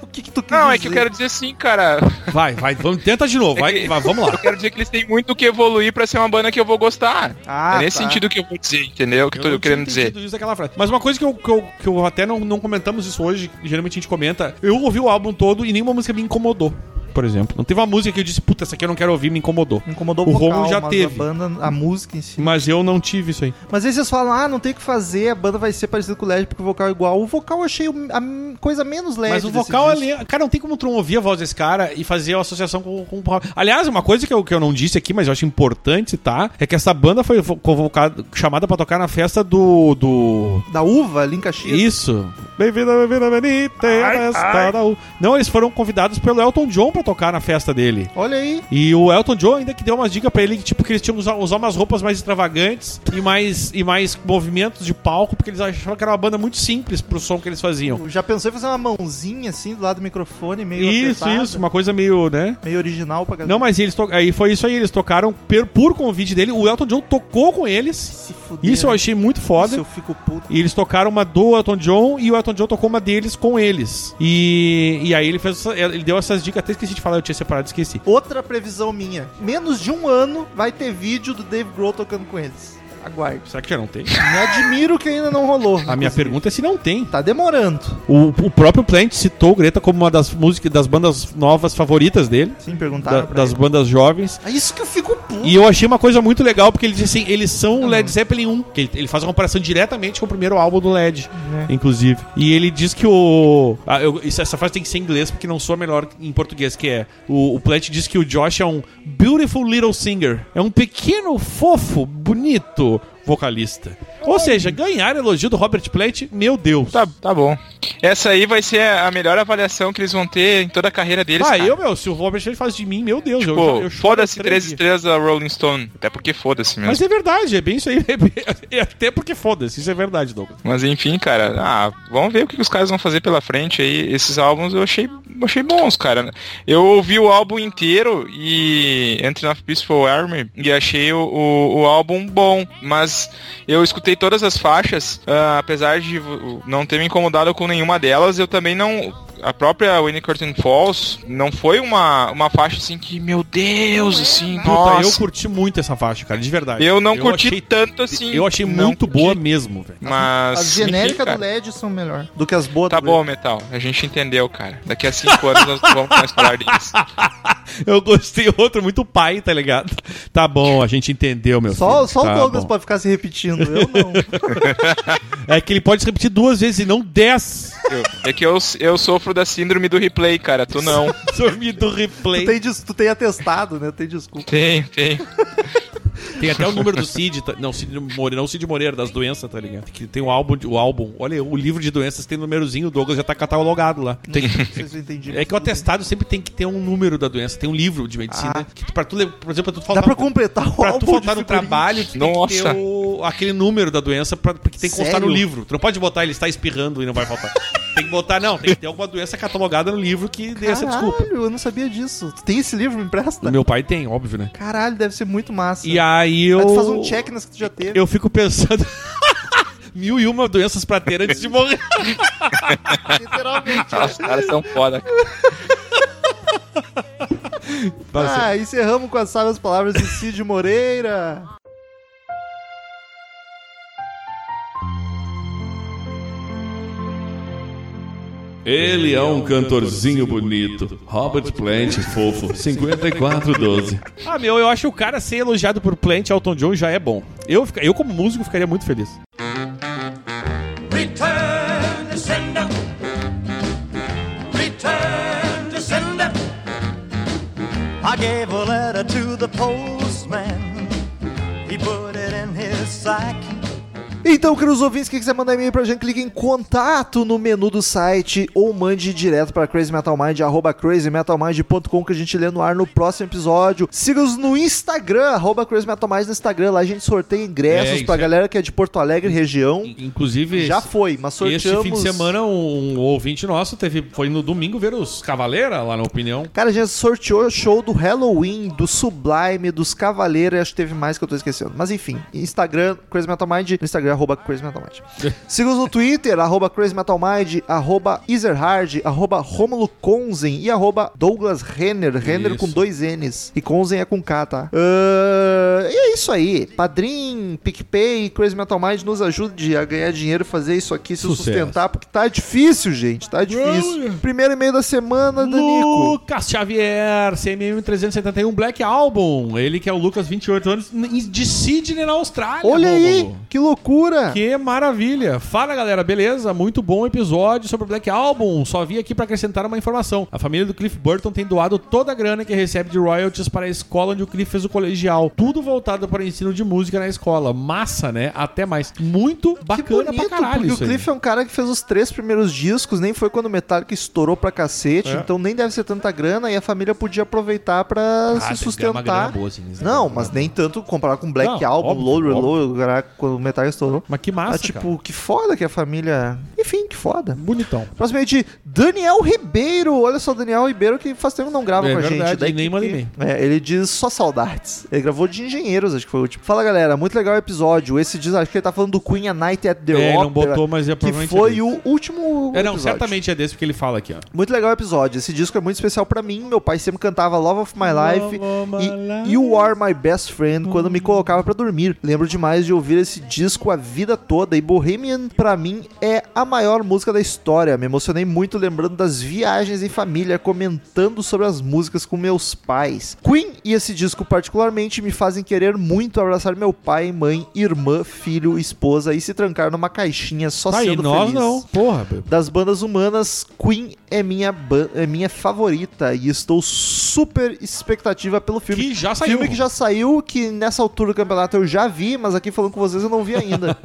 Speaker 1: O que, que tu quis
Speaker 3: Não, é que eu
Speaker 1: dizer?
Speaker 3: quero dizer assim, cara.
Speaker 2: Vai, vai, vamos, tenta de novo.
Speaker 3: [laughs]
Speaker 2: Vai, vai, vamos
Speaker 3: Eu
Speaker 2: lá.
Speaker 3: quero dizer que eles têm muito o que evoluir pra ser uma banda que eu vou gostar.
Speaker 1: Ah,
Speaker 3: é nesse
Speaker 1: tá.
Speaker 3: sentido que eu vou dizer, entendeu? O que eu tô
Speaker 2: não tinha
Speaker 3: querendo dizer.
Speaker 2: entendido Isso daquela frase. Mas uma coisa que eu, que eu, que eu até não, não comentamos isso hoje, geralmente a gente comenta, eu ouvi o álbum todo e nenhuma música me incomodou, por exemplo. Não teve uma música que eu disse, puta, essa aqui eu não quero ouvir, me incomodou.
Speaker 1: Me Incomodou
Speaker 2: O
Speaker 1: vocal,
Speaker 2: Romulo já
Speaker 1: mas
Speaker 2: teve.
Speaker 1: A banda, a música em si.
Speaker 2: Mas eu não tive isso aí.
Speaker 1: Mas aí vocês falam, ah, não tem o que fazer, a banda vai ser parecida com o LED porque o vocal é igual. O vocal eu achei o- a coisa menos LED.
Speaker 2: Mas o
Speaker 1: desse
Speaker 2: vocal
Speaker 1: disco.
Speaker 2: ali. Cara, não tem como tu não ouvir a voz desse cara e fazer a associação com, com o Rob. Aliás, uma coisa que eu, que eu não disse aqui, mas eu acho importante, tá? É que essa banda foi vo- convocada, chamada pra tocar na festa do. do...
Speaker 1: Da uva, ali em Caxias.
Speaker 2: Isso. Bem-vindo, bem-vindo, Benita. Não, eles foram convidados pelo Elton John pra tocar na festa dele.
Speaker 1: Olha aí.
Speaker 2: E o Elton John ainda que deu umas dicas pra ele que tipo que eles tinham que usar, usar umas roupas mais extravagantes e mais e mais movimentos de palco porque eles achavam que era uma banda muito simples pro som que eles faziam.
Speaker 1: Eu Já pensou em fazer uma mãozinha assim do lado do microfone, meio
Speaker 2: Isso,
Speaker 1: apertada,
Speaker 2: isso, uma coisa meio, né?
Speaker 1: meio original pra galera.
Speaker 2: Não, mas eles to... aí foi isso aí, eles tocaram per... por convite dele, o Elton John tocou com eles.
Speaker 1: Se fuder, né?
Speaker 2: Isso eu achei muito foda.
Speaker 1: É. Isso eu fico puto.
Speaker 2: E eles tocaram uma do Elton John e o Elton John tocou uma deles com eles. E, e aí ele fez essa- ele deu essas dicas, até esqueci de falar, eu tinha separado, esqueci.
Speaker 1: Outra previsão minha. Menos de um ano vai ter vídeo do Dave Grohl tocando com eles. Aguarde.
Speaker 2: Será que já não tem?
Speaker 1: Me admiro que ainda não rolou.
Speaker 2: A minha pergunta é se não tem.
Speaker 1: Tá demorando.
Speaker 2: O, o próprio Plant citou o Greta como uma das músicas das bandas novas favoritas dele,
Speaker 1: Sim,
Speaker 2: da-
Speaker 1: perguntaram pra
Speaker 2: das
Speaker 1: ele.
Speaker 2: bandas jovens.
Speaker 1: É isso que eu fico puto.
Speaker 2: E eu achei uma coisa muito legal, porque ele disse assim: eles são o Led
Speaker 3: Uhum.
Speaker 2: Zeppelin 1. Que ele, ele faz uma comparação diretamente com o primeiro álbum do Led,
Speaker 3: Né.
Speaker 2: inclusive. E ele diz que o. ah, eu- isso- essa frase tem que ser em inglês, porque não soa melhor em português, que é. O, o Plant diz que o Josh é um beautiful little singer. É um pequeno, fofo, bonito vocalista. Ou seja, ganhar elogio do Robert Plant, meu Deus.
Speaker 3: Tá, tá bom. Essa aí vai ser a melhor avaliação que eles vão ter em toda a carreira deles.
Speaker 2: ah,
Speaker 3: cara.
Speaker 2: eu, meu, se o Robert Plant faz de mim, meu Deus, eu-
Speaker 3: Pô,
Speaker 2: eu, eu choro
Speaker 3: Tipo, foda-se
Speaker 2: três
Speaker 3: três
Speaker 2: dias.
Speaker 3: estrelas da Rolling Stone. Até porque foda-se mesmo.
Speaker 2: Mas
Speaker 3: Mas,
Speaker 2: é verdade, é bem isso aí. [laughs] é bem- é Até porque foda-se, isso é verdade, Douglas.
Speaker 3: enfim, cara, ah, vamos ver o que os caras vão fazer pela frente aí. Esses álbuns eu achei, achei bons, cara. Eu ouvi o álbum inteiro e Entry of Peaceful Army e achei o, o, o álbum bom. Mas eu escutei todas as faixas, ah, apesar de vo- não ter me incomodado com nenhuma delas, eu também não. A própria Winnie Curtain Falls não foi uma, uma faixa assim que, meu Deus, assim,
Speaker 2: Puta,
Speaker 3: nossa.
Speaker 2: eu curti muito essa faixa, cara, de verdade.
Speaker 3: Eu não curti
Speaker 2: achei-
Speaker 3: tanto assim.
Speaker 2: Eu achei
Speaker 3: Não
Speaker 2: muito
Speaker 3: curti,
Speaker 2: boa mesmo, velho.
Speaker 3: Mas.
Speaker 1: As genéricas
Speaker 3: enfim,
Speaker 1: do
Speaker 3: cara,
Speaker 1: LED são melhor do que as boas
Speaker 3: Tá
Speaker 1: do Grohl.
Speaker 3: bom, Metal. A gente entendeu, cara. Daqui a cinco anos nós não vamos mais falar disso.
Speaker 2: Eu gostei outro muito pai, tá ligado? Tá bom, a gente entendeu, meu.
Speaker 1: Só,
Speaker 2: filho.
Speaker 1: só
Speaker 2: Tá
Speaker 1: o Douglas
Speaker 2: bom.
Speaker 1: pode ficar se repetindo, eu
Speaker 2: [laughs]
Speaker 1: não.
Speaker 2: É que ele pode se repetir duas vezes e não dez. [laughs]
Speaker 3: Eu- é que eu, eu sofro da síndrome do replay, cara. Tu não.
Speaker 2: Dormir do
Speaker 1: tu,
Speaker 2: replay.
Speaker 1: tem, des- tu tem atestado, né? Tem desculpa.
Speaker 3: Tem, tem.
Speaker 2: Tem até o número do Cid, tá- não, Cid Moreira, não o Cid Moreira, das doenças, tá ligado? Que tem o álbum, de- o álbum. Olha, o livro de doenças tem númerozinho, o Douglas já tá catalogado lá. Tem-
Speaker 1: Não sei se eu entendi.
Speaker 2: é que o atestado sempre tem que ter um número da doença, tem um livro de medicina.
Speaker 1: Ah.
Speaker 2: Que tu- pra tu, le- por exemplo, pra tu
Speaker 1: Dá
Speaker 2: faltar um
Speaker 1: pra completar o
Speaker 2: Pra
Speaker 1: álbum
Speaker 2: tu faltar
Speaker 1: de
Speaker 2: no
Speaker 1: figurinha.
Speaker 2: trabalho, tu tem que
Speaker 3: Nossa.
Speaker 2: ter o- aquele número da doença, pra, porque tem que constar no
Speaker 1: Sério?
Speaker 2: livro. Tu não pode botar ele está espirrando e não vai faltar. tem que botar, não, tem que ter alguma doença catalogada no livro que dê essa é desculpa.
Speaker 1: Caralho, eu não sabia disso. Tu tem esse livro, me empresta?
Speaker 2: Meu pai tem, óbvio, né?
Speaker 1: Caralho, deve ser muito massa.
Speaker 2: E aí eu.
Speaker 1: Aí tu faz um check nas que tu já teve.
Speaker 2: Eu fico pensando. [laughs] Mil e uma doenças pra ter antes de morrer.
Speaker 1: Literalmente.
Speaker 3: Os caras são foda.
Speaker 1: Ah, encerramos com as sábias palavras de Cid Moreira.
Speaker 4: Ele é um cantorzinho bonito. Robert Plant, fofo. 5412.
Speaker 2: Ah, meu, eu acho que o cara ser elogiado por Plant e Elton John já é bom. Eu, fica- eu como músico, ficaria muito feliz.
Speaker 7: Return to sender. Return to sender. I gave a letter to the postman. He put it in his sack.
Speaker 1: Então, queridos ouvintes, quem quiser mandar e-mail pra gente, clique em contato no menu do site ou mande direto pra crazymetalmind, arroba crazymetalmind.com que a gente lê no ar no próximo episódio. Siga-nos no Instagram, arroba crazymetalmind no Instagram, lá a gente sorteia
Speaker 2: É,
Speaker 1: ingressos
Speaker 2: isso
Speaker 1: pra
Speaker 2: é-
Speaker 1: galera que é de Porto Alegre, região.
Speaker 2: Inclusive,
Speaker 1: Já foi, mas sorteamos...
Speaker 2: este fim de semana, um, ouvinte nosso teve, foi no domingo ver os Cavaleira lá na opinião.
Speaker 1: Cara, a gente sorteou o show do Halloween, do Sublime, dos Cavaleiros, e acho que teve mais que eu tô esquecendo. Mas enfim, Instagram, Crazy Metal Mind, no Instagram, arroba Crazy Metal
Speaker 2: [laughs]
Speaker 1: Mind. Siga-nos no Twitter, arroba Crazy Metal Mind, arroba Ezerhard, arroba Romulo Conzen e arroba Douglas Renner, Renner
Speaker 2: Isso.
Speaker 1: com dois N's. E Conzen é com K, tá? Ahn, e é isso aí. Padrim, PicPay, Crazy Metal Mind nos ajude a ganhar dinheiro e fazer isso aqui se
Speaker 2: Sucesso.
Speaker 1: sustentar, porque tá difícil, gente, tá difícil. Primeiro e-mail da semana, Danico.
Speaker 2: Lucas Xavier, CMM 371 Black Album. Ele que é o Lucas, 28 anos, n- de Sydney, na Austrália.
Speaker 1: Olha aí,
Speaker 2: Rômulo.
Speaker 1: que loucura!
Speaker 2: Que maravilha! Fala galera, beleza? Muito bom episódio sobre o Black Album. Só vim aqui pra acrescentar uma informação. A família do Cliff Burton tem doado toda a grana que recebe de royalties para a escola onde o Cliff fez o colegial. Tudo voltado para o ensino de música na escola. Massa, né? Até mais. Muito
Speaker 1: Que
Speaker 2: bacana pra caralho.
Speaker 1: porque
Speaker 2: isso
Speaker 1: o
Speaker 2: aí.
Speaker 1: Cliff é um cara que fez os três primeiros discos, nem foi quando o Metallica estourou pra cacete,
Speaker 2: É.
Speaker 1: então nem deve ser tanta grana e a família podia aproveitar pra
Speaker 2: Ah,
Speaker 1: se
Speaker 2: deve ganhar uma grana
Speaker 1: sustentar.
Speaker 2: boa, assim, né?
Speaker 1: Não, mas nem tanto comparar com Black
Speaker 2: Não,
Speaker 1: Album,
Speaker 2: óbvio,
Speaker 1: Low
Speaker 2: óbvio.
Speaker 1: Low, quando o Metallica estourou.
Speaker 2: Mas que massa,
Speaker 1: ah, tipo,
Speaker 2: cara.
Speaker 1: que foda que a família. Enfim, que foda.
Speaker 2: Bonitão.
Speaker 1: Próximo é de Daniel Ribeiro. Olha só, Daniel Ribeiro que faz tempo não grava
Speaker 2: É
Speaker 1: com a
Speaker 2: verdade,
Speaker 1: gente. Daí
Speaker 2: nem
Speaker 1: que-
Speaker 2: manda
Speaker 1: que-
Speaker 2: e-mail.
Speaker 1: É, ele diz só saudades. Ele gravou de Engenheiros, acho que foi o último. Fala galera, muito legal o episódio. Esse diz, acho que ele tá falando do Queen A Night at the
Speaker 2: É, ele
Speaker 1: Opera.
Speaker 2: não botou, mas é
Speaker 1: Que
Speaker 2: provavelmente
Speaker 1: foi
Speaker 2: desse.
Speaker 1: o último.
Speaker 2: É, não,
Speaker 1: Um episódio.
Speaker 2: certamente é desse porque ele fala aqui, ó.
Speaker 1: Muito legal o episódio. Esse disco é muito especial pra mim. Meu pai sempre cantava Love of My Life
Speaker 2: Love of my
Speaker 1: é e You Are My Best Friend quando me colocava pra dormir. Lembro demais de ouvir esse disco a vida toda e Bohemian pra mim é a maior música da história. Me emocionei muito lembrando das viagens em família, comentando sobre as músicas com meus pais. Queen e esse disco particularmente me fazem querer muito abraçar meu pai, mãe, irmã, filho, esposa e se trancar numa caixinha só
Speaker 2: Tá aí,
Speaker 1: sendo
Speaker 2: nós
Speaker 1: feliz.
Speaker 2: não. Porra, meu.
Speaker 1: Das bandas humanas, Queen é minha, ban- é minha favorita e estou super expectativa pelo filme.
Speaker 2: Que já saiu.
Speaker 1: Filme que já saiu, que nessa altura do campeonato eu já vi, mas aqui falando com vocês eu não vi
Speaker 2: [laughs]
Speaker 1: ainda.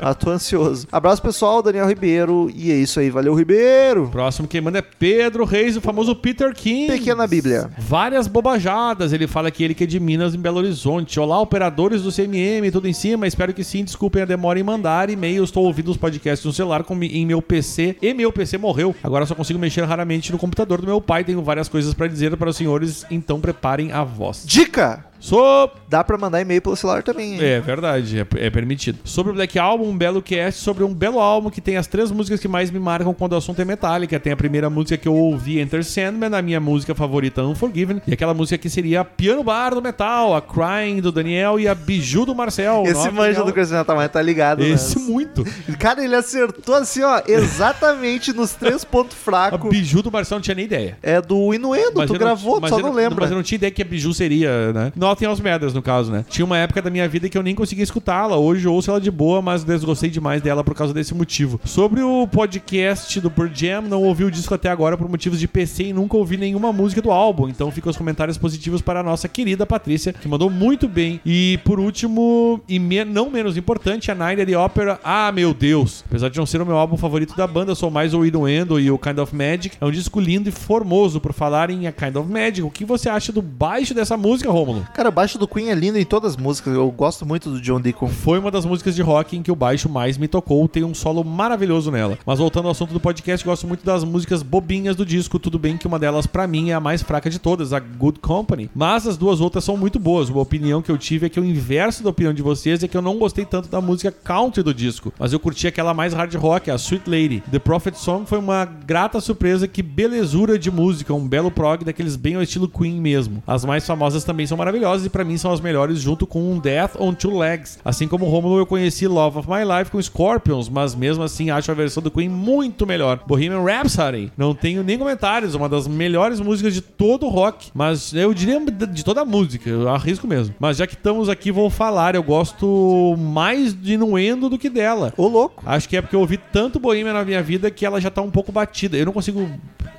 Speaker 1: ah, tô ansioso. Abraço pessoal, Daniel Ribeiro. E é isso aí, valeu Ribeiro.
Speaker 2: Próximo quem manda é Pedro Reis, o famoso Peter King.
Speaker 1: Pequena Bíblia.
Speaker 2: Várias bobajadas. Ele fala que ele que é de Minas, em Belo Horizonte. Olá, operadores do CMM, tudo em cima. Espero que sim. Desculpem a demora em mandar e-mail. Estou ouvindo os podcasts no celular com, em meu PC. E meu PC morreu. Agora só consigo mexer raramente no computador do meu pai. Tenho várias coisas para dizer para os senhores, então preparem a voz.
Speaker 1: Dica!
Speaker 2: Sou
Speaker 1: Dá pra mandar e-mail pelo celular também, hein?
Speaker 2: é verdade, é, é permitido. Sobre o Black Album, um belo cast sobre um belo álbum que tem as três músicas que mais me marcam quando o assunto é Metallica. Tem a primeira música que eu ouvi, Enter Sandman, a minha música favorita, Unforgiven, e aquela música que seria a Piano Bar do Metal, a Crying do Daniel e a Biju do Marcel.
Speaker 1: Esse
Speaker 2: Nossa,
Speaker 1: manjo
Speaker 2: Daniel.
Speaker 1: do Crescimento Tamanho tá ligado,
Speaker 2: Esse
Speaker 1: né?
Speaker 2: muito.
Speaker 1: Cara, ele acertou assim, ó, exatamente nos três pontos
Speaker 2: A
Speaker 1: fracos.
Speaker 2: Biju do Marcel não tinha nem ideia.
Speaker 1: É do Inuendo, tu
Speaker 2: eu
Speaker 1: gravou, tu
Speaker 2: mas
Speaker 1: só
Speaker 2: eu
Speaker 1: não, lembra.
Speaker 2: Mas eu não tinha ideia que a Biju seria, né? Nothing Else Matters, no caso, né? Tinha uma época da minha vida que eu nem conseguia escutá-la. Hoje eu ouço ela de boa, mas desgostei demais dela por causa desse motivo. Sobre o podcast do Pearl Jam, não ouvi o disco até agora por motivos de PC e nunca ouvi nenhuma música do álbum. Então ficam os comentários positivos para a nossa querida Patrícia, que mandou muito bem. E por último, e me- não menos importante, a Night at the Opera. Ah, meu Deus! Apesar de não ser o meu álbum favorito da banda, sou mais o Inuendo e o Kind of Magic. É um disco lindo e formoso por falar em A Kind of Magic. O que você acha do baixo dessa música, Rômulo?
Speaker 1: Cara, o baixo do Queen é lindo em todas as músicas. Eu gosto muito do John Deacon.
Speaker 2: Foi uma das músicas de rock em que o baixo mais me tocou, tem um solo maravilhoso nela. Mas voltando ao assunto do podcast, gosto muito das músicas bobinhas do disco, tudo bem que uma delas pra mim é a mais fraca de todas, a Good Company, mas as duas outras são muito boas. Uma opinião que eu tive é que o inverso da opinião de vocês é que eu não gostei tanto da música country do disco, mas eu curti aquela mais hard rock, a Sweet Lady. The Prophet Song foi uma grata surpresa, que belezura de música, um belo prog daqueles bem ao estilo Queen mesmo. As mais famosas também são maravilhosas maravilhosas e pra mim são as melhores, junto com um Death on Two Legs. Assim como Romulo, eu conheci Love of My Life com Scorpions, mas mesmo assim acho a versão do Queen muito melhor. Bohemian Rhapsody, não tenho nem comentários, uma das melhores músicas de todo o rock, mas eu diria de toda a música, eu arrisco mesmo. Mas já que estamos aqui, vou falar, eu gosto mais de Nuendo do que dela.
Speaker 1: Ô, louco.
Speaker 2: Acho que é porque eu ouvi tanto Bohemian na minha vida que ela já tá um pouco batida. Eu não consigo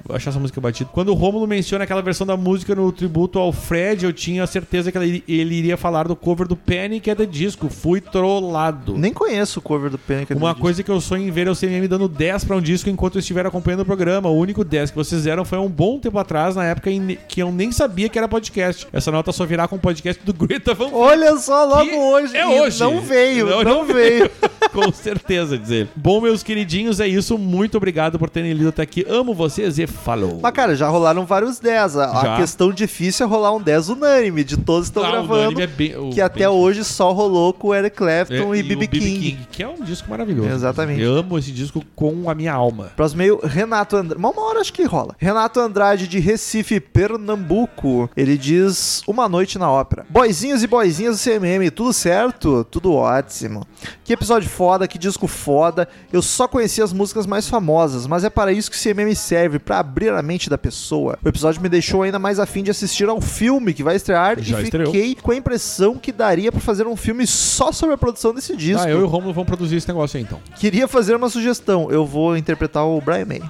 Speaker 2: achar essa música batida. Quando o Rômulo menciona aquela versão da música no tributo ao Fred, eu tinha certeza que ela ir- ele iria falar do cover do Panic! at the Disco. Fui trollado.
Speaker 1: Nem conheço o cover do Panic! at the
Speaker 2: Uma
Speaker 1: Disco.
Speaker 2: coisa que eu sonho em ver é o CMM dando 10 pra um disco enquanto eu estiver acompanhando o programa. O único 10 que vocês deram foi há um bom tempo atrás, na época em que eu nem sabia que era podcast. Essa nota só virá com o podcast do Greta Van
Speaker 1: Olha só, logo
Speaker 2: que
Speaker 1: hoje.
Speaker 2: É
Speaker 1: E
Speaker 2: hoje.
Speaker 1: Não veio, não, veio.
Speaker 2: [laughs] Com certeza, diz ele. Bom, meus queridinhos, é isso. Muito obrigado por terem lido até aqui. Amo vocês e falou.
Speaker 1: Mas, cara, já rolaram vários 10. A, a
Speaker 2: Já.
Speaker 1: questão difícil é rolar um 10 unânime, de todos que estão
Speaker 2: Ah, o
Speaker 1: gravando.
Speaker 2: Unânime é bem- o-
Speaker 1: que até
Speaker 2: bem-
Speaker 1: hoje só rolou com o Eric Clapton
Speaker 2: É,
Speaker 1: e BB
Speaker 2: o B.B.
Speaker 1: King.
Speaker 2: Que é um disco maravilhoso.
Speaker 1: Exatamente.
Speaker 2: Eu amo esse disco com a minha alma.
Speaker 1: Próximo meio, Renato Andrade. Uma hora acho que rola. Renato Andrade, de Recife, Pernambuco. Ele diz: Uma noite na ópera. Boizinhos e boizinhas do CMM, tudo certo? Tudo ótimo. Que episódio foda, que disco foda. Eu só conheci as músicas mais famosas, mas é para isso que o CMM serve pra abrir a mente da pessoa. O episódio me deixou ainda mais afim de assistir ao filme que vai estrear
Speaker 2: Já
Speaker 1: e
Speaker 2: estreou.
Speaker 1: fiquei com a impressão que daria pra fazer um filme só sobre a produção desse disco.
Speaker 2: Ah, eu e o Romulo vamos produzir esse negócio aí, então.
Speaker 1: Queria fazer uma sugestão. Eu vou interpretar o Brian May.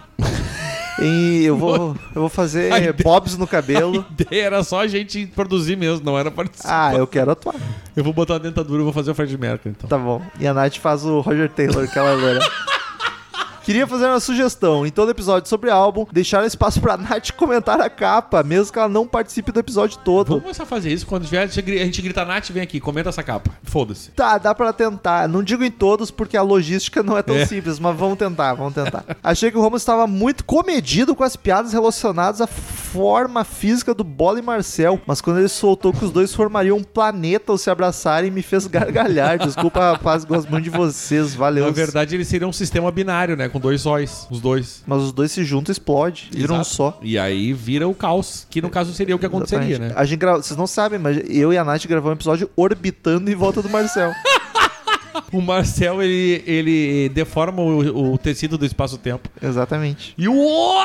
Speaker 1: E eu vou, eu vou
Speaker 2: A
Speaker 1: fazer
Speaker 2: ideia-
Speaker 1: bobs no cabelo.
Speaker 2: [laughs] A ideia era só a gente produzir mesmo, não era participar.
Speaker 1: Ah, eu quero atuar.
Speaker 2: Eu vou botar a dentadura e vou fazer o Fred Mercury, então.
Speaker 1: Tá bom. E a Nath faz o Roger Taylor, que ela era. Queria fazer uma sugestão. Em todo episódio sobre álbum, deixar espaço pra Nath comentar a capa, mesmo que ela não participe do episódio todo.
Speaker 2: Vamos começar a fazer isso quando tiver. A gente gri- a gente grita, Nath, vem aqui, comenta essa capa. Foda-se.
Speaker 1: Tá, dá pra tentar. Não digo em todos, porque a logística não é tão
Speaker 2: É.
Speaker 1: simples, mas vamos tentar, vamos tentar. Achei que o Romulo estava muito comedido com as piadas relacionadas à forma física do Bola e Marcel, mas quando ele soltou que os dois formariam um planeta ao se abraçarem, me fez gargalhar. Desculpa, rapaz, gosto muito de vocês, valeu.
Speaker 2: Na verdade, ele seria um sistema binário, né? Com dois sóis, os dois.
Speaker 1: Mas os dois se juntam e explode, viram um
Speaker 2: Exato.
Speaker 1: só.
Speaker 2: E aí vira o caos, que no caso seria o que aconteceria,
Speaker 1: Exatamente.
Speaker 2: né?
Speaker 1: A gente grava- Vocês não sabem, mas eu e a Nath gravamos um episódio orbitando em volta do
Speaker 2: [laughs]
Speaker 1: Marcel.
Speaker 2: O Marcel, ele, ele deforma o, o tecido do espaço-tempo.
Speaker 1: Exatamente.
Speaker 2: E o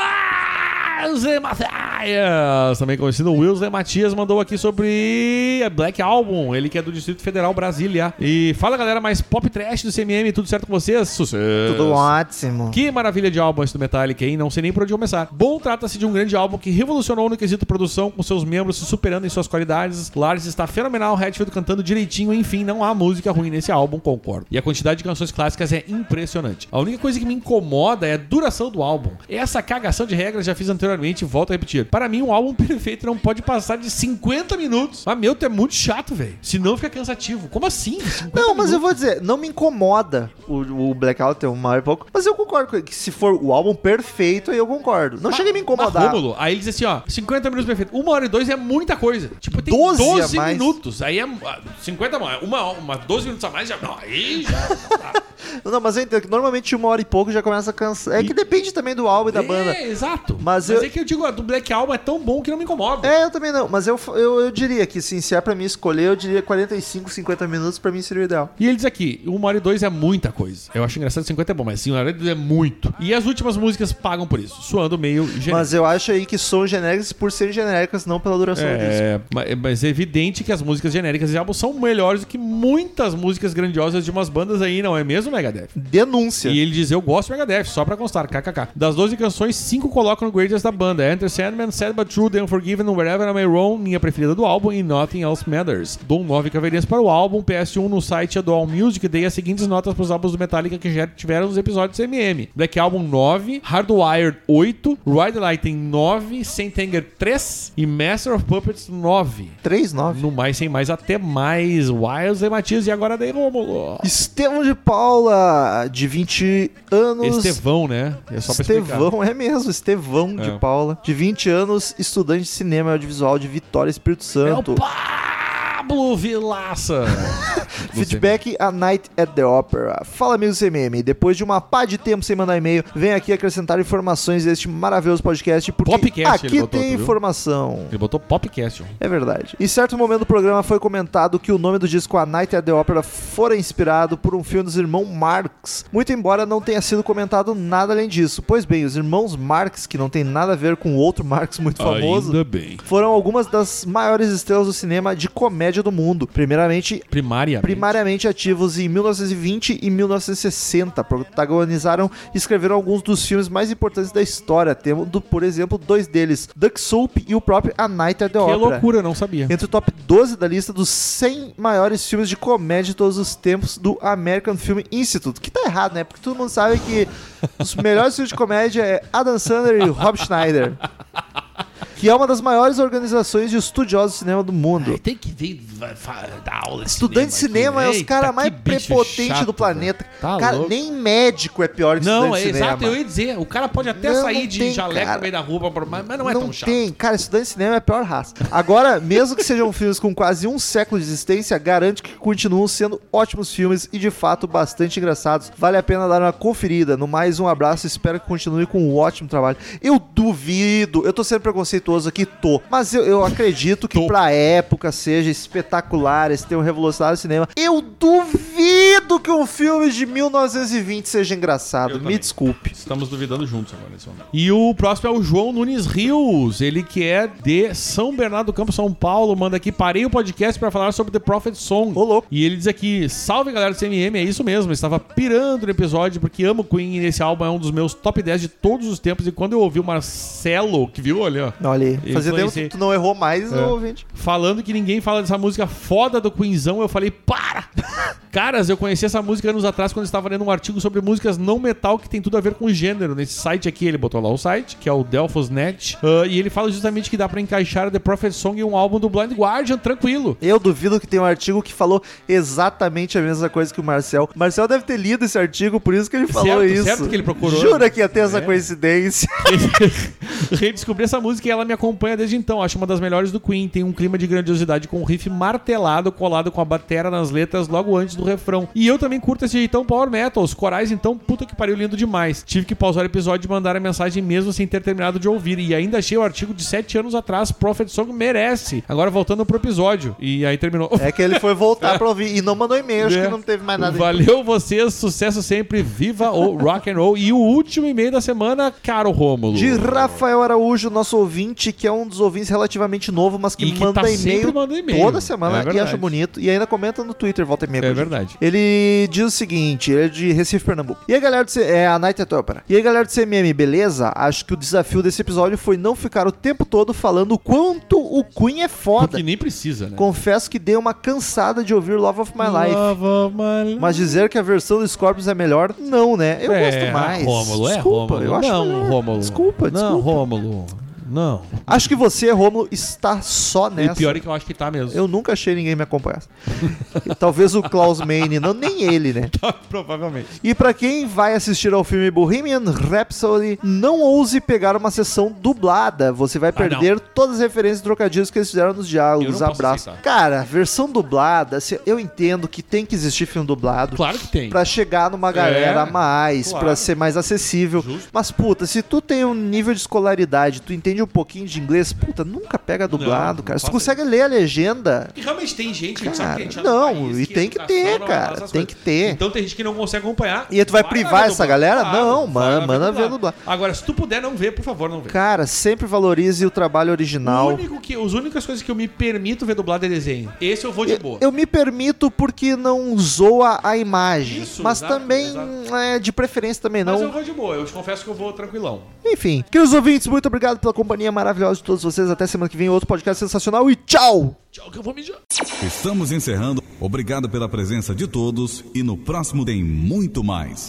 Speaker 2: Wesley Matias, também conhecido o Wesley Matias, mandou aqui sobre a Black Album, ele que é do Distrito Federal Brasília. E fala galera, mais pop trash do CMM, tudo certo com vocês? Sucesso!
Speaker 1: Tudo ótimo.
Speaker 2: Que maravilha de álbum esse do Metallica, hein? Não sei nem por onde começar. Bom, trata-se de um grande álbum que revolucionou no quesito produção, com seus membros se superando em suas qualidades. Lars está fenomenal, Redfield cantando direitinho, enfim, não há música ruim nesse álbum, concordo. E a quantidade de canções clássicas é impressionante. A única coisa que me incomoda é a duração do álbum. Essa cagação de regras já fiz anteriormente e volto a repetir. Para mim, um álbum [laughs] perfeito não pode passar de 50 minutos. Mas, meu, tu é muito chato, velho. Senão fica cansativo. Como assim? 50
Speaker 1: Não, mas
Speaker 2: minutos?
Speaker 1: eu vou dizer, não me incomoda o, o Blackout ter uma hora e pouco, mas eu concordo com ele, que se for o álbum perfeito, aí eu concordo. Não chega a me
Speaker 2: Mas,
Speaker 1: incomodar.
Speaker 2: Rômulo, aí ele diz assim, ó, 50 minutos perfeito. Uma hora e dois é muita coisa. Tipo, tem
Speaker 1: 12
Speaker 2: 12,
Speaker 1: a mais.
Speaker 2: minutos. Aí é ah, 50 mais. Uma, uma 12 minutos a mais já. Não, aí já.
Speaker 1: Não, mas eu entendo que normalmente uma hora e pouco já começa a cansar. É que depende também do álbum e [laughs] da banda.
Speaker 2: É, exato.
Speaker 1: Mas eu-
Speaker 2: é que eu digo, a do Black Album é tão bom que não me incomoda.
Speaker 1: É, eu também não, mas eu, eu, eu diria que sim, se é pra mim escolher, eu diria 45, 50 minutos pra mim seria o ideal.
Speaker 2: E ele diz aqui, uma hora e dois é muita coisa. Eu acho engraçado, 50 é bom, mas sim, uma hora e dois é muito. E as últimas músicas pagam por isso, soando meio genérico.
Speaker 1: Mas eu acho aí que são genéricas por serem genéricas, não pela duração do disco.
Speaker 2: É, ma- mas é evidente que as músicas genéricas de álbum são melhores do que muitas músicas grandiosas de umas bandas aí, não é mesmo, Megadeth?
Speaker 1: Denúncia.
Speaker 2: E ele diz, eu gosto do Megadeth, só pra constar, kkk. Das 12 canções, 5 colocam no Greatest da banda. Enter Sandman, Sad But True, The Unforgiven, Wherever I May Roam, minha preferida do álbum, e Nothing Else Matters. Dou 9 caveirinhas para o álbum, PS1 no site do All Music, dei as seguintes notas pros álbuns do Metallica que já tiveram nos episódios MM. Black Album 9, Hardwired 8, Ride the Lightning 9, Sentenger 3 e Master of Puppets 9.
Speaker 1: 3, 9.
Speaker 2: No mais, sem mais, até mais. Wiles e Matias, e agora dei Romulo.
Speaker 1: Estevão de Paula, de 20 anos.
Speaker 2: Estevão, né? É só pra explicar.
Speaker 1: Estevão, é mesmo, Estevão de
Speaker 2: É.
Speaker 1: Paula, de 20 anos, estudante de cinema e audiovisual de Vitória, Espírito
Speaker 2: É o
Speaker 1: Santo.
Speaker 2: pá, Pablo Vilaça.
Speaker 1: Feedback a Night at the Opera. Fala, amigos do CMM. Depois de uma pá de tempo sem mandar e-mail, venho aqui acrescentar informações deste maravilhoso podcast, porque
Speaker 2: Popcast, ele
Speaker 1: aqui
Speaker 2: botou,
Speaker 1: tem
Speaker 2: tu viu?
Speaker 1: informação.
Speaker 2: Ele botou podcast. ó.
Speaker 1: É verdade. Em certo momento do programa foi comentado que o nome do disco A Night at the Opera fora inspirado por um filme dos irmãos Marx, muito embora não tenha sido comentado nada além disso. Pois bem, os irmãos Marx, que não tem nada a ver com outro Marx muito famoso,
Speaker 4: Ainda bem.
Speaker 1: foram algumas das maiores estrelas do cinema de comédia do mundo. Primeiramente,
Speaker 2: Primária.
Speaker 1: primariamente ativos em 1920 e 1960. Protagonizaram e escreveram alguns dos filmes mais importantes da história, tendo, por exemplo, dois deles, Duck Soup e o próprio A Night at the
Speaker 2: Que
Speaker 1: Opera.
Speaker 2: loucura, não sabia.
Speaker 1: Entre o top 12 da lista dos 100 maiores filmes de comédia de todos os tempos do American Film Institute. Que tá errado, né? Porque todo mundo sabe que os melhores filmes de comédia é Adam Sandler e Rob Schneider. Que é uma das maiores organizações de estudiosos de cinema do mundo.
Speaker 2: Tem que vir va- fa- dar aula de
Speaker 1: Estudante de cinema é os caras mais prepotentes do planeta.
Speaker 2: Tá
Speaker 1: cara,
Speaker 2: louco.
Speaker 1: nem médico é pior que
Speaker 2: Não,
Speaker 1: estudante
Speaker 2: é
Speaker 1: de cinema.
Speaker 2: exato, eu ia dizer. O cara pode até
Speaker 1: Não,
Speaker 2: sair
Speaker 1: não
Speaker 2: de
Speaker 1: tem,
Speaker 2: jaleco
Speaker 1: cara.
Speaker 2: no meio da rua, pra- mas mas não é tão chato.
Speaker 1: tem, cara, estudante de cinema é a pior raça. Agora, mesmo que sejam filmes com quase um século de existência, garanto que continuam sendo ótimos filmes e de fato bastante engraçados. Vale a pena dar uma conferida. No mais, um abraço e espero que continue com um ótimo trabalho. Eu duvido, eu tô sendo preconceituoso aqui, tô, mas eu, eu acredito que
Speaker 2: Tô.
Speaker 1: pra época seja espetacular, esse tenha revolucionado o cinema. Eu duvido que um filme de 1920 seja engraçado. Me
Speaker 2: também.
Speaker 1: desculpe.
Speaker 2: Estamos duvidando juntos agora nesse momento. E o próximo é o João Nunes Rios, ele que é de São Bernardo do Campo, São Paulo, manda aqui, parei o podcast para falar sobre The Prophet Song.
Speaker 1: Ô, louco.
Speaker 2: E ele diz aqui, salve galera do CMM, é isso mesmo, eu estava pirando no episódio porque amo Queen e esse álbum é um dos meus top 10 de todos os tempos e quando eu ouvi o Marcelo, que viu, olha, ó,
Speaker 1: Olha aí,
Speaker 2: Ele
Speaker 1: fazia
Speaker 2: foi
Speaker 1: tempo
Speaker 2: esse-
Speaker 1: que tu não errou mais,
Speaker 2: É.
Speaker 1: ouvinte.
Speaker 2: falando que ninguém fala dessa música foda do Queenzão, eu falei, para! [laughs] Caras, eu conheci essa música anos atrás quando eu estava lendo um artigo sobre músicas não metal que tem tudo a ver com gênero. Nesse site aqui, ele botou lá o site, que é o Delphosnet, ah, e ele fala justamente que dá pra encaixar The Prophet Song em um álbum do Blind Guardian, tranquilo.
Speaker 1: Eu duvido que tenha um artigo que falou exatamente a mesma coisa que o Marcel. O Marcel deve ter lido esse artigo, por isso que ele falou
Speaker 2: Certo,
Speaker 1: isso.
Speaker 2: certo que ele procurou.
Speaker 1: Jura que ia ter essa
Speaker 2: É.
Speaker 1: coincidência?
Speaker 2: Redescobri essa música e ela me acompanha desde então. Acho uma das melhores do Queen. Tem um clima de grandiosidade com um riff martelado colado com a batera nas letras logo antes do refrão. E eu também curto esse jeitão power metal. Os corais, então, puta que pariu, lindo demais. Tive que pausar o episódio e mandar a mensagem mesmo sem ter terminado de ouvir. E ainda achei o artigo de 7 anos atrás. Prophet Song merece. Agora voltando pro episódio. E aí terminou.
Speaker 1: [laughs] É que ele foi voltar pra ouvir e não mandou e-mail, acho
Speaker 2: É.
Speaker 1: que não teve mais nada.
Speaker 2: [laughs] Valeu vocês, sucesso sempre, viva o rock and roll. E o último e-mail da semana, caro Rômulo.
Speaker 1: De Rafael Araújo, nosso ouvinte, que é um dos ouvintes relativamente novo, mas que,
Speaker 2: E que
Speaker 1: manda
Speaker 2: tá sempre
Speaker 1: e-mail
Speaker 2: mandando e-mail.
Speaker 1: toda semana
Speaker 2: É
Speaker 1: e
Speaker 2: verdade.
Speaker 1: acha bonito. E ainda comenta no Twitter, volta e meia. com
Speaker 2: É
Speaker 1: a gente.
Speaker 2: verdade.
Speaker 1: Ele diz o seguinte, ele é de Recife, Pernambuco. E aí, galera do C... É a Night at Opera. E aí, galera do CMM, beleza? Acho que o desafio desse episódio foi não ficar o tempo todo falando o quanto o Queen é foda.
Speaker 2: Porque nem precisa, né?
Speaker 1: Confesso que dei uma cansada de ouvir Love of My Life.
Speaker 2: Love of my life.
Speaker 1: Mas dizer que a versão do Scorpions é melhor, não, né? Eu gosto mais.
Speaker 2: É, Rômulo, é
Speaker 1: desculpa,
Speaker 2: Rômulo.
Speaker 1: Eu acho
Speaker 2: não,
Speaker 1: melhor.
Speaker 2: Rômulo.
Speaker 1: Desculpa,
Speaker 2: Não,
Speaker 1: desculpa.
Speaker 2: Rômulo. Não.
Speaker 1: Acho que você, Romulo, está só
Speaker 2: E
Speaker 1: nessa.
Speaker 2: o pior é que eu acho que tá mesmo.
Speaker 1: Eu nunca achei ninguém me acompanhar. [laughs] Talvez o Klaus Meine, não nem ele, né?
Speaker 2: Provavelmente.
Speaker 1: E pra quem vai assistir ao filme Bohemian Rhapsody, não ouse pegar uma sessão dublada. Você vai perder todas as referências e trocadilhos que eles fizeram nos
Speaker 2: Ah, Eu não
Speaker 1: diálogos.
Speaker 2: posso
Speaker 1: Abraço.
Speaker 2: aceitar.
Speaker 1: Cara, versão dublada, se- eu entendo que tem que existir filme dublado.
Speaker 2: Claro que tem.
Speaker 1: Pra chegar numa galera
Speaker 2: É,
Speaker 1: a mais,
Speaker 2: claro.
Speaker 1: pra ser mais acessível. Mas, puta, se tu tem um nível de escolaridade, tu entende um pouquinho de inglês, puta, nunca pega dublado,
Speaker 2: não
Speaker 1: cara. Se tu
Speaker 2: faço isso.
Speaker 1: consegue ler a legenda,
Speaker 2: E realmente tem gente, a
Speaker 1: Cara,
Speaker 2: gente sabe que tem gente
Speaker 1: não,
Speaker 2: lá no país
Speaker 1: e
Speaker 2: que
Speaker 1: tem que
Speaker 2: educação
Speaker 1: ter,
Speaker 2: não
Speaker 1: cara,
Speaker 2: abraça as
Speaker 1: tem
Speaker 2: coisas.
Speaker 1: que ter.
Speaker 2: Então tem gente que não consegue acompanhar.
Speaker 1: E tu vai privar
Speaker 2: ver
Speaker 1: essa
Speaker 2: dublado.
Speaker 1: galera? Não,
Speaker 2: vai
Speaker 1: mano, manda ver dublado.
Speaker 2: Agora, se tu puder não ver, por favor, não vê.
Speaker 1: cara, sempre valorize o trabalho
Speaker 2: O
Speaker 1: original.
Speaker 2: único que, as únicas coisas que eu me permito ver dublado é desenho. Esse eu vou de boa.
Speaker 1: Eu, eu me permito porque não zoa a imagem.
Speaker 2: Isso,
Speaker 1: mas
Speaker 2: exato,
Speaker 1: também,
Speaker 2: exato.
Speaker 1: é, de preferência também
Speaker 2: Mas
Speaker 1: não.
Speaker 2: eu vou de boa, eu te confesso que eu vou tranquilão.
Speaker 1: Enfim, queridos ouvintes, muito obrigado pela companhia maravilhosa de todos vocês. Até semana que vem, outro podcast sensacional e tchau!
Speaker 2: Tchau, que eu vou mijar.
Speaker 8: Estamos encerrando. Obrigado pela presença de todos e no próximo tem muito mais.